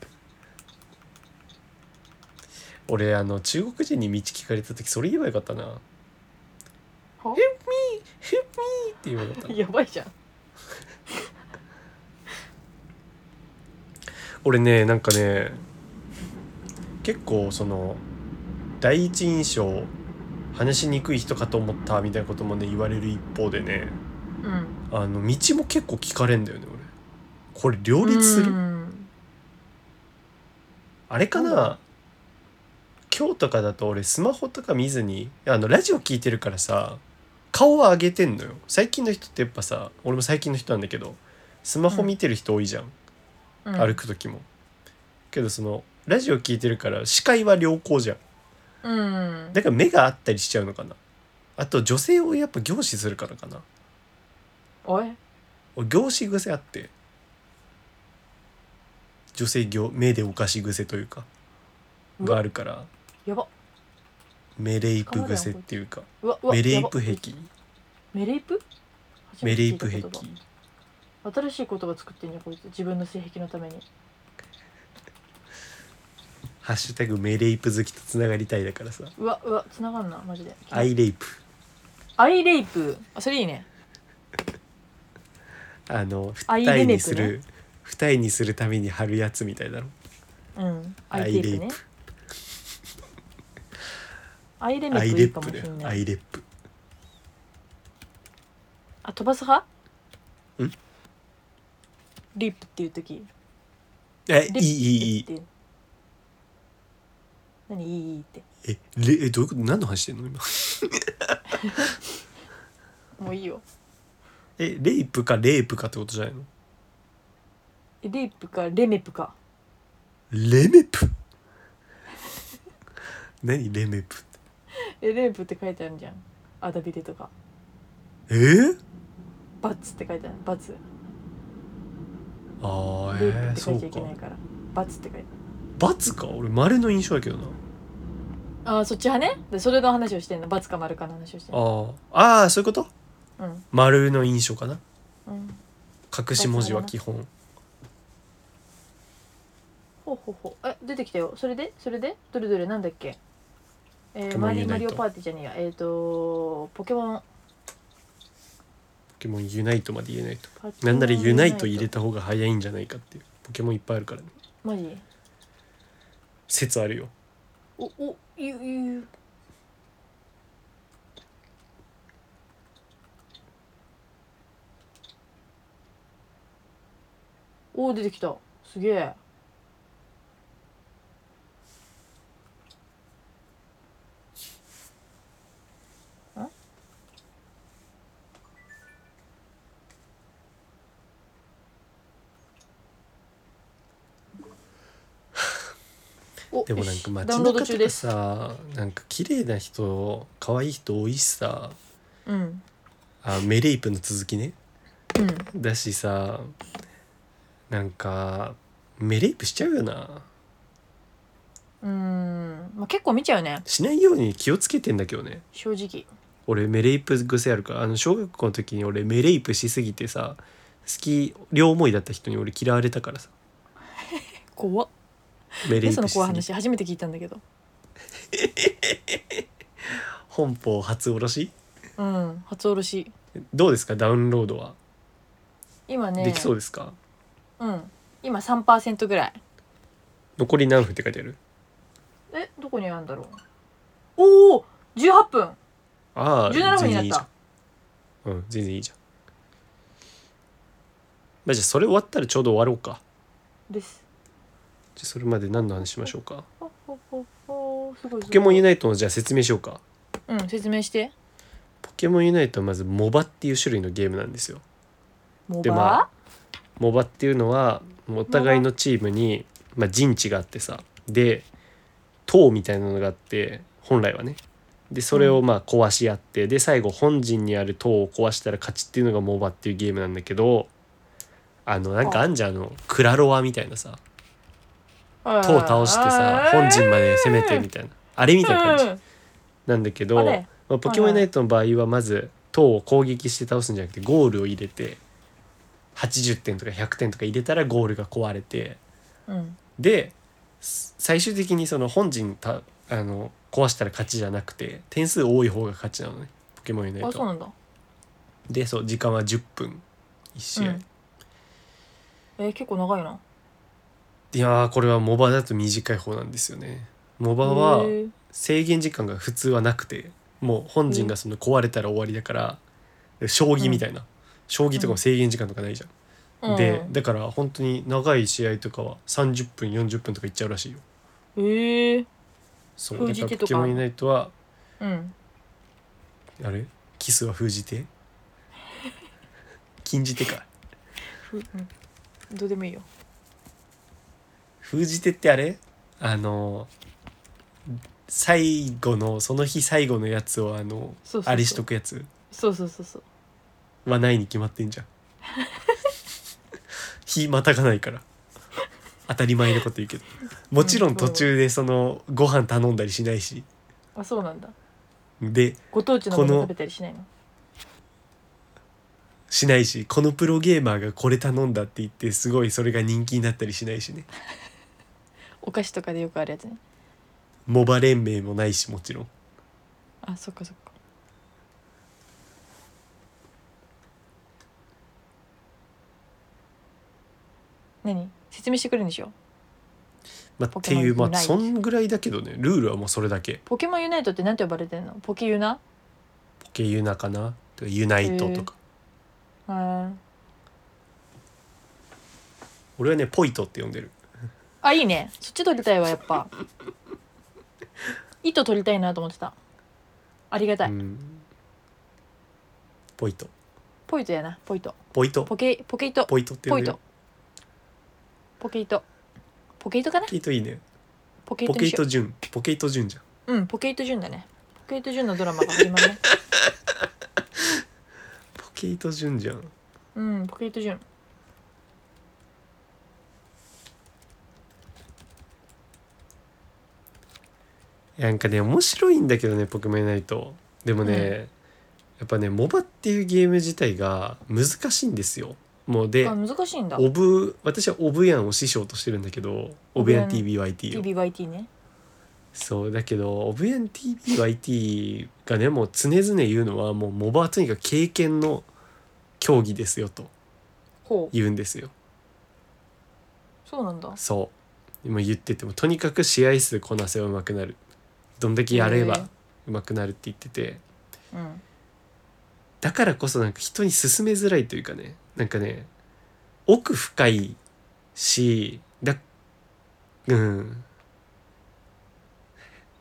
S1: 俺あの中国人に道聞かれた時それ言えばよかったな「Help me! Help me!」って言えばよかったな
S2: やばいじゃん
S1: 俺ねなんかね結構その第一印象話しにくい人かと思ったみたいなこともね言われる一方でね
S2: うん
S1: あの道も結構聞かれんだよね俺これ両立す
S2: う
S1: る
S2: ん
S1: あれか
S2: そう
S1: な今日とかだと俺スマホとか見ずにあのラジオ聞いてるからさ顔は上げてんのよ最近の人ってやっぱさ俺も最近の人なんだけどスマホ見てる人多いじゃん
S2: うん
S1: 歩く時も、けどそのラジオ聞いてるから視界は良好じゃん
S2: うん
S1: だから目があったりしちゃうのかなあと女性をやっぱ凝視するからかな
S2: おい
S1: 俺凝視癖あって女性凝目でおかし癖というか
S2: うわ
S1: があるから
S2: やば
S1: 目レイプ癖っていうか
S2: うわうわ
S1: メレイ
S2: やば
S1: プ癖
S2: メレイプ初め
S1: メ
S2: て
S1: レイ
S2: 聞いた
S1: プ
S2: 言
S1: 癖
S2: 葉新しい言葉作ってんじゃんこいつ自分の性癖のために
S1: ハッシュタグメレイプ好きとつながりたいだからさ
S2: うわうわ繋がんなマジで
S1: アイレイプ
S2: アイレイプあそれいいね
S1: あの二
S2: アイレ
S1: 重
S2: イプね
S1: にする、二重にするために貼るやつみたいだろ
S2: うんア
S1: ア
S2: イ
S1: イ
S2: テ
S1: レ
S2: イ
S1: イプ
S2: プねアイレ
S1: アイ
S2: イプい
S1: レ
S2: い
S1: ッ
S2: かも
S1: プだ
S2: しれ
S1: よ
S2: な
S1: ア
S2: い
S1: イレップ
S2: あ飛ばす派
S1: ん
S2: リップっていう時
S1: え
S2: リップ
S1: いいいいいい
S2: リップってう何いいいいって
S1: えレえどういうこと何の話してんの今
S2: もういいよ
S1: えレイプかレイプかってことじゃないの
S2: リップかレメプか
S1: レメプ 何レメプって
S2: えレメプって書いてあるじゃんアダビデとか
S1: えー、
S2: バツって書いてあるバツ
S1: ああ
S2: レイプっ
S1: えー、
S2: て
S1: そ
S2: 書いうちゃい
S1: か
S2: けないからバツって書いて
S1: 罰か俺丸の印象やけどな
S2: あるあーそっち派ねでそれの話をしてんのバツか丸かの話をしてんの
S1: あああーそういうこと
S2: うん
S1: 丸の印象かな
S2: うん
S1: 隠し文字は基本
S2: ほうほうほうえ出てきたよそれでそれでどれどれなんだっけえー、
S1: ポケモ
S2: マ
S1: ン
S2: リ
S1: ユナ
S2: マ
S1: イト
S2: リオパーティーじゃねえやえっ、ー、とポケモン
S1: ポケモンユナイトまで言えないと
S2: パチモン
S1: なんならユナイト入れた方が早いんじゃないかっていうポケモンいっぱいあるからね
S2: マジ
S1: 説あるよ
S2: おおゆゆおー出てきたすげえん お
S1: でもなん
S2: よ
S1: か
S2: し
S1: 街
S2: ダウンロ
S1: の
S2: ード中
S1: 方
S2: で
S1: が
S2: す
S1: さなんか綺麗な人可愛い人多いしさ
S2: うん
S1: あメレイプの続きね
S2: うん
S1: だしさなんかメレイプしちゃうよな
S2: うーん、まあ、結構見ちゃうね
S1: しないように気をつけてんだけどね
S2: 正直
S1: 俺メレイプ癖あるからあの小学校の時に俺メレイプしすぎてさ好き両思いだった人に俺嫌われたからさ
S2: 怖っ
S1: メレイ
S2: でそ
S1: プ
S2: の
S1: し
S2: 怖い
S1: すぎて
S2: 話初めて聞いたんだけど
S1: 本邦初おろし
S2: うん初おろし
S1: どうですかダウンロードは、
S2: 今ね
S1: できそうですか
S2: うん今3%ぐらい
S1: 残り何分って書いてある
S2: えどこにあるんだろうおお18分
S1: ああ
S2: 17分にな
S1: 全然い
S2: っ
S1: いじゃん
S2: た
S1: うん全然いいじゃんまあじゃあそれ終わったらちょうど終わろうか
S2: です
S1: じゃあそれまで何の話しましょうか
S2: ほほほほすごい
S1: ポケモンユ
S2: ナイ
S1: ナイトのじゃあ説明しようか
S2: うん説明して
S1: ポケモンユナイトはまずモバっていう種類のゲームなんですよ
S2: モ
S1: で
S2: バ、
S1: まあモバっていうのはお互いのチームに、まあ、陣地があってさで塔みたいなのがあって本来はねでそれをまあ壊し合ってで最後本陣にある塔を壊したら勝ちっていうのがモバっていうゲームなんだけどあのなんかあんじゃんあのクラロワみたいなさ塔を倒してさ本陣まで攻めてみたいなあれみたいな感じ
S2: うん
S1: なんだけど、
S2: あれ
S1: まあ、ポケモンユナイトの場合はまず塔を攻撃して倒すんじゃなくてゴールを入れて80点とか100点とか入れたらゴールが壊れて
S2: うん
S1: です最終的にその本陣たあの壊したら勝ちじゃなくて点数多い方が勝ちなのねポケモンユナイ
S2: あ
S1: ト
S2: そう
S1: は
S2: なんだ
S1: でそう時間は10分1試合、
S2: うんえー結構長いない
S1: やーこれはモバだと短い方なんですよねモバは
S2: へー
S1: 制限時間が普通はなくてもう本陣がその壊れたら終わりだから、将棋みたいな、将棋とかも制限時間とかないじゃん、
S2: うん
S1: でだから本当に長い試合とかは30分40分とかいっちゃうらしいよ
S2: えー
S1: そう
S2: 封
S1: だ
S2: じ
S1: から
S2: 手
S1: ポ
S2: とか
S1: ケモンユナイトは
S2: うん
S1: あれキスは封じ手禁じ手か
S2: ふうんどうでもいいよ
S1: 封じ手ってあれあの最後のその日最後のやつをあの
S2: そうそうそう
S1: あれしとくやつ
S2: そうそうそうそう
S1: はないに決まってんじゃん日またがないから当たり前のこと言うけどもちろん途中でそのご飯頼んだりしないし
S2: あそうなんだ
S1: で
S2: ご当地のも
S1: こ
S2: の
S1: の
S2: 食べたりしないの
S1: しないしこのプロゲーマーがこれ頼んだって言ってすごいそれが人気になったりしないしね
S2: お菓子とかでよくあるやつね
S1: モバ連盟もないしもちろん
S2: あそっかそっか何説明してくれるんでしょ
S1: まあ、
S2: ポ
S1: って
S2: ケモン
S1: いうま
S2: ユ
S1: あ
S2: ナイト
S1: そんぐらいだけどねルールはもうそれだけ
S2: ポケモンユナイトってなんて呼ばれてんのポケユナ
S1: ポケユナかなとかユナイトとか
S2: うん
S1: 俺はねポイトって呼んでる
S2: あいいねそっち取りたいわやっ ぱ糸取りたいなと思ってたありがた
S1: う
S2: い、
S1: んポイト
S2: ポイトやなポイト
S1: ポイト
S2: ポケポケイト
S1: ポイトって呼ん
S2: ポイ
S1: でる
S2: トポケイトポケイトかな
S1: ポケイトいいね
S2: ポケイ
S1: ポ
S2: ト
S1: ケ
S2: に
S1: イ
S2: し
S1: ト
S2: よ
S1: ジュンポケイトジュンじゃん
S2: ううんポケイトジュンだねポケイトジュンのドラマが始まるね
S1: ポケイトジュンじゃん
S2: うんポケイトジュン
S1: なんかね面白いんだけどねポケモンユナイトでもね、
S2: うん
S1: やっぱねモバっていうゲーム自体が難しいんですよもうで
S2: あ難しいんだ
S1: オブ私はオブヤンを師匠としてるんだけどオブヤン
S2: オブヤン
S1: TBYT を
S2: TBYT ね
S1: そうだけどオブヤン TBYT がねもう常々言うのはもうモバはとにかく経験の競技ですよと
S2: ほう
S1: 言うんですよ
S2: そうなんだ
S1: そう今言っててもとにかく試合数こなせばうまくなるどんだけやればうまくなるって言ってて、
S2: うん
S1: だからこそなんか人に勧めづらいというかねなんかね奥深いしだうん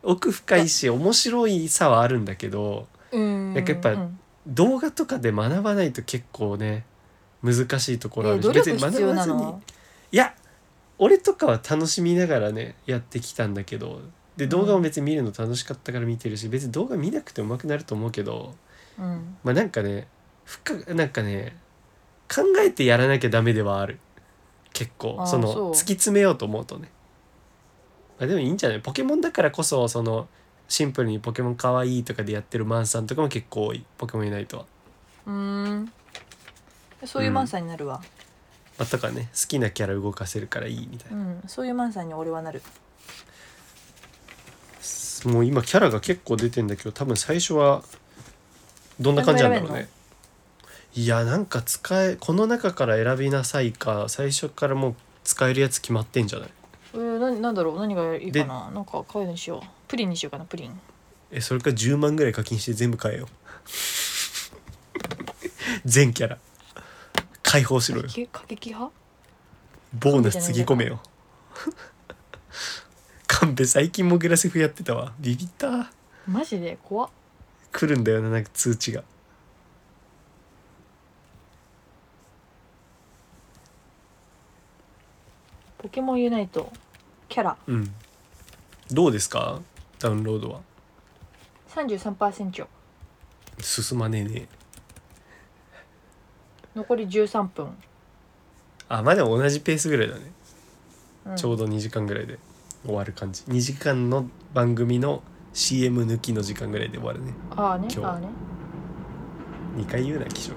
S1: 奥深いし面白いさはあるんだけど
S2: うん
S1: なんかやっぱ
S2: うん
S1: 動画とかで学ばないと結構ね難しいところあ
S2: え
S1: るし
S2: 努力必要なの
S1: いや俺とかは楽しみながらねやってきたんだけどで動画も別に見るの楽しかったから見てるし別に動画見なくても上手くなると思うけど
S2: うん
S1: まあなんかね深くなんかね考えてやらなきゃダメではある結構
S2: あー
S1: その
S2: そう
S1: 突き詰めようと思うとね、まあ、でもいいんじゃないポケモンだからこそそのシンプルに「ポケモンかわいい」とかでやってるマンさんとかも結構多いポケモンいないとは。
S2: うーんそういうマンサーになるわ、
S1: まあ、とかね好きなキャラ動かせるからいいみたいうな、
S2: んそういうマンサーに俺はなる
S1: もう今キャラが結構出てんだけど多分最初はどんな感じなんだろう
S2: 何も
S1: ね
S2: 選
S1: いやなんか使えこの中から選びなさいか最初からもう使えるやつ決まってんじゃない
S2: えー、ななんだろう何がいい
S1: で
S2: かななんか可愛いのにしようプリンにしようかなプリン
S1: えそれか10万ぐらい課金して全部買えよ 全キャラ解放しろよ
S2: 過激過激派
S1: ボーナスつぎ込めよ 神戸最近もグラセフやってたわビビった
S2: マジで怖っ
S1: 来るんだよななんか通知が
S2: ポケモンユナイトキャラ
S1: うんどうですかダウンロードは
S2: 33%
S1: 進まねえね
S2: 残り13分、
S1: あまあでも同じペースぐらいだね、
S2: うん、
S1: ちょうど2時間ぐらいで終わる感じ2時間の番組の CM 抜きの時間ぐらいで終わるね
S2: ああね
S1: 今日
S2: ああね
S1: 2回言うな気象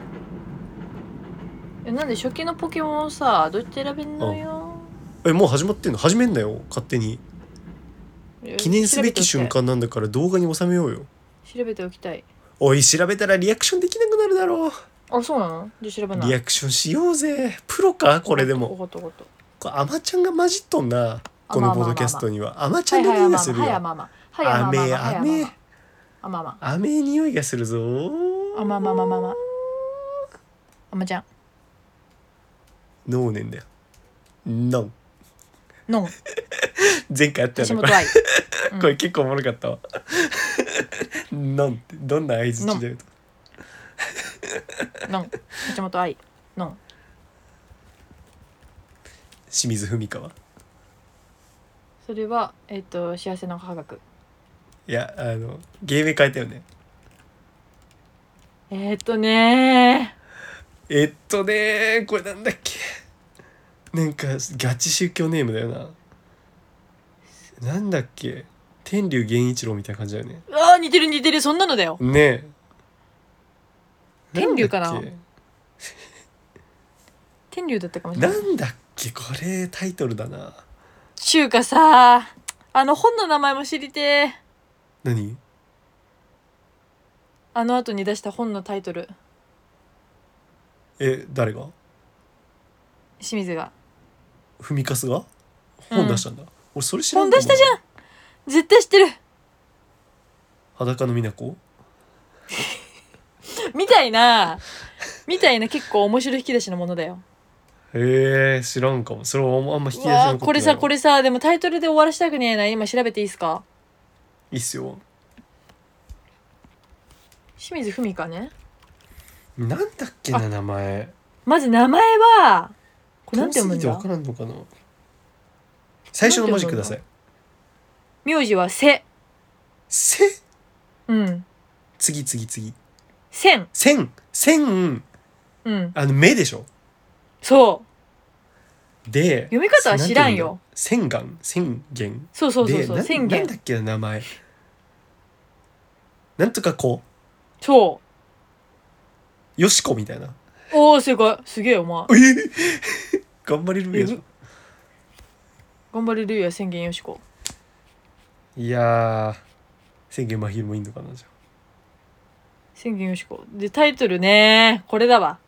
S2: えなんで初期のポケモンさどうやって選べんのよ
S1: えもう始まってんの始めんなよ勝手に
S2: え
S1: 記念すべき
S2: 調べ
S1: 瞬
S2: ておきたい
S1: 間なんだから動画に収めようよ
S2: 調べておきたい
S1: おい調べたらリアクションできなくなるだろう
S2: あそうなのじゃあ調べない
S1: リアクションしようぜプロかこれで
S2: わ
S1: も
S2: かったわかったわかっ
S1: これアマちゃんが混じっとんな
S2: あ
S1: こ
S2: ま
S1: の
S2: あま
S1: ポ
S2: あまあまあ
S1: ッドキャストにはアマち
S2: た
S1: ゃ
S2: は
S1: ん
S2: い
S1: の匂が
S2: はいはいいは
S1: す
S2: い
S1: る
S2: はい
S1: よ
S2: まあまあはい
S1: 雨
S2: まあまあはい
S1: 雨
S2: あまあま
S1: 雨匂いがするぞ
S2: ああまあまあまあまあまああまちゃん
S1: 脳年だよノン
S2: のん
S1: 前回やった
S2: 橋
S1: よねこ
S2: 本
S1: れ
S2: 愛うん
S1: これ結構おもろかったわ ノンってどんな合図だよ
S2: のん橋本愛のん
S1: 清水文香は
S2: それはえっ、と幸せの科学
S1: いやあの芸名変えたよね
S2: えっ、とね
S1: えっとねこれなんだっけなんかガチ宗教ネームだよななんだっけ天竜源一郎みたいな感じだよね
S2: ーあー似てる似てるそんなのだよ
S1: ねえ
S2: 天竜かなん
S1: だっけ
S2: 天竜だったかもしれない
S1: なんだっけこれタイトルだな
S2: ちゅうかさあの本の名前も知りてー
S1: 何
S2: あの後に出した本のタイトル
S1: え誰が
S2: 清水が
S1: 文香が本出したんだ、俺それ知らん
S2: 本出したじゃ
S1: ん
S2: ん絶対知ってる
S1: 裸の美奈子
S2: みたいなみたいな結構面白い引き出しのものだよ
S1: へえ知らんかもそれはあんまあんま引き出
S2: う
S1: しな
S2: わ
S1: い
S2: ーこれさこれさでもタイトルで終わらしたくねえな今調べていいですか
S1: いいっすよ
S2: 清水文香ね
S1: なんだっけな名前
S2: まず名前はこれなん
S1: 遠す
S2: て読む
S1: ぎ
S2: ん
S1: て分か
S2: だ
S1: らんのかな最初の文字ください
S2: 名字はせ
S1: せ
S2: うん
S1: 次次次
S2: せん
S1: 千千
S2: うん
S1: あの目でしょ
S2: そう
S1: で
S2: 読み方は知らんよ
S1: なていうんだろう千眼千
S2: そうそうそう
S1: 言
S2: そう
S1: で
S2: 宣
S1: ななん
S2: 言
S1: だっけな名前なんとかこ
S2: そう
S1: よしこみたいな
S2: おお正解すげえお
S1: え
S2: 前
S1: ー頑張れるやじゃん
S2: 頑張れるや宣言よしこ
S1: いやー千言真昼もいいのかなじゃあ
S2: 宣言よしこでタイトルねこれだわ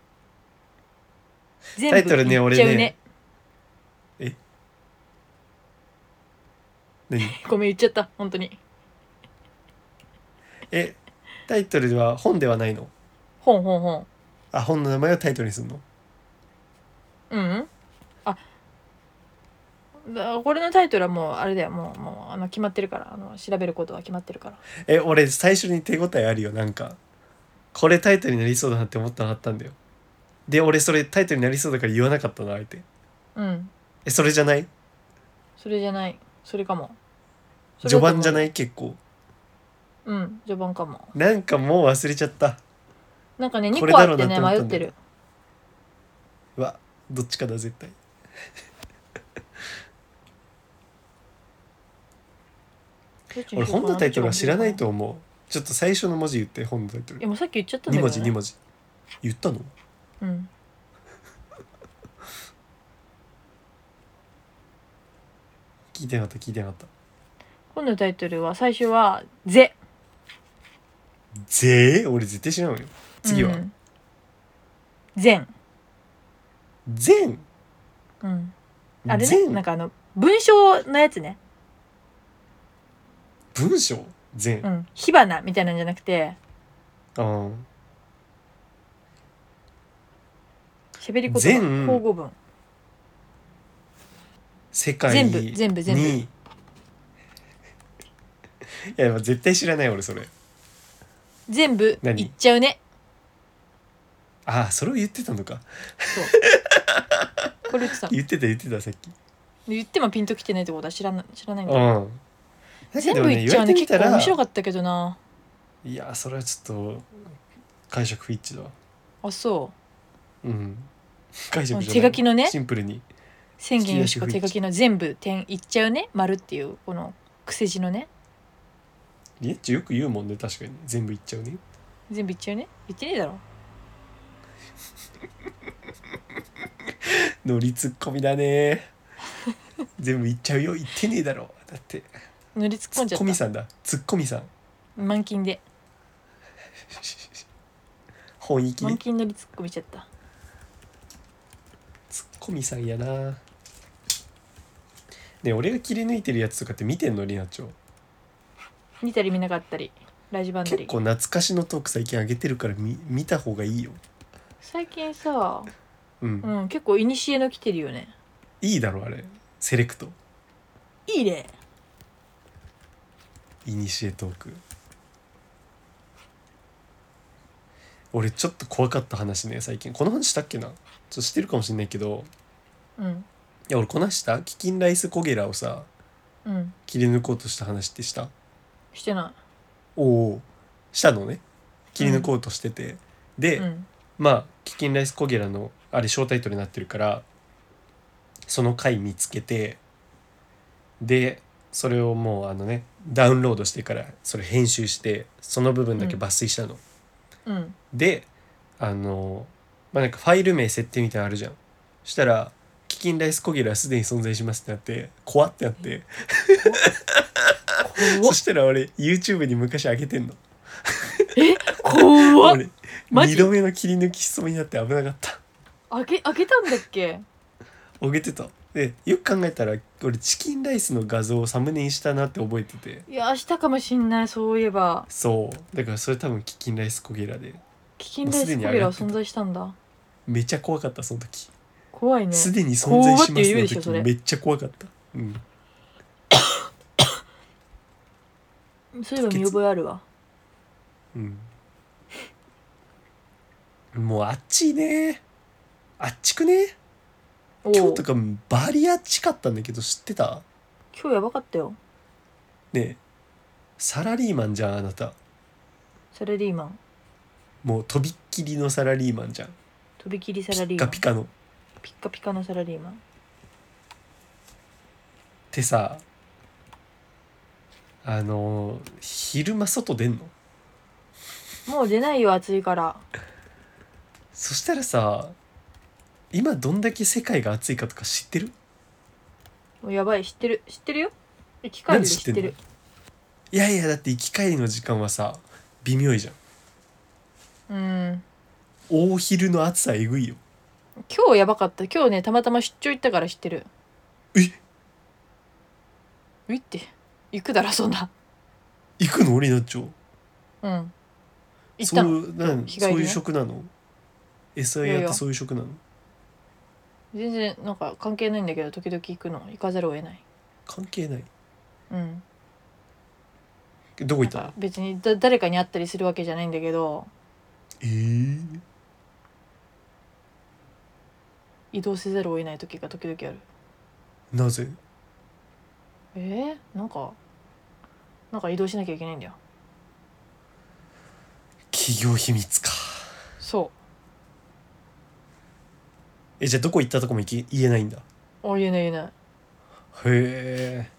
S2: 全部
S1: タイトルね
S2: 言っちゃう
S1: 俺ねえ何
S2: ごめん言っちゃった本当に
S1: えタイトルは本ではないの
S2: 本本本
S1: あ本の名前をタイトルにするの
S2: うんあだこれのタイトルはもうあれだよもうもうあの決まってるからあの調べることは決まってるから
S1: え俺最初に手応えあるよなんかこれタイトルになりそうだなって思ったのあったんだよで俺それタイトルになりそうだから言わなかったな相手
S2: うん
S1: えそれじゃない
S2: それじゃないそれかもそ
S1: 序
S2: れだと思う
S1: 盤じゃない結構
S2: うん序盤かも
S1: なんかもう忘れちゃった
S2: なんかね
S1: こ
S2: 2
S1: れ
S2: 個
S1: だ
S2: あ
S1: ろ
S2: っ
S1: うな
S2: て
S1: って思
S2: ね
S1: った
S2: 迷
S1: んだよ
S2: ってる
S1: うわどっちかだ絶対俺本のタイトルは知らないと思うちょっと最初の文字言って本のタイトル
S2: いやもうさっき言っちゃったんだ
S1: 2
S2: けど、
S1: 文
S2: ね、
S1: 字2文字言ったの
S2: うん
S1: 聞いてなかった聞いてなかった
S2: 本のタイトルは最初は「ぜ
S1: 「ぜ」俺絶対知らんわよ」次は
S2: うん「善
S1: 「全」」
S2: うん
S1: 「
S2: あれね
S1: 全
S2: なんかあの文章のやつね
S1: 文章「全」
S2: うん火花みたいなんじゃなくて
S1: あ
S2: 喋り言
S1: 善
S2: 葉交互文
S1: 世界
S2: 全
S1: に
S2: 部全部全部
S1: いやまあ絶対知らない俺それ
S2: 全部
S1: 何
S2: 言っちゃうね
S1: ああそれを言ってたのか
S2: そうこれ言ってたの
S1: 言ってた言ってたさっき
S2: 言ってもピンときてないってことは知らな知らないん
S1: う
S2: だ
S1: んだけ
S2: 全
S1: ど
S2: 部
S1: ね
S2: 言っちゃ
S1: 言わ
S2: うね
S1: れてみ
S2: 結
S1: た
S2: 構
S1: ら
S2: 面白かったけどない
S1: やそれはちょっと解釈不一致だわ
S2: あそう
S1: うん解釈じゃない
S2: 手書きのね
S1: シンプルに
S2: 宣言よしこ手書きの全部点いっちゃうね丸っていうこの癖字のね
S1: リエッチよく言うもんね確かに全部言っちゃうね
S2: 全部いっちゃうね言ってねえだろ
S1: ノリツッコミだ ね全部言っちゃうよ言ってねえだろだって
S2: 塗りつっ
S1: ツ
S2: 込んじ
S1: ッ
S2: ゃ
S1: コミ
S2: っ
S1: さんだツッコミさん
S2: た満金で
S1: 本意気
S2: 満
S1: ね
S2: 金塗りつっ込みちゃった
S1: ツッコミさんやなねえ俺が切り抜いてるやつとかって見てんのりなちょ
S2: 見たり見なかったりラジバンダ
S1: 結
S2: リ
S1: 構懐かしのトーク最近上げてるから見見た方がいいよ
S2: 最近さ
S1: うん、
S2: うん結構いにしえの来てるよね
S1: いいだろあれセレクト
S2: いいね
S1: イニシエトーク俺ちょっと怖かった話ね最近この話したっけなちょっとしてるかもしんないけど
S2: うん
S1: いや俺この話したキキンライスコゲラをさ
S2: うん
S1: 切り抜こうとした話ってした
S2: してな
S1: おおしたのね切り抜こうとしてて、で、
S2: いうん
S1: まあキキンライスコゲラのあれショータイトルになってるからその回見つけてでそれをもうあのねダウンロードしてからそれ編集してその部分だけ抜粋したの、
S2: うん
S1: であのまあなんかファイル名設定みたいなのあるじゃんそしたら「キキンライスコゲラはすでに存在します」ってなって怖ってなって
S2: 怖
S1: そしたら俺 YouTube に昔上げてんの
S2: え怖っ
S1: 俺
S2: マジ
S1: 2度目の切り抜きしそうになって危なかった
S2: 開け開けたんだっけ
S1: 上げてたでよく考えたら俺チキンライスの画像をサムネにしたなって覚えてて
S2: いやしたかもしんないそういえば
S1: そうだからそれ多分キキンライスコゲラで
S2: 危険大スコゲラは存在したんだ
S1: めちゃ怖かったその時
S2: 怖いね
S1: すで、に存在し
S2: 怖っ
S1: ま
S2: て
S1: す
S2: 言
S1: の
S2: うでしょ
S1: 時
S2: それ
S1: めっちゃ怖かったうん
S2: そういえば見覚えあるわ
S1: うんもうあっちいねあっちくね
S2: お
S1: 今
S2: お
S1: 日とかバリア近かったんだけど知ってた
S2: 今日やばかったよ
S1: ねえサラリーマンじゃんあなた
S2: サラリーマン
S1: もうとびっきりのサラリーマンじゃん
S2: とびきりサ
S1: ピ
S2: ラリ
S1: ッ
S2: ーマ
S1: カ
S2: ン
S1: ピカのっ
S2: ピッカピカのサラリーマン
S1: てさあのー昼間外出んの
S2: もう出ないよ暑いから
S1: そしたらさ今どんだけ世界が暑いかとか知ってる
S2: もうやばい知ってる知ってるよ機械で知って
S1: なん
S2: る
S1: でいやいやだって行き帰りの時間はさ微妙いじゃん
S2: うん
S1: 大昼の暑さえぐいよ
S2: 今日やばかった今日ねたまたま出張行ったから知ってる
S1: え
S2: ういって行くだろそんな
S1: 行くの俺になっちゃう
S2: うん行っ
S1: そ
S2: た
S1: う
S2: の
S1: いうなん
S2: 日帰
S1: そ
S2: り
S1: う
S2: ね
S1: いう職なの ?SIR
S2: い
S1: っ
S2: や
S1: てそういう職なの
S2: 全然なんか関係ないんだけど時々行くの行かざるを得ない
S1: 関係ない
S2: うん
S1: どこ行
S2: なん
S1: ったの
S2: か別にだ誰かに会ったりするわけじゃないんだけど
S1: えー、
S2: 移動せざるを得ない時が時々ある
S1: なぜ
S2: えー、なんかなんか移動しなきゃいけないんだよ
S1: 企業秘密か
S2: そ
S1: えじゃあどこ行ったとこも行き言えないんだ
S2: うあ言えない言えない
S1: へえ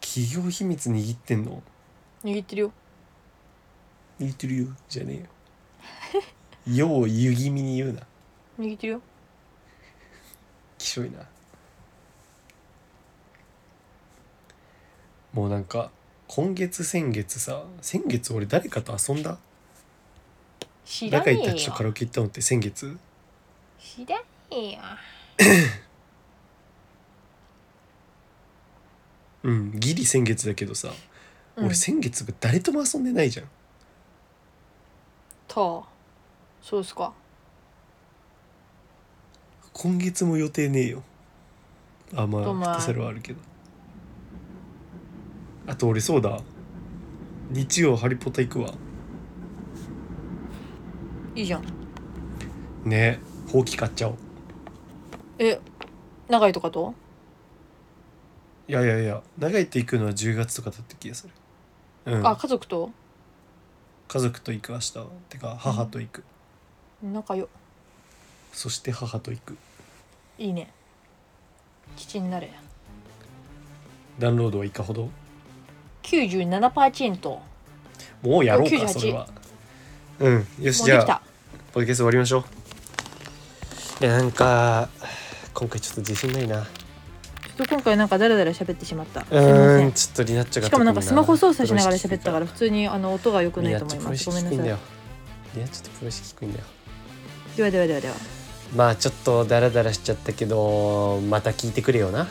S1: 企業秘密握ってんの
S2: 握ってるよ
S1: 握ってるよじゃねえよよう湯気味に言うな
S2: 握ってるよ
S1: きしょいなもうなんか今月先月さ先月俺誰かと遊んだ
S2: 知らね
S1: 仲
S2: え
S1: いいた
S2: よ
S1: ちとカラオケ行ったのって先月
S2: 知らねえよ
S1: うんギリ先月だけどさ、
S2: うん
S1: 俺先月誰とも遊んでないじゃん
S2: とそうっすか
S1: 今月も予定ねえよあまあフ
S2: お前
S1: ットサルはあるけどあと俺そうだ日曜ハリポタ行くわ
S2: いいじゃん
S1: ねほうき買っちゃおう
S2: え長いとかと
S1: いやいやいや長いって行くのは10月とかだった気がするうん
S2: あ家族と
S1: 家族と行く明日はてか母と行く、
S2: 仲よ
S1: そして母と行く
S2: いいね父になれ
S1: ダウンロードはいかほど
S2: 97%
S1: もうやろう
S2: お
S1: か
S2: 98
S1: それはうんよし
S2: も
S1: じ
S2: うで
S1: ゃ
S2: き
S1: あ
S2: た
S1: ポッドキャスト終わりましょういやなんか今回ちょっと自信ないな
S2: ちょっと今回なんかダラダラ喋ってしまったすいうませ
S1: ーん
S2: ん
S1: ちょっとリナッチョが
S2: しかもなんかスマホ操作しながら
S1: 特
S2: 喋
S1: に
S2: ったから普通にあの音が良くないと思いますごめんなさい
S1: リナッチョプロ意識低いんだよ
S2: ではではではでは
S1: まあちょっとダラダラしちゃったけどまた聞いてくれよな